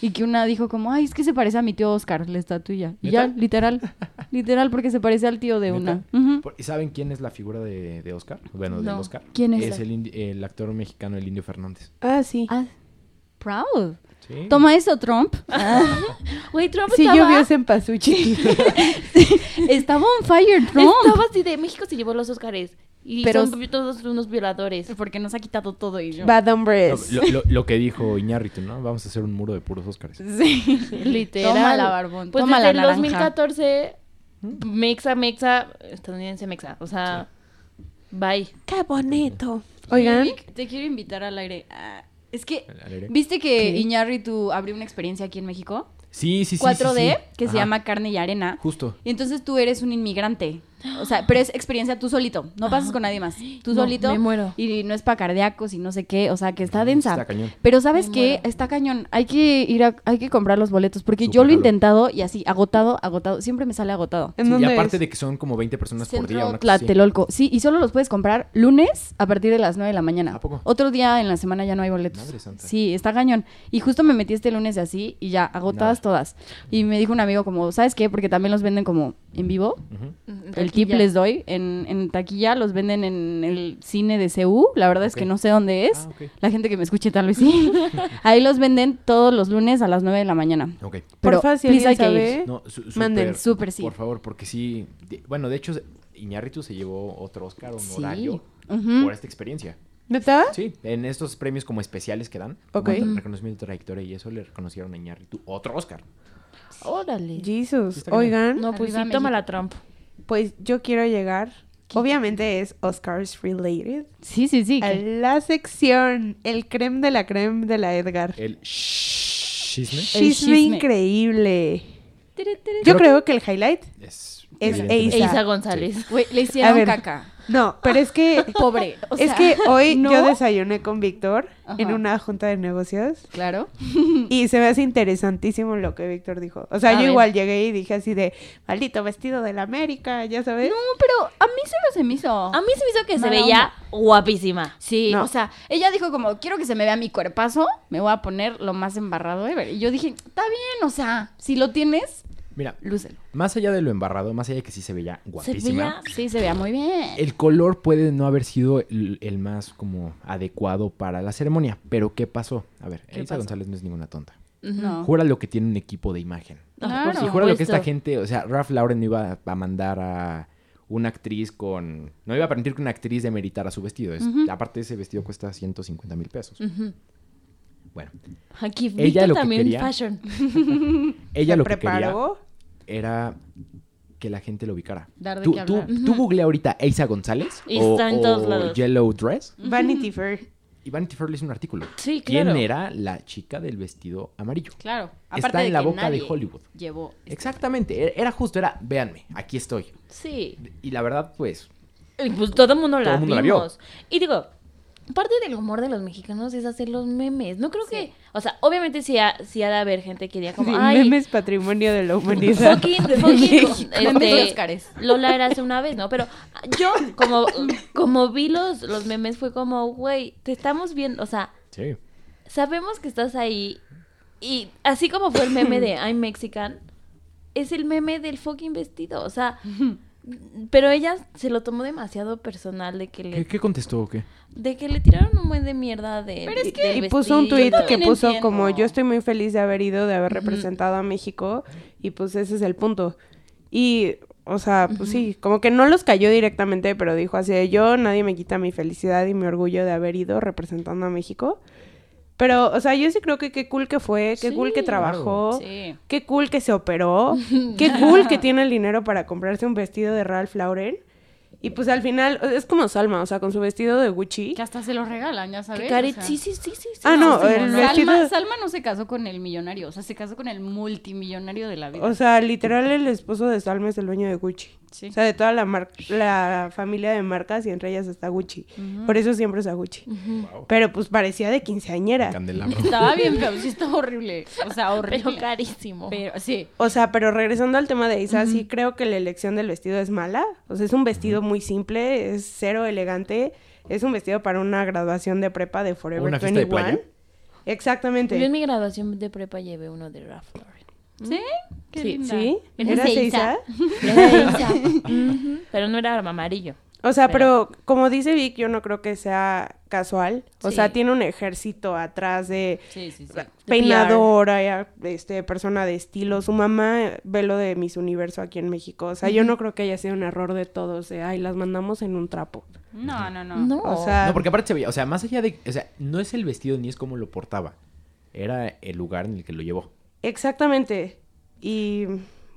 Speaker 2: y que una dijo como, ay, es que se parece a mi tío Oscar, la estatuilla. Y ya,
Speaker 4: ¿Neta?
Speaker 2: literal. Literal, porque se parece al tío de una.
Speaker 4: ¿Neta?
Speaker 2: Ujú.
Speaker 4: Por- ¿Y saben quién es la figura de, de Oscar? Bueno, del
Speaker 5: No.
Speaker 4: Oscar.
Speaker 2: ¿Quién es?
Speaker 4: el, indi- el actor mexicano, el Indio Fernández.
Speaker 3: Ah, sí.
Speaker 2: Ah, proud.
Speaker 4: Sí.
Speaker 2: Toma eso, Trump. Ah,
Speaker 5: Güey, Trump
Speaker 3: Sí, yo
Speaker 5: estaba...
Speaker 3: vi ese en Pasuchi.
Speaker 2: estaba on fire, Trump.
Speaker 5: Estaba así de México se llevó los Óscares. Y
Speaker 2: Pero-
Speaker 5: son todos unos violadores.
Speaker 2: Porque nos ha quitado todo y yo.
Speaker 3: Bad
Speaker 4: Lo,
Speaker 3: Hombres.
Speaker 4: lo- lo- lo que dijo Iñárritu, ¿no? Vamos a hacer un muro de puros Oscars.
Speaker 2: Sí.
Speaker 5: Literal.
Speaker 2: Toma la barbón.
Speaker 5: Pues
Speaker 2: toma
Speaker 5: desde
Speaker 2: la
Speaker 5: el
Speaker 2: naranja.
Speaker 5: 2014,
Speaker 4: Mm.
Speaker 5: mexa, mexa, estadounidense mexa. O sea, bye.
Speaker 6: ¡Qué bonito!
Speaker 3: Oigan,
Speaker 2: Vic, te quiero invitar al aire. Ah, es que,
Speaker 4: Al aire.
Speaker 2: ¿viste que
Speaker 3: ¿Qué?
Speaker 2: Iñárritu abrió una experiencia aquí en México?
Speaker 4: Sí, sí, sí. sí,
Speaker 2: 4D,
Speaker 4: sí.
Speaker 2: que se
Speaker 4: Ajá.
Speaker 2: llama Carne y Arena.
Speaker 4: Justo.
Speaker 2: Y entonces tú eres un inmigrante. O sea, pero es experiencia tú solito. No pasas con nadie más. Tú
Speaker 5: No,
Speaker 2: solito.
Speaker 5: me muero.
Speaker 2: Y no es para cardíacos y no sé qué. O sea, que está densa.
Speaker 4: está cañón.
Speaker 2: Pero ¿sabes
Speaker 5: Me
Speaker 2: qué?
Speaker 5: muero.
Speaker 2: Está cañón. Hay que ir a, hay que comprar los boletos. Porque yo
Speaker 4: Súper
Speaker 2: lo he
Speaker 4: jalo.
Speaker 2: intentado y así, agotado, agotado. Siempre me sale agotado.
Speaker 3: ¿en
Speaker 4: Sí, y
Speaker 3: dónde
Speaker 4: aparte
Speaker 3: es?
Speaker 4: de que son como 20 personas por día.
Speaker 2: Centro
Speaker 4: una cosa así.
Speaker 2: Tlatelolco. Sí, y solo los puedes comprar lunes a partir de las 9 de la mañana.
Speaker 4: ¿A poco?
Speaker 2: Otro día en la semana ya no hay boletos.
Speaker 4: Madre santa.
Speaker 2: Sí, está cañón. Y justo me metí este lunes así y ya, agotadas
Speaker 4: Nada.
Speaker 2: todas. Y me dijo un amigo como, ¿sabes qué? Porque también los venden como en vivo.
Speaker 4: Ujú.
Speaker 2: El tip
Speaker 5: Taquilla.
Speaker 2: les doy. En, en taquilla los venden en el cine de CU. La verdad es
Speaker 4: Ok.
Speaker 2: que no sé dónde es.
Speaker 4: Ah, ok.
Speaker 2: La gente que me escuche tal vez sí. Ahí los venden todos los lunes a las 9 de la mañana.
Speaker 4: Ok.
Speaker 2: Pero,
Speaker 3: Porfa, si
Speaker 2: please,
Speaker 3: alguien
Speaker 2: hay que ir.
Speaker 3: sabe.
Speaker 4: No, su-
Speaker 3: Manden,
Speaker 2: súper sí.
Speaker 4: Por favor, porque sí. de- bueno, de hecho, Iñárritu se llevó otro Oscar honorario
Speaker 2: Ujú.
Speaker 4: por esta experiencia.
Speaker 3: ¿Neta?
Speaker 4: Sí, en estos premios como especiales que dan,
Speaker 3: Ok.
Speaker 4: como tra- reconocimiento de trayectoria y eso le reconocieron a Iñárritu otro Oscar.
Speaker 5: Órale.
Speaker 3: Jesus.
Speaker 4: Está cañón.
Speaker 3: Oigan,
Speaker 5: No, pues
Speaker 2: Arriba
Speaker 5: sí,
Speaker 2: México.
Speaker 5: toma la Trump.
Speaker 3: pues yo quiero llegar. Obviamente es Oscars related.
Speaker 2: Sí, sí, sí.
Speaker 3: A
Speaker 2: que-
Speaker 3: la sección, el creme de la creme de la Edgar.
Speaker 4: El chisme.
Speaker 3: Chisme,
Speaker 2: chisme.
Speaker 3: increíble.
Speaker 4: Creo
Speaker 3: Yo creo que el highlight.
Speaker 4: Es,
Speaker 3: Es
Speaker 5: E
Speaker 4: evidentemente.
Speaker 3: Isa.
Speaker 5: Isa González.
Speaker 2: Güey, le hicieron
Speaker 3: ver.
Speaker 2: caca.
Speaker 3: No, pero es que
Speaker 2: Ah, Pobre. o
Speaker 3: es
Speaker 2: sea,
Speaker 3: que hoy
Speaker 2: ¿no?
Speaker 3: yo desayuné con Víctor en
Speaker 2: Ajá. Mm.
Speaker 3: una junta de negocios
Speaker 2: Claro.
Speaker 3: y se me hace interesantísimo lo que Víctor dijo. O sea,
Speaker 5: A
Speaker 3: yo
Speaker 5: ver.
Speaker 3: igual llegué y dije así de, maldito vestido de la América, ya sabes.
Speaker 2: No, pero a mí se los se me hizo.
Speaker 5: A mí se me hizo que se
Speaker 2: Mala
Speaker 5: veía guapísima.
Speaker 2: Sí,
Speaker 3: No.
Speaker 2: o sea, ella dijo como, quiero que se me vea mi cuerpazo, me voy a poner lo más embarrado ever. Y yo dije, está bien, o sea, si lo tienes,
Speaker 4: Mira,
Speaker 2: lúcelo.
Speaker 4: más allá de lo embarrado, más allá de que sí se veía guapísima.
Speaker 2: Sí, se vea muy bien.
Speaker 4: El color puede no haber sido el, el más como adecuado para la ceremonia, pero ¿qué pasó? A ver,
Speaker 5: ¿Qué
Speaker 4: Elsa
Speaker 5: pasó?
Speaker 4: González no es ninguna tonta.
Speaker 2: No.
Speaker 4: Jura lo que tiene un equipo de imagen.
Speaker 2: Claro.
Speaker 5: por
Speaker 4: Y jura lo que esta
Speaker 5: supuesto.
Speaker 4: gente, o sea, Ralph Lauren no iba a mandar a una actriz con... No iba a permitir que una actriz demeritara su vestido. Es- Aparte ese vestido cuesta 150 mil pesos. Bueno,
Speaker 5: Aquí
Speaker 4: Ella
Speaker 5: Víctor
Speaker 4: lo que
Speaker 5: también
Speaker 4: quería-
Speaker 5: fashion.
Speaker 4: ella
Speaker 3: Se
Speaker 4: lo que quería
Speaker 3: preparó.
Speaker 4: era que la gente lo ubicara.
Speaker 2: Dar de
Speaker 4: tú,
Speaker 2: qué
Speaker 4: tú,
Speaker 2: hablar.
Speaker 4: tú googlea ahorita Elsa González
Speaker 5: Y
Speaker 4: o,
Speaker 5: está en todos
Speaker 4: o
Speaker 5: lados.
Speaker 4: Yellow Dress
Speaker 3: Vanity Fair.
Speaker 4: y Vanity Fair le hizo un artículo.
Speaker 5: Sí,
Speaker 4: ¿Quién
Speaker 5: claro.
Speaker 4: era la chica del vestido amarillo?
Speaker 2: Claro.
Speaker 4: Está en la
Speaker 2: que
Speaker 4: boca de
Speaker 2: nadie
Speaker 4: Hollywood.
Speaker 2: Llevó.
Speaker 4: Exactamente, e-, era- era justo, era, véanme, aquí estoy.
Speaker 5: Sí.
Speaker 4: Y la verdad, pues,
Speaker 5: Y pues todo el mundo,
Speaker 4: Todo
Speaker 5: la,
Speaker 4: el mundo la vio.
Speaker 5: vimos. Y digo, parte del humor de los mexicanos es hacer los memes. No creo que. O sea, obviamente sí ha, sí ha de haber gente que diga como.
Speaker 3: Sí,
Speaker 5: Ay,
Speaker 3: memes patrimonio de la humanidad.
Speaker 5: Fucking,
Speaker 3: de
Speaker 5: fucking,
Speaker 3: México.
Speaker 2: Memes de
Speaker 5: este,
Speaker 2: Óscares.
Speaker 5: Lola era hace una vez, ¿no? Pero yo, como, como vi los, los memes, fue como, güey, te estamos viendo, o sea,
Speaker 4: sí.
Speaker 5: sabemos que estás ahí. Y así como fue el meme de I'm Mexican, es el meme del fucking vestido. O sea, pero ella se lo tomó demasiado personal de que
Speaker 4: ¿Qué,
Speaker 5: le,
Speaker 4: qué contestó o qué?
Speaker 5: de que le tiraron un buen de mierda de.
Speaker 2: Pero es
Speaker 5: del
Speaker 2: que-
Speaker 3: Y puso un tuit
Speaker 5: vestido.
Speaker 3: que
Speaker 2: también
Speaker 3: puso
Speaker 2: entiendo.
Speaker 3: como yo estoy muy feliz de haber ido, de haber representado a México y pues ese es el punto. Y, o sea, pues sí, como que no los cayó directamente, pero dijo así, de, yo nadie me quita mi felicidad y mi orgullo de haber ido representando a México. Pero, o sea, yo sí creo que qué cool que fue, qué cool que
Speaker 5: Sí,
Speaker 3: trabajó,
Speaker 2: Sí.
Speaker 3: qué cool que se operó, qué cool que tiene el dinero para comprarse un vestido de Ralph Lauren. Y pues al final, es como Salma, o sea, con su vestido de Gucci.
Speaker 2: Que hasta se los regalan, ya sabes.
Speaker 5: Que
Speaker 2: o
Speaker 5: Karen-
Speaker 2: sea.
Speaker 5: sí, sí, sí, sí, sí,
Speaker 3: Ah, no,
Speaker 5: sí,
Speaker 3: el
Speaker 5: ¿no?
Speaker 3: vestido-
Speaker 2: Salma, Salma no se casó con el millonario, o sea, se casó con el multimillonario de la vida.
Speaker 3: O sea, literal el esposo de Salma es el dueño de Gucci.
Speaker 2: Sí.
Speaker 3: O sea, de toda la mar- la familia de marcas y entre ellas está Gucci. Por eso siempre está Gucci. Pero pues parecía de quinceañera.
Speaker 4: Candelabro.
Speaker 2: estaba bien feo, sí estaba horrible. O sea, horrible.
Speaker 5: Pero carísimo.
Speaker 2: Pero sí.
Speaker 3: O sea, pero regresando al tema de Isa, sí creo que la elección del vestido es mala. O sea, es un vestido muy simple, es cero elegante, es un vestido para una graduación de prepa de Forever
Speaker 4: ¿Una fiesta de
Speaker 3: 21.
Speaker 4: playa?
Speaker 3: Exactamente.
Speaker 5: Yo en mi graduación de prepa llevé uno de Ralph Lauren.
Speaker 2: ¿Sí? Qué
Speaker 5: Sí.
Speaker 2: linda.
Speaker 3: ¿Sí?
Speaker 5: ¿Eres
Speaker 3: ¿Eras
Speaker 5: de
Speaker 3: Isa?
Speaker 5: Isa? Era de Isa. Ujú. Pero no era amarillo.
Speaker 3: O sea,
Speaker 5: Pero-
Speaker 3: pero, como dice Vic, yo no creo que sea casual. O
Speaker 5: Sí.
Speaker 3: sea, tiene un ejército atrás de
Speaker 2: Sí, sí, sí.
Speaker 3: peinadora, ya, este, persona de estilo. Su mamá eh, ve lo de Miss Universo aquí en México. O sea, yo no creo que haya sido un error de todos. De, Ay, las mandamos en un trapo.
Speaker 2: No, no, no.
Speaker 5: No.
Speaker 3: O sea,
Speaker 4: No, porque aparte se veía, o sea, más allá de, o sea, no es el vestido ni es cómo lo portaba. Era el lugar en el que lo llevó.
Speaker 3: exactamente. Y...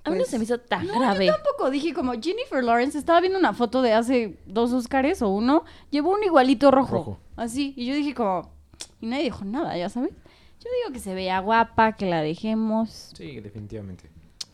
Speaker 5: A mí no
Speaker 3: pues,
Speaker 5: se me hizo tan
Speaker 2: No,
Speaker 5: grave.
Speaker 2: yo tampoco dije como Jennifer Lawrence. Estaba viendo una foto de hace dos Oscars o uno. Llevó un igualito rojo.
Speaker 4: Rojo.
Speaker 2: Así. Y yo dije como. Y nadie dijo nada, ya sabes. Yo digo que se veía guapa, que la dejemos.
Speaker 4: Sí, definitivamente.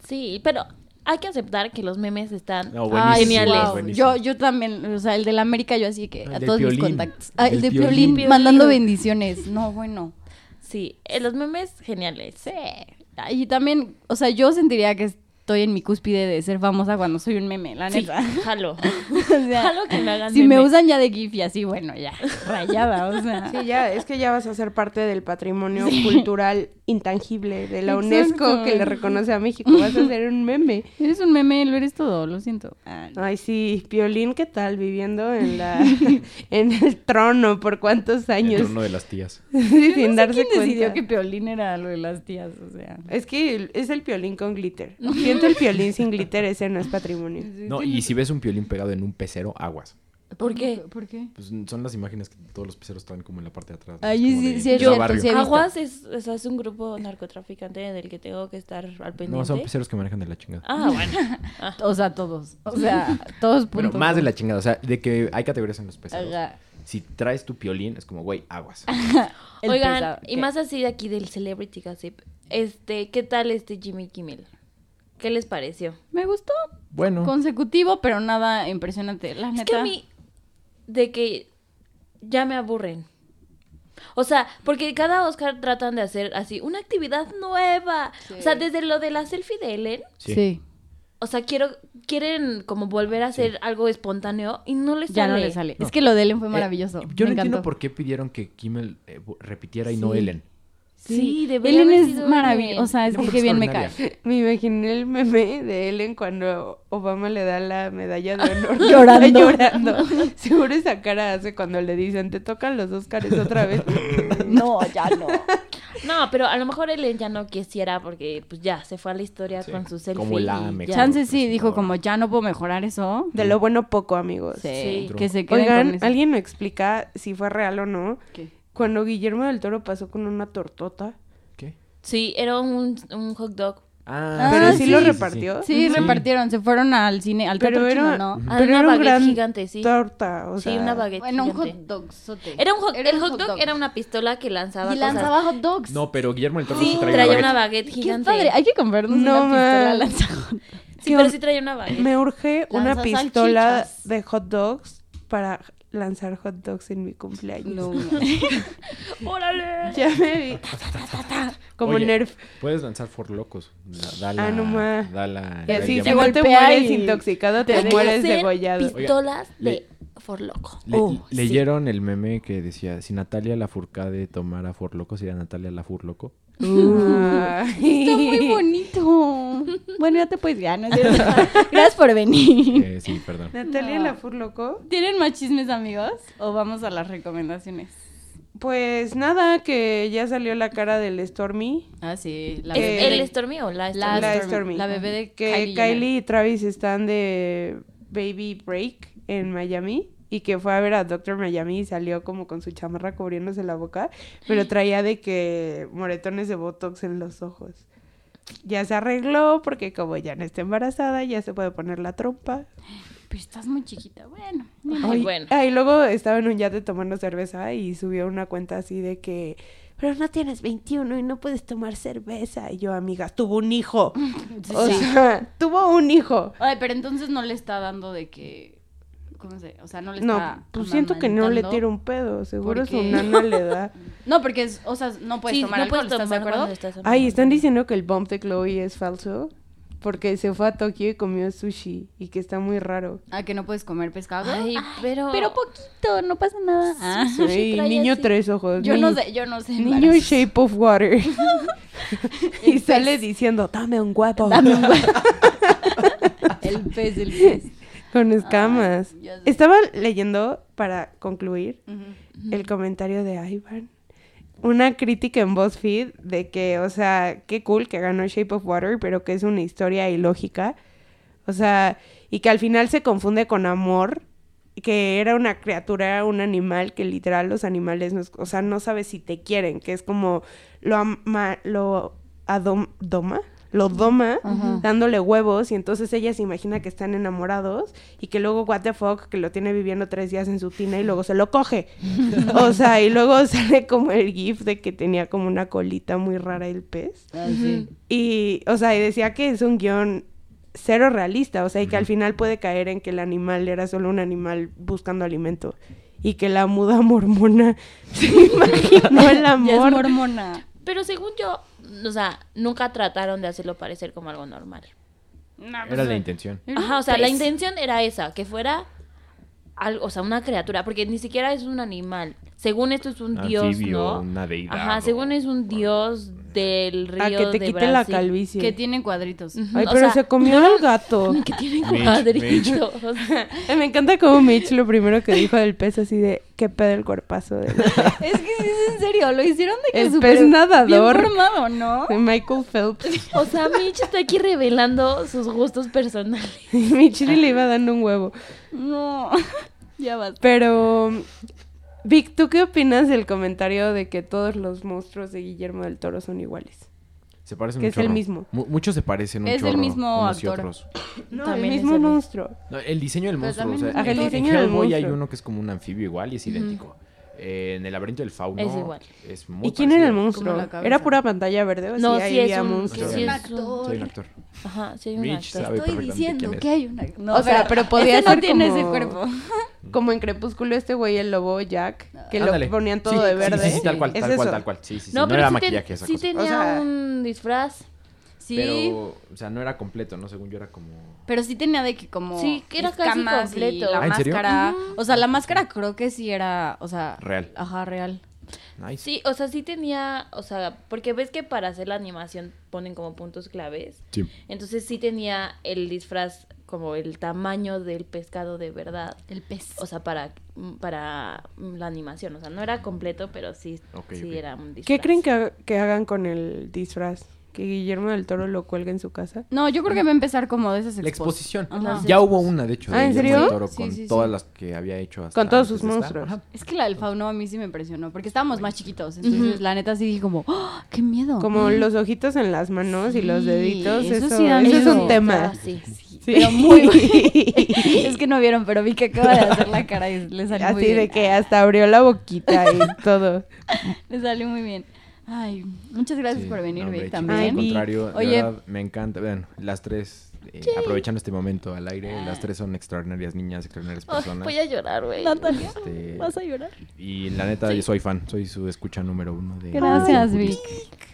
Speaker 5: Sí, pero hay que aceptar que los memes están
Speaker 4: No, buenísimo,
Speaker 5: geniales.
Speaker 4: wow.
Speaker 2: Yo, yo también, o sea, el del América, yo así que
Speaker 4: El
Speaker 2: a
Speaker 4: del
Speaker 2: todos mis
Speaker 4: Piolín.
Speaker 2: contactos. Ah, el
Speaker 4: El
Speaker 2: de Piolín,
Speaker 4: Piolín.
Speaker 2: mandando bendiciones. No, bueno.
Speaker 5: Sí, eh, los memes geniales. ¿eh? Sí.
Speaker 2: Ah, Y también, o sea, yo sentiría que estoy en mi cúspide de ser famosa cuando soy un meme, la
Speaker 5: Sí,
Speaker 2: neta.
Speaker 5: jalo.
Speaker 2: O sea,
Speaker 5: Jalo que me hagan
Speaker 2: si me
Speaker 5: meme.
Speaker 2: usan ya de GIF y así, bueno, ya, rayada, o sea.
Speaker 3: Sí, ya, es que ya vas a ser parte del patrimonio cultural intangible de la
Speaker 2: Exacto.
Speaker 3: UNESCO que le reconoce a México. Vas a ser un meme.
Speaker 2: Eres un meme, lo eres todo, lo siento. Ah, no.
Speaker 3: Ay, sí, Piolín, ¿qué tal? Viviendo en la en el trono por cuántos
Speaker 4: El
Speaker 3: años.
Speaker 4: turno de las tías.
Speaker 3: Sí,
Speaker 2: Yo no
Speaker 3: sin
Speaker 2: sé
Speaker 3: darse
Speaker 2: quién decidió
Speaker 3: cuenta.
Speaker 2: que Piolín era lo de las tías, o sea.
Speaker 3: Es que el- es el piolín con glitter. Siento el piolín sin glitter, ese no es patrimonio.
Speaker 4: No, y si ves un piolín pegado en un pecero, aguas.
Speaker 5: ¿Por qué?
Speaker 2: ¿Por qué?
Speaker 4: Pues son las imágenes que todos los peceros traen como en la parte de atrás. ¿no?
Speaker 2: Ay,
Speaker 4: Es como
Speaker 2: sí,
Speaker 4: de-
Speaker 2: sí, es
Speaker 4: de
Speaker 2: cierto,
Speaker 4: barrio.
Speaker 2: sí, he visto.
Speaker 5: Aguas es, o sea, es un grupo narcotraficante del que tengo que estar al pendiente.
Speaker 4: No, son peceros que manejan de la chingada.
Speaker 5: Ah, bueno.
Speaker 2: O sea, todos, o sea, todos
Speaker 4: Pero
Speaker 2: puntos.
Speaker 4: más de la chingada, o sea, de que hay categorías en los peceros.
Speaker 2: Ajá.
Speaker 4: Si traes tu piolín, es como, güey, aguas.
Speaker 2: El
Speaker 5: Oigan,
Speaker 2: pesado.
Speaker 5: y más así de aquí del Celebrity Gossip. Este, ¿qué tal este Jimmy Kimmel? ¿Qué les pareció?
Speaker 2: Me gustó.
Speaker 4: Bueno,
Speaker 2: Consecutivo, pero nada impresionante. La
Speaker 5: Es que
Speaker 2: neta.
Speaker 5: a mí, de que ya me aburren. O sea, porque cada Oscar tratan de hacer así una actividad nueva. O sea, desde lo de la selfie de Ellen,
Speaker 4: sí.
Speaker 2: Sí.
Speaker 5: o sea, quiero, quieren como volver a hacer algo espontáneo y no les
Speaker 2: Ya
Speaker 5: sale.
Speaker 2: no le sale.
Speaker 4: No.
Speaker 2: Es que lo de Ellen fue
Speaker 4: Eh,
Speaker 2: maravilloso. Me
Speaker 4: yo no entiendo
Speaker 2: encantó.
Speaker 4: por qué pidieron que Kimmel eh, bu- repitiera y no
Speaker 2: Sí.
Speaker 4: Ellen.
Speaker 5: Sí, debería
Speaker 2: Ellen
Speaker 5: haber
Speaker 2: es
Speaker 5: sido
Speaker 2: maravillosa.
Speaker 5: Ellen.
Speaker 2: O sea, es
Speaker 4: Una
Speaker 2: que bien me cae.
Speaker 4: extraordinaria.
Speaker 3: Me imaginé el meme de Ellen cuando Obama le da la medalla de honor.
Speaker 2: Llorando.
Speaker 3: Está llorando. Seguro esa cara hace cuando le dicen, te tocan los Óscares otra vez.
Speaker 2: No, ya no.
Speaker 5: No, pero a lo mejor Ellen ya no quisiera porque pues ya se fue a la historia
Speaker 4: Sí,
Speaker 5: con su selfie.
Speaker 4: como la
Speaker 5: y
Speaker 4: mejor.
Speaker 5: ya.
Speaker 2: Chance sí,
Speaker 4: Pues,
Speaker 2: dijo
Speaker 4: no.
Speaker 2: como ya no puedo mejorar eso.
Speaker 3: De lo bueno poco, amigos.
Speaker 2: Sí.
Speaker 5: Sí.
Speaker 2: Que se queden con
Speaker 3: Oigan,
Speaker 2: eso.
Speaker 3: ¿alguien me explica si fue real o no?
Speaker 2: ¿Qué?
Speaker 3: Cuando Guillermo del Toro pasó con una tortota.
Speaker 4: ¿Qué?
Speaker 5: Sí, era un, un hot dog.
Speaker 4: Ah,
Speaker 2: Pero sí lo
Speaker 3: repartió.
Speaker 2: Sí,
Speaker 4: Sí.
Speaker 2: repartieron, se fueron al cine, al
Speaker 3: Pero
Speaker 2: teatro
Speaker 3: era-
Speaker 2: chino, ¿no?
Speaker 5: Ah, una
Speaker 3: era un
Speaker 5: baguette
Speaker 3: gran
Speaker 5: gigante, sí.
Speaker 3: Torta, o
Speaker 5: sí,
Speaker 3: sea.
Speaker 5: una baguette
Speaker 2: Bueno, un hot
Speaker 5: gigante.
Speaker 2: dog sote.
Speaker 5: Era un hot,
Speaker 2: Era
Speaker 5: el
Speaker 2: un
Speaker 5: hot,
Speaker 2: hot
Speaker 5: dog,
Speaker 2: dog.
Speaker 5: era una pistola que lanzaba
Speaker 2: Y
Speaker 5: cosas.
Speaker 2: lanzaba hot dogs.
Speaker 4: No, pero Guillermo del Toro
Speaker 5: Sí,
Speaker 4: sí traía,
Speaker 5: traía
Speaker 4: una
Speaker 5: una
Speaker 4: baguette.
Speaker 5: baguette
Speaker 2: Qué
Speaker 5: gigante.
Speaker 2: padre, hay que comprarnos
Speaker 3: No,
Speaker 2: una pistola
Speaker 3: man.
Speaker 2: lanzajón.
Speaker 5: Sí, pero sí traía una baguette.
Speaker 3: Me urge una
Speaker 2: Lanza
Speaker 3: pistola
Speaker 2: salchichas.
Speaker 3: de hot dogs para lanzar hot dogs en mi cumpleaños.
Speaker 2: No,
Speaker 5: ¡Órale!
Speaker 3: Ya me vi. Como
Speaker 4: Oye,
Speaker 3: Nerf.
Speaker 4: Puedes lanzar For Locos. Da, da
Speaker 3: Ah,
Speaker 4: la,
Speaker 3: no más.
Speaker 4: Da la.
Speaker 2: Y
Speaker 4: da el
Speaker 3: Así,
Speaker 2: te
Speaker 3: si
Speaker 4: llamado.
Speaker 3: no te
Speaker 2: golpea
Speaker 3: mueres
Speaker 2: y-
Speaker 3: intoxicado,
Speaker 2: te
Speaker 3: te
Speaker 5: Hay que
Speaker 3: mueres
Speaker 5: hacer
Speaker 3: degollado.
Speaker 5: Pistolas
Speaker 4: le-
Speaker 5: de Forloco.
Speaker 4: Le-
Speaker 2: Uh,
Speaker 5: Oh, sí.
Speaker 4: ¿Leyeron el meme que decía si Natalia Lafourcade tomara For Loco sería Natalia Lafourloco?
Speaker 2: está muy bonito. Bueno, ya te puedes ya, no es cierto. Gracias por venir.
Speaker 4: Eh, sí, perdón.
Speaker 3: Natalia
Speaker 2: No.
Speaker 3: la Furloco.
Speaker 2: ¿Tienen más chismes, amigos? ¿O vamos a las recomendaciones?
Speaker 3: Pues nada, que ya salió la cara del Stormy.
Speaker 2: Ah, sí. La
Speaker 5: ¿Es
Speaker 3: bebé
Speaker 5: el
Speaker 3: de-
Speaker 5: Stormy o
Speaker 2: La
Speaker 5: la Stormy?
Speaker 3: la
Speaker 2: Stormy,
Speaker 3: Stormy.
Speaker 2: la bebé de
Speaker 3: Que
Speaker 2: Kylie
Speaker 3: Kylie,
Speaker 2: Jenner.
Speaker 3: y Travis están de Baby Break en Miami. Y que fue a ver a Doctor Miami y salió como con su chamarra cubriéndose la boca. Pero traía de que moretones de Botox en los ojos. Ya se arregló porque como ya no está embarazada, ya se puede poner la trompa.
Speaker 2: Pero estás muy chiquita. Bueno. ni modo.
Speaker 5: Ay,
Speaker 3: Ay,
Speaker 5: bueno.
Speaker 3: ay, luego estaba en un yate tomando cerveza y subió una cuenta así de que, pero no tienes 21 y no puedes tomar cerveza. Y yo, amiga, tuvo un hijo.
Speaker 2: Sí,
Speaker 3: O
Speaker 2: sí.
Speaker 3: sea, tuvo un hijo.
Speaker 2: Ay, pero entonces no le está dando de que... ¿Cómo se? O sea, no le
Speaker 3: No,
Speaker 2: está...
Speaker 3: pues siento que no le
Speaker 2: amamantando.
Speaker 3: tiro un pedo. Seguro su
Speaker 2: porque-
Speaker 3: nana le da.
Speaker 2: No, porque, es- o sea, no puedes
Speaker 5: Sí,
Speaker 2: tomar
Speaker 5: no
Speaker 2: alcohol,
Speaker 5: puedes
Speaker 2: ¿estás de
Speaker 5: tomar
Speaker 2: acuerdo?
Speaker 5: cuando estás
Speaker 3: Ay,
Speaker 5: embarazada.
Speaker 3: están diciendo que el bump de Chloe es falso porque se fue a Tokio y comió sushi y que está muy raro.
Speaker 2: Ah, que no puedes comer pescado.
Speaker 5: Ay, pero...
Speaker 2: pero poquito, no pasa nada.
Speaker 5: Sushi
Speaker 3: Ay,
Speaker 5: trae
Speaker 3: niño
Speaker 5: así.
Speaker 3: tres ojos.
Speaker 2: Yo
Speaker 3: ni-
Speaker 2: no sé, yo no sé.
Speaker 3: Niño
Speaker 2: embarazos.
Speaker 3: shape of water. y
Speaker 2: El
Speaker 3: sale
Speaker 2: pez.
Speaker 3: diciendo, dame un guapo.
Speaker 2: El pez, el pez.
Speaker 3: Con escamas.
Speaker 2: ya sé.
Speaker 3: Estaba leyendo, para concluir, el comentario de Ivan. Una crítica en BuzzFeed de que, o sea, qué cool que ganó Shape of Water, pero que es una historia ilógica. O sea, y que al final se confunde con amor, que era una criatura, un animal, que literal los animales, no es- o sea, no sabes si te quieren, que es como lo ama, lo adom- doma, lo doma, dándole huevos, y entonces ella se imagina que están enamorados, y que luego what the fuck, que lo tiene viviendo tres días en su tina y luego se lo coge. o sea, y luego sale como el gif de que tenía como una colita muy rara el pez.
Speaker 2: Ah, sí.
Speaker 3: Y, o sea, y decía que es un guión cero realista, o sea, y que al final puede caer en que el animal era solo un animal buscando alimento. Y que la muda mormona se imaginó el
Speaker 2: Ya es
Speaker 3: amor.
Speaker 2: mormona.
Speaker 5: Pero según yo, o sea, nunca trataron de hacerlo parecer como algo normal.
Speaker 4: Era la intención.
Speaker 5: Ajá, o sea,
Speaker 3: Pues.
Speaker 5: la intención era esa, que fuera algo, o sea, una criatura, porque ni siquiera es un animal. Según esto es un dios,
Speaker 4: Anfibio,
Speaker 5: ¿no?
Speaker 4: una deidad,
Speaker 5: Ajá, según
Speaker 4: o-
Speaker 5: es un dios del río
Speaker 3: A que te
Speaker 5: de
Speaker 3: quite la
Speaker 5: Brasil.
Speaker 3: calvicie.
Speaker 2: Que tiene cuadritos.
Speaker 3: Ay,
Speaker 5: o
Speaker 3: pero
Speaker 5: sea,
Speaker 3: se comió al gato.
Speaker 5: Que tiene
Speaker 4: Mitch,
Speaker 5: cuadritos.
Speaker 3: Ay, Me encanta como Mitch lo primero que dijo del pez así de qué pedo el cuerpazo de,
Speaker 2: Es que sí, es en serio, lo hicieron de que
Speaker 3: El
Speaker 2: súper
Speaker 3: pez nadador.
Speaker 2: Bien formado, ¿no?
Speaker 3: de Michael Phelps.
Speaker 5: O sea, Mitch está aquí revelando sus gustos personales.
Speaker 3: Y Mitch le iba dando un huevo.
Speaker 2: No. Ya basta.
Speaker 3: Pero, Vic, ¿tú qué opinas del comentario de que todos los monstruos de Guillermo del Toro son iguales?
Speaker 4: Se parecen
Speaker 3: Que
Speaker 4: un
Speaker 3: es el
Speaker 4: chorro.
Speaker 3: mismo.
Speaker 4: Mu- muchos se parecen un
Speaker 2: Es del
Speaker 4: chorro
Speaker 2: mismo
Speaker 4: unos y
Speaker 2: actor.
Speaker 4: otros.
Speaker 3: No,
Speaker 5: También
Speaker 3: el
Speaker 5: es
Speaker 3: mismo
Speaker 5: el mismo.
Speaker 3: monstruo.
Speaker 4: No, el diseño del
Speaker 2: Pero
Speaker 4: monstruo. O
Speaker 2: también
Speaker 4: sea,
Speaker 2: es
Speaker 4: en,
Speaker 3: el
Speaker 4: en
Speaker 3: diseño del
Speaker 4: Hellboy hay
Speaker 3: monstruo.
Speaker 4: uno que es como un anfibio igual y es idéntico. Eh, en el laberinto del fauno.
Speaker 5: Es igual.
Speaker 4: es muy
Speaker 3: ¿Y quién era el
Speaker 4: parecido.
Speaker 3: monstruo?
Speaker 2: Como la cabeza.
Speaker 3: ¿Era pura pantalla verde? o
Speaker 5: No,
Speaker 3: Pues sí, ahí
Speaker 5: sí es
Speaker 3: había
Speaker 5: un,
Speaker 3: monstruos?
Speaker 5: sí
Speaker 4: Es un
Speaker 5: es un-
Speaker 2: actor.
Speaker 4: Soy un actor.
Speaker 5: Ajá, sí hay un
Speaker 4: Mitch
Speaker 5: actor.
Speaker 4: sabe
Speaker 2: Estoy
Speaker 4: perfectamente
Speaker 2: diciendo
Speaker 4: quién es.
Speaker 2: que hay una. No,
Speaker 3: O sea, pero podía
Speaker 2: ese
Speaker 3: ser
Speaker 2: no tiene
Speaker 3: como-
Speaker 2: ese cuerpo.
Speaker 3: Como en Crepúsculo este güey, el lobo Jack, que
Speaker 4: Ándale.
Speaker 3: lo ponían todo
Speaker 4: Sí,
Speaker 3: de
Speaker 4: sí,
Speaker 3: verde.
Speaker 4: Sí, sí, tal cual,
Speaker 3: ¿Es
Speaker 4: tal cual,
Speaker 3: eso?
Speaker 4: tal cual. Sí, sí, sí.
Speaker 5: No,
Speaker 4: No,
Speaker 5: pero
Speaker 4: era
Speaker 5: sí, te-
Speaker 4: maquillaje esa
Speaker 5: sí
Speaker 4: cosa.
Speaker 5: tenía
Speaker 3: O sea-
Speaker 5: un disfraz.
Speaker 2: Sí. Pero...
Speaker 4: Pero, o sea, no era completo, ¿no? Según yo era como...
Speaker 2: sí tenía de que como.
Speaker 5: Sí, que era casi
Speaker 2: escamas y
Speaker 5: completo.
Speaker 2: la
Speaker 4: Ah, ¿en serio?
Speaker 2: máscara. O sea, la máscara creo que sí era. O sea.
Speaker 4: Real.
Speaker 2: Ajá, real.
Speaker 4: Nice.
Speaker 5: Sí, o sea, sí tenía, o sea, porque ves que para hacer la animación ponen como puntos claves.
Speaker 4: Sí.
Speaker 5: Entonces sí tenía el disfraz como el tamaño del pescado de verdad.
Speaker 2: El pez.
Speaker 5: O sea, para, para la animación. O sea, no era completo, pero sí,
Speaker 4: Ok,
Speaker 5: sí
Speaker 4: ok.
Speaker 5: era un disfraz.
Speaker 3: ¿Qué creen que, ha- que hagan con el disfraz? ¿Que Guillermo del Toro lo cuelgue en su casa?
Speaker 2: No, yo creo que va a empezar como de esas
Speaker 4: La
Speaker 2: expos-
Speaker 4: exposición.
Speaker 2: Ajá.
Speaker 4: Ya hubo una, de hecho, de
Speaker 3: Ah, ¿en
Speaker 4: Guillermo del
Speaker 3: serio?
Speaker 4: Toro
Speaker 2: Sí,
Speaker 4: con
Speaker 2: sí, sí.
Speaker 4: todas las que había hecho hasta
Speaker 3: Con todos sus
Speaker 4: antes de esta.
Speaker 3: monstruos.
Speaker 4: Ajá.
Speaker 2: Es que la del fauno a mí sí me impresionó, porque estábamos más chiquitos, entonces la neta sí dije como, ¡Oh, ¡qué miedo!
Speaker 3: Como los ojitos en las manos y los
Speaker 2: Sí,
Speaker 3: deditos.
Speaker 2: eso
Speaker 3: Eso,
Speaker 2: sí da
Speaker 3: eso es
Speaker 2: miedo.
Speaker 3: un tema.
Speaker 5: Ah, sí.
Speaker 3: Sí.
Speaker 2: Pero muy- es que no vieron, pero vi que acaba de hacer la cara y le salió muy
Speaker 3: Así
Speaker 2: bien.
Speaker 3: de que hasta abrió la boquita y todo.
Speaker 2: Le salió muy bien. Ay, muchas gracias
Speaker 4: Sí,
Speaker 2: por venir,
Speaker 4: no, hombre,
Speaker 2: Vic,
Speaker 4: chicos,
Speaker 2: también.
Speaker 4: Al contrario, de
Speaker 2: Oye.
Speaker 4: verdad, me encanta. Vean, las tres, eh, aprovechando este momento al aire, las tres son extraordinarias niñas, extraordinarias
Speaker 5: Ay,
Speaker 4: personas.
Speaker 5: voy a llorar, güey.
Speaker 2: Natalia,
Speaker 4: Este,
Speaker 2: pues ¿vas a llorar?
Speaker 4: y la neta, yo soy fan, soy su escucha número uno de...
Speaker 2: Gracias, Vic.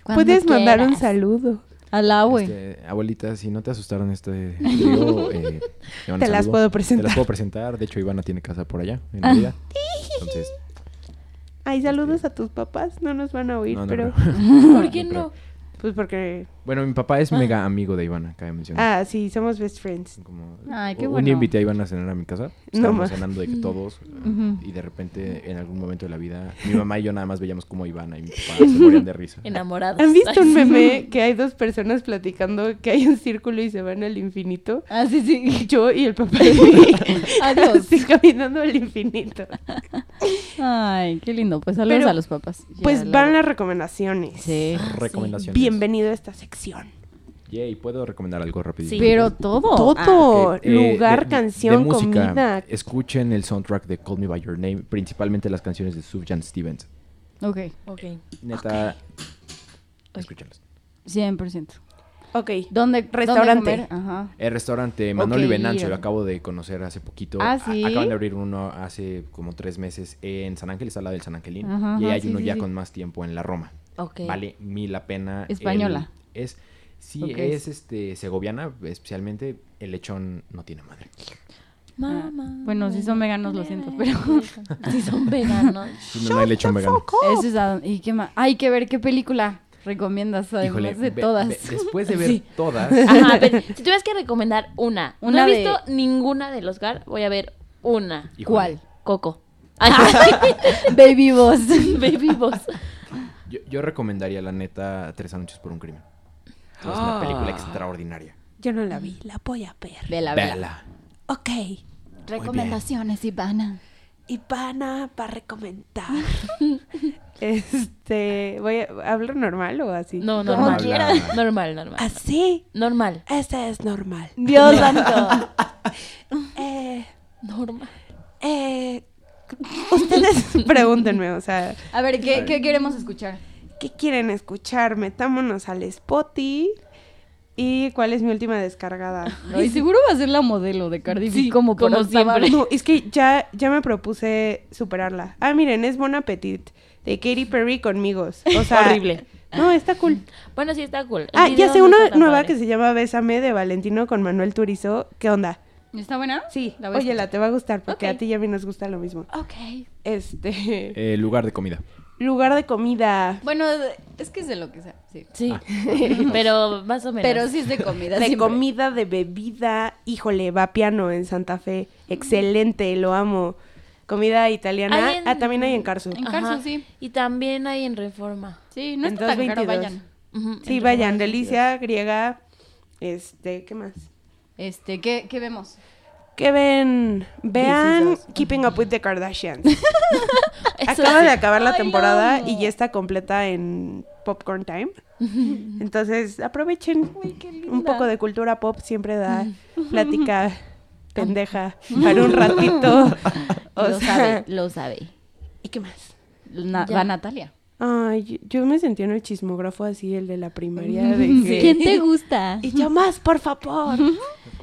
Speaker 2: Cuando
Speaker 3: Puedes mandar un
Speaker 2: quieras.
Speaker 3: saludo.
Speaker 2: A la abue.
Speaker 4: Este, abuelita, si no te asustaron este video, eh, te mando
Speaker 3: Te las
Speaker 4: saludo.
Speaker 3: puedo
Speaker 4: Te las
Speaker 3: presentar.
Speaker 4: puedo presentar. De hecho, Ivana tiene casa por allá,
Speaker 2: Ah.
Speaker 4: en Navidad. Entonces,
Speaker 3: Ay, saludos a tus papás. No nos van a oír,
Speaker 4: no, no
Speaker 3: pero.
Speaker 4: creo.
Speaker 5: ¿Por qué no?
Speaker 4: creo.
Speaker 3: Pues porque.
Speaker 4: Bueno, mi papá
Speaker 2: Ah.
Speaker 4: es mega amigo de Ivana, cabe mencionar.
Speaker 3: Ah, sí, somos best friends.
Speaker 4: Como-
Speaker 2: Ay, qué
Speaker 4: un
Speaker 2: bueno.
Speaker 4: día invité a Ivana a cenar a mi casa.
Speaker 3: ma.
Speaker 4: Estábamos cenando de que todos.
Speaker 2: Ujú.
Speaker 4: Y de repente, en algún momento de la vida, mi mamá y yo nada más veíamos como Ivana y mi papá se morían de risa.
Speaker 5: Enamorados.
Speaker 3: ¿Han visto un meme que hay dos personas platicando que hay un círculo y se van al infinito?
Speaker 2: Ah, sí, sí.
Speaker 3: Y yo y el papá de mí.
Speaker 2: Adiós.
Speaker 3: Así caminando al infinito.
Speaker 2: Ay, qué lindo. Pues saludos
Speaker 3: Pero,
Speaker 2: a los papás. Y a
Speaker 3: Pues
Speaker 2: la
Speaker 3: van
Speaker 2: abue.
Speaker 3: las recomendaciones.
Speaker 2: Sí.
Speaker 4: Recomendaciones.
Speaker 3: Bienvenido a esta sección.
Speaker 4: Yay, ¿puedo recomendar algo rápido?
Speaker 5: Sí.
Speaker 2: Pero todo. Ah,
Speaker 3: Todo,
Speaker 4: Eh, eh,
Speaker 3: lugar,
Speaker 4: de- de
Speaker 3: canción,
Speaker 4: música.
Speaker 3: comida.
Speaker 4: Escuchen el soundtrack de Call Me By Your Name, principalmente las canciones de Subjan Stevens.
Speaker 2: Ah, ok,
Speaker 5: Ok.
Speaker 4: Neta, escúchalos.
Speaker 2: 100%.
Speaker 3: Ok.
Speaker 2: ¿Dónde?
Speaker 3: Restaurante.
Speaker 2: dónde comer? Ajá.
Speaker 4: El restaurante Manolo
Speaker 2: Ok.
Speaker 4: y Venancio, lo acabo de conocer hace poquito.
Speaker 2: Ah,
Speaker 4: A-
Speaker 2: ¿sí?
Speaker 4: Acaban de abrir uno hace como tres meses en San Ángel, está al lado del San Angelín.
Speaker 2: Ajá,
Speaker 4: y
Speaker 2: ajá,
Speaker 4: ahí hay
Speaker 2: sí,
Speaker 4: uno
Speaker 2: sí,
Speaker 4: ya
Speaker 2: sí.
Speaker 4: con más tiempo en la Roma.
Speaker 5: Ok.
Speaker 4: Vale mil la pena. El-
Speaker 2: Española.
Speaker 4: es, sí,
Speaker 2: Ok.
Speaker 4: es este segoviana, especialmente el lechón no tiene madre.
Speaker 5: Mamá.
Speaker 2: Bueno, si son veganos, lo siento, pero-
Speaker 5: Si son veganos.
Speaker 4: Sí, no, no hay lechón vegano.
Speaker 2: Eso es Adam. ¿Y qué más? Hay que ver qué película recomiendas además
Speaker 4: Híjole,
Speaker 2: de
Speaker 4: ve-
Speaker 2: todas.
Speaker 4: ve- después de ver
Speaker 2: Sí.
Speaker 4: todas,
Speaker 5: Ajá, pero si tuvieras que recomendar una.
Speaker 2: Una
Speaker 5: no he
Speaker 2: de-
Speaker 5: visto ninguna del Oscar, voy a ver una.
Speaker 4: Híjole.
Speaker 2: ¿Cuál?
Speaker 5: Coco.
Speaker 2: Ah,
Speaker 5: Ay,
Speaker 2: Baby Boss.
Speaker 5: Baby Boss.
Speaker 4: Yo, yo recomendaría, la neta, Tres Anoches por un Crimen. Es
Speaker 2: Ah.
Speaker 4: una película extraordinaria.
Speaker 6: Yo no la vi, la voy a ver.
Speaker 2: Vela, vela.
Speaker 4: Vela.
Speaker 6: Ok,
Speaker 2: Recomendaciones, Ivana.
Speaker 6: Ivana va a recomendar.
Speaker 3: Este, voy a hablar normal o así.
Speaker 5: No,
Speaker 4: Como
Speaker 5: normal.
Speaker 4: quieras.
Speaker 5: Normal, normal.
Speaker 6: Así,
Speaker 5: Normal.
Speaker 6: esa es normal.
Speaker 2: Dios santo.
Speaker 6: Eh,
Speaker 5: Normal.
Speaker 6: eh,
Speaker 3: Ustedes pregúntenme, o sea,
Speaker 2: A ver, ¿qué, qué queremos escuchar?
Speaker 3: ¿qué quieren escuchar? Metámonos al Spotify. ¿Y cuál es mi última descargada?
Speaker 2: Y seguro va a ser la modelo de Cardi B, como,
Speaker 5: como
Speaker 2: para
Speaker 5: siempre.
Speaker 2: acabar.
Speaker 3: No, es que ya, ya me propuse superarla. Ah, miren, es Bon Appetit de Katy Perry conmigos. O sea,
Speaker 5: Horrible.
Speaker 3: No, está cool.
Speaker 5: Bueno, sí, está cool. El
Speaker 3: Ah,
Speaker 5: video
Speaker 3: ya sé
Speaker 5: no
Speaker 3: una
Speaker 5: está tan
Speaker 3: nueva
Speaker 5: padre.
Speaker 3: que se llama Bésame de Valentino con Manuel Turizo. ¿Qué onda?
Speaker 2: ¿Está buena?
Speaker 3: Sí,
Speaker 2: La voy a
Speaker 3: oye, la te va a gustar porque
Speaker 5: Ok.
Speaker 3: a ti y a mí nos gusta lo mismo.
Speaker 5: Ok.
Speaker 3: Este,
Speaker 4: Eh, lugar de comida.
Speaker 3: lugar de comida.
Speaker 2: Bueno, es que es de lo que sea, sí.
Speaker 5: Sí. Pero más o menos.
Speaker 2: Ah. Pero sí es de comida.
Speaker 3: De
Speaker 2: siempre.
Speaker 3: comida, de bebida, híjole, va piano en Santa Fe, excelente, lo amo. Comida italiana,
Speaker 5: Hay en-
Speaker 3: ah, también hay en Carso.
Speaker 2: En Carso, sí.
Speaker 5: Y también hay en Reforma.
Speaker 2: Sí, no
Speaker 3: En
Speaker 2: está tan caro,
Speaker 3: 2.22.
Speaker 2: vayan.
Speaker 5: Ujú.
Speaker 3: Sí, vayan, delicia, griega, este, ¿qué más?
Speaker 2: Este, ¿qué, qué vemos?
Speaker 3: ¿Qué ven? Vean
Speaker 2: This Is Us.
Speaker 3: Keeping Up With The Kardashians.
Speaker 5: Eso
Speaker 3: Acaba
Speaker 5: sí.
Speaker 3: de acabar la
Speaker 2: Ay, lo
Speaker 3: temporada
Speaker 2: amo.
Speaker 3: y ya está completa en Popcorn Time. Entonces, aprovechen. Un poco de cultura pop siempre da plática pendeja para un ratito.
Speaker 5: Y
Speaker 3: O
Speaker 5: lo
Speaker 3: sea,
Speaker 5: sabe, lo sabe.
Speaker 3: ¿Y qué más?
Speaker 2: Na-
Speaker 5: Ya.
Speaker 2: va Natalia.
Speaker 3: Ay, yo yo me sentí en el chismógrafo así, el de la primaria. De que-
Speaker 2: ¿Quién te gusta?
Speaker 6: Y yo más, por favor.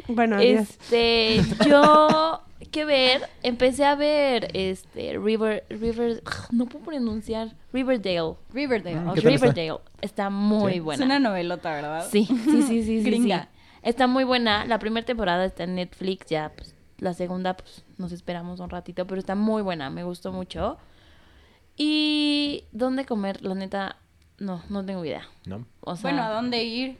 Speaker 3: Bueno, adiós.
Speaker 5: Este, yo que ver, empecé a ver este River River no puedo pronunciar Riverdale.
Speaker 2: Riverdale.
Speaker 4: Mm,
Speaker 2: ok.
Speaker 4: ¿Qué tal está?
Speaker 5: Riverdale está, muy
Speaker 4: ¿Sí?
Speaker 5: buena.
Speaker 2: Es una novelota, ¿verdad?
Speaker 5: Sí, sí, sí, sí, sí,
Speaker 2: Gringa.
Speaker 5: sí. Está muy buena. La primera temporada está en Netflix, ya pues, la segunda pues nos esperamos un ratito, pero está muy buena, me gustó mucho. Y dónde comer, la neta, no, no tengo idea.
Speaker 4: ¿No?
Speaker 5: O sea,
Speaker 2: Bueno, ¿a dónde ir?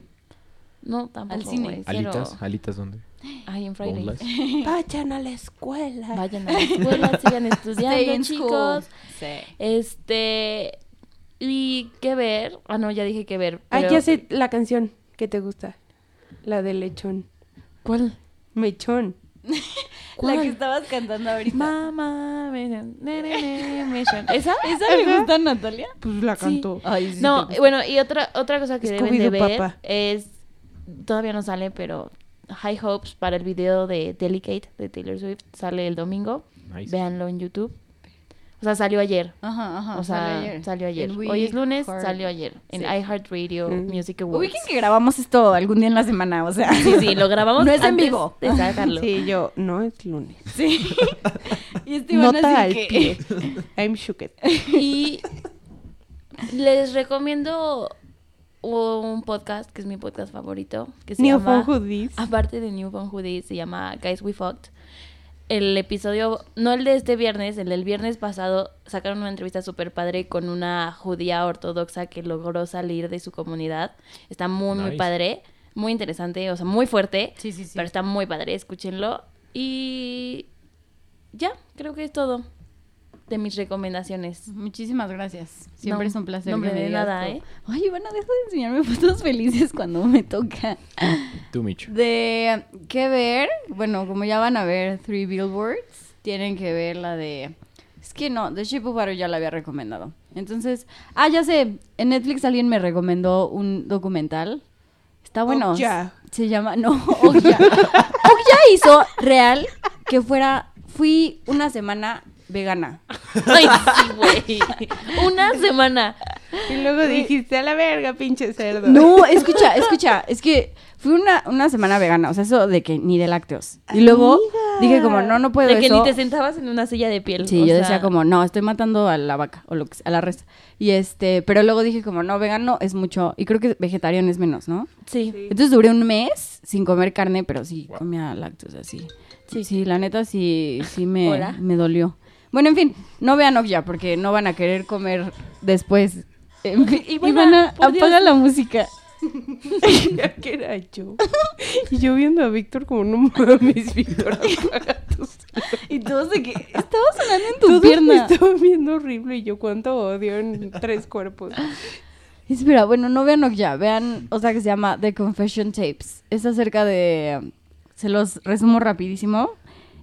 Speaker 5: No, tampoco.
Speaker 2: Al cine.
Speaker 5: güey, quiero-
Speaker 4: ¿Alitas? ¿Alitas dónde?
Speaker 5: Ay, en Fridays.
Speaker 4: Boneless.
Speaker 6: Vayan a la escuela.
Speaker 5: Vayan a la escuela, sigan
Speaker 2: Stay
Speaker 5: estudiando,
Speaker 2: in
Speaker 5: chicos.
Speaker 2: school. Sí.
Speaker 5: Este. Y qué ver. Ah, no, ya dije qué ver.
Speaker 3: Ay,
Speaker 5: pero-
Speaker 3: ya sé la canción que te gusta. La de lechón.
Speaker 5: ¿Cuál?
Speaker 3: Mechón.
Speaker 2: La que
Speaker 5: ¿Cuál?
Speaker 2: estabas cantando ahorita.
Speaker 5: Mamá, me- ne- ne- ne- me- ¿Esa?
Speaker 2: ¿Esa le gusta a Natalia?
Speaker 3: Pues la cantó.
Speaker 2: Ay, sí. Ah,
Speaker 5: No, bueno, y otra, otra cosa que deben de
Speaker 3: Scooby-Doo,
Speaker 5: ver
Speaker 3: papá.
Speaker 5: es. Todavía no sale, pero. High Hopes para el video de Delicate de Taylor Swift sale el domingo.
Speaker 4: Nice.
Speaker 5: Véanlo en YouTube. O sea, salió ayer.
Speaker 2: eh, Ajá, ajá.
Speaker 5: o sea,
Speaker 2: Ah, salió
Speaker 5: salió
Speaker 2: ayer.
Speaker 5: ayer.
Speaker 2: En
Speaker 5: Hoy es
Speaker 2: We
Speaker 5: lunes,
Speaker 2: Heart.
Speaker 5: salió ayer. En
Speaker 2: Sí.
Speaker 5: iHeartRadio
Speaker 3: Mm.
Speaker 5: Music Awards.
Speaker 2: Ubiquen que grabamos esto algún día en la semana, o sea.
Speaker 5: Sí, sí, lo grabamos.
Speaker 2: No es en
Speaker 5: antes
Speaker 2: vivo.
Speaker 5: De sacarlo.
Speaker 3: Sí, yo, no es lunes.
Speaker 2: Sí. y este Iván
Speaker 3: Nota al
Speaker 2: así que...
Speaker 3: pie. I'm shooked.
Speaker 5: Y les recomiendo un podcast que es mi podcast favorito. Que se
Speaker 3: New
Speaker 5: llama,
Speaker 3: Phone Hoodies.
Speaker 2: Ah,
Speaker 5: Aparte de New Phone Hoodies, se llama Guys We Fucked. El episodio, no el de este viernes, el del viernes pasado, sacaron una entrevista súper padre con una judía ortodoxa que logró salir de su comunidad. Está muy, muy
Speaker 4: Nice.
Speaker 5: padre, muy interesante, o sea, muy fuerte.
Speaker 2: Sí, sí, sí.
Speaker 5: Pero está muy padre, escúchenlo. Y ya, creo que es todo de mis recomendaciones.
Speaker 2: Muchísimas gracias. Siempre
Speaker 5: No,
Speaker 2: es un placer.
Speaker 5: no,
Speaker 2: que
Speaker 5: hombre, de
Speaker 2: digas
Speaker 5: nada,
Speaker 2: todo.
Speaker 5: ¿eh?
Speaker 2: Ay, Ivana, deja de enseñarme fotos felices cuando me toca.
Speaker 4: Tú, Micho.
Speaker 2: De qué ver, bueno, como ya van a ver Three Billboards, tienen que ver la de... Es que no, The Shape of Water ya la había recomendado. Entonces, ah, ya sé, en Netflix alguien me recomendó un documental. Está bueno.
Speaker 3: ya.
Speaker 2: Se llama, no, Okja. Okja hizo real que fuera, fui una semana vegana.
Speaker 5: Ay, sí, güey. Una semana.
Speaker 3: Y luego dijiste, a la verga, pinche cerdo.
Speaker 2: No, escucha, escucha, es que fui una, una semana vegana, o sea, eso de que ni de lácteos. Y luego dije como, no, no puedo
Speaker 5: de que
Speaker 2: Pues eso.
Speaker 5: ni te sentabas en una silla de piel.
Speaker 2: Sí,
Speaker 5: o
Speaker 2: yo
Speaker 5: sea,
Speaker 2: decía como, no, estoy matando a la vaca o lo que sea, a la res. Y este, pero luego dije como, no, vegano es mucho y creo que vegetariano es menos, ¿no?
Speaker 5: Sí.
Speaker 2: Entonces duré un mes sin comer carne, pero sí comía lácteos así. Sí, sí, la neta sí, sí me,
Speaker 5: Hola.
Speaker 2: me dolió. Bueno, en fin, no vean ya porque no van a querer comer después. En fin,
Speaker 5: Ivana,
Speaker 2: Ivana,
Speaker 5: por Dios.
Speaker 2: apaga la música.
Speaker 3: que era yo. Y yo viendo a Víctor como, no mames, Víctor, apaga tus
Speaker 2: Y todos de que estaba sonando en tu
Speaker 3: Todos me
Speaker 2: pierna.
Speaker 3: estaban viendo horrible y yo cuánto odio en tres cuerpos.
Speaker 2: Espera, bueno, no vean ya, vean otra que se llama The Confession Tapes. Es acerca de, se los resumo rapidísimo,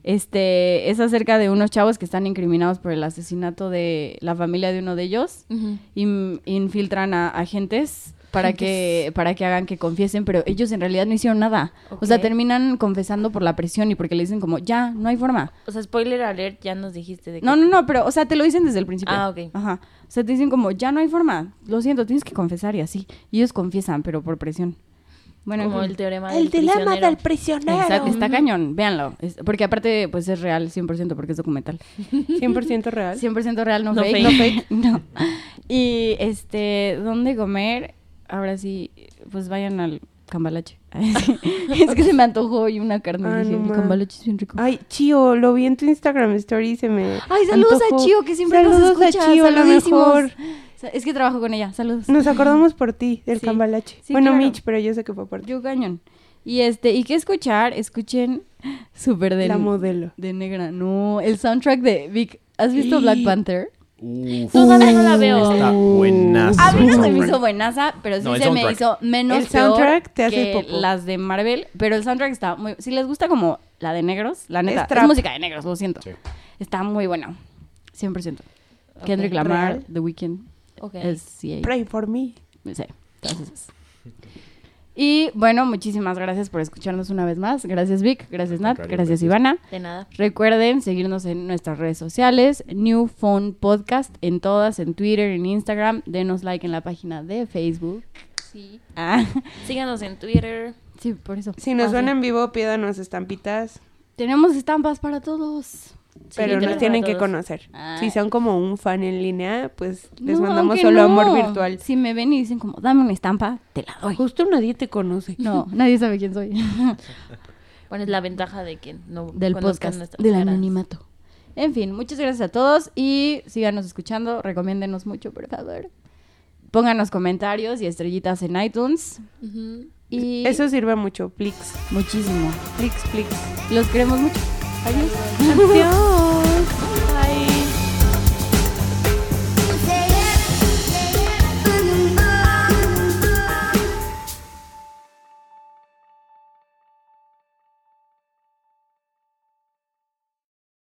Speaker 2: este, es acerca de unos chavos que están incriminados por el asesinato de la familia de uno de ellos
Speaker 5: Ujú.
Speaker 2: y m- infiltran a agentes para
Speaker 5: Agentes.
Speaker 2: que para que hagan que confiesen, pero ellos en realidad no hicieron nada. O sea,
Speaker 5: Ok.
Speaker 2: terminan confesando por la presión y porque le dicen como, ya, no hay forma.
Speaker 5: O sea, spoiler alert, ya nos dijiste de que...
Speaker 2: No, no, no, pero, o sea, te lo dicen desde el principio.
Speaker 5: Ah, ok.
Speaker 2: Ajá. O sea, te dicen como, ya no hay forma, lo siento, tienes que confesar y así. Y ellos confiesan, pero por presión. Bueno, en
Speaker 5: como
Speaker 2: fin.
Speaker 5: el teorema
Speaker 6: El
Speaker 5: del
Speaker 6: dilema
Speaker 5: prisionero.
Speaker 6: del prisionero.
Speaker 2: Exacto, está cañón, véanlo. Es- porque aparte, pues es real 100% porque es documental.
Speaker 3: 100% real.
Speaker 2: 100% real, no,
Speaker 5: No
Speaker 2: fake.
Speaker 5: fake.
Speaker 2: No fake. No. Y, este, ¿dónde comer? Ahora sí, pues vayan al cambalache. es que se me antojó hoy una carne.
Speaker 3: Ah,
Speaker 2: y dije,
Speaker 3: no
Speaker 2: el
Speaker 3: ma. Ah,
Speaker 2: cambalache es bien rico.
Speaker 3: Ay, Chio, lo vi en tu Instagram story y se me
Speaker 2: Ay, saludos
Speaker 3: antojó.
Speaker 2: a Chio, que siempre
Speaker 3: saludos
Speaker 2: nos escucha.
Speaker 3: a Chio, a lo
Speaker 2: Saludísimos.
Speaker 3: mejor.
Speaker 2: Sa- Es que trabajo con ella, saludos.
Speaker 3: Nos acordamos por ti, del
Speaker 2: Sí.
Speaker 3: cambalache.
Speaker 2: Sí,
Speaker 3: bueno,
Speaker 2: claro.
Speaker 3: Mitch, pero yo sé que fue por ti.
Speaker 2: Yo cañón. Y este, ¿y qué escuchar? Escuchen Super de,
Speaker 3: La modelo.
Speaker 2: de Negra. No, el soundtrack de Vic. ¿Has visto Black Panther?
Speaker 4: Uf.
Speaker 5: Todavía no la veo.
Speaker 4: Está buenazo.
Speaker 2: A mí no se
Speaker 4: Soundtrack.
Speaker 2: me hizo buenaza, pero sí
Speaker 4: No, el
Speaker 2: se me
Speaker 4: soundtrack.
Speaker 2: hizo menos
Speaker 3: El soundtrack
Speaker 2: peor
Speaker 3: te hace
Speaker 2: que
Speaker 3: popó.
Speaker 2: las de Marvel, pero el soundtrack está muy... Si les gusta como la de negros, la neta,
Speaker 3: Es
Speaker 2: es,
Speaker 3: trap.
Speaker 2: música de negros, lo siento.
Speaker 4: Sí.
Speaker 2: Está muy buena, 100%. Kendrick Lamar,
Speaker 3: Real.
Speaker 2: The Weeknd,
Speaker 5: Ok.
Speaker 2: el CA.
Speaker 3: Pray for me.
Speaker 2: Sí, todas esas. Y bueno, muchísimas gracias por escucharnos una vez más. Gracias Vic, gracias Nat,
Speaker 4: contrario,
Speaker 2: gracias
Speaker 4: gracias.
Speaker 2: Ivana.
Speaker 5: De nada.
Speaker 2: Recuerden seguirnos en nuestras redes sociales, New Phone Podcast, en todas, en Twitter, en Instagram. Denos like en la página de Facebook.
Speaker 5: Sí.
Speaker 2: Ah,
Speaker 5: Síganos en Twitter.
Speaker 2: sí, por eso.
Speaker 3: Si nos
Speaker 2: Ah,
Speaker 3: ven
Speaker 2: sí.
Speaker 3: en vivo, pídanos estampitas,
Speaker 2: Tenemos estampas para todos.
Speaker 3: pero
Speaker 5: Síguenos
Speaker 3: nos tienen
Speaker 5: para
Speaker 3: que
Speaker 5: todos.
Speaker 3: conocer.
Speaker 2: Ah.
Speaker 3: Si son como un fan en línea, pues les
Speaker 2: No,
Speaker 3: mandamos
Speaker 2: aunque
Speaker 3: solo
Speaker 2: no.
Speaker 3: amor virtual.
Speaker 2: Si me ven y dicen como, dame una estampa, te la doy.
Speaker 3: Justo nadie te conoce.
Speaker 2: No, nadie sabe quién soy.
Speaker 5: Bueno, es la ventaja de que no
Speaker 2: Del
Speaker 5: conozcan
Speaker 2: podcast,
Speaker 5: nuestras
Speaker 2: del
Speaker 5: caras.
Speaker 2: anonimato. En fin, muchas gracias a todos y síganos escuchando. Recomiéndenos mucho, por favor. Pónganos comentarios y estrellitas en iTunes.
Speaker 5: Ujú.
Speaker 2: Y
Speaker 3: Eso sirve mucho. Plix,
Speaker 2: muchísimo.
Speaker 3: plix, plix.
Speaker 2: Los queremos mucho. Adiós.
Speaker 3: Adiós.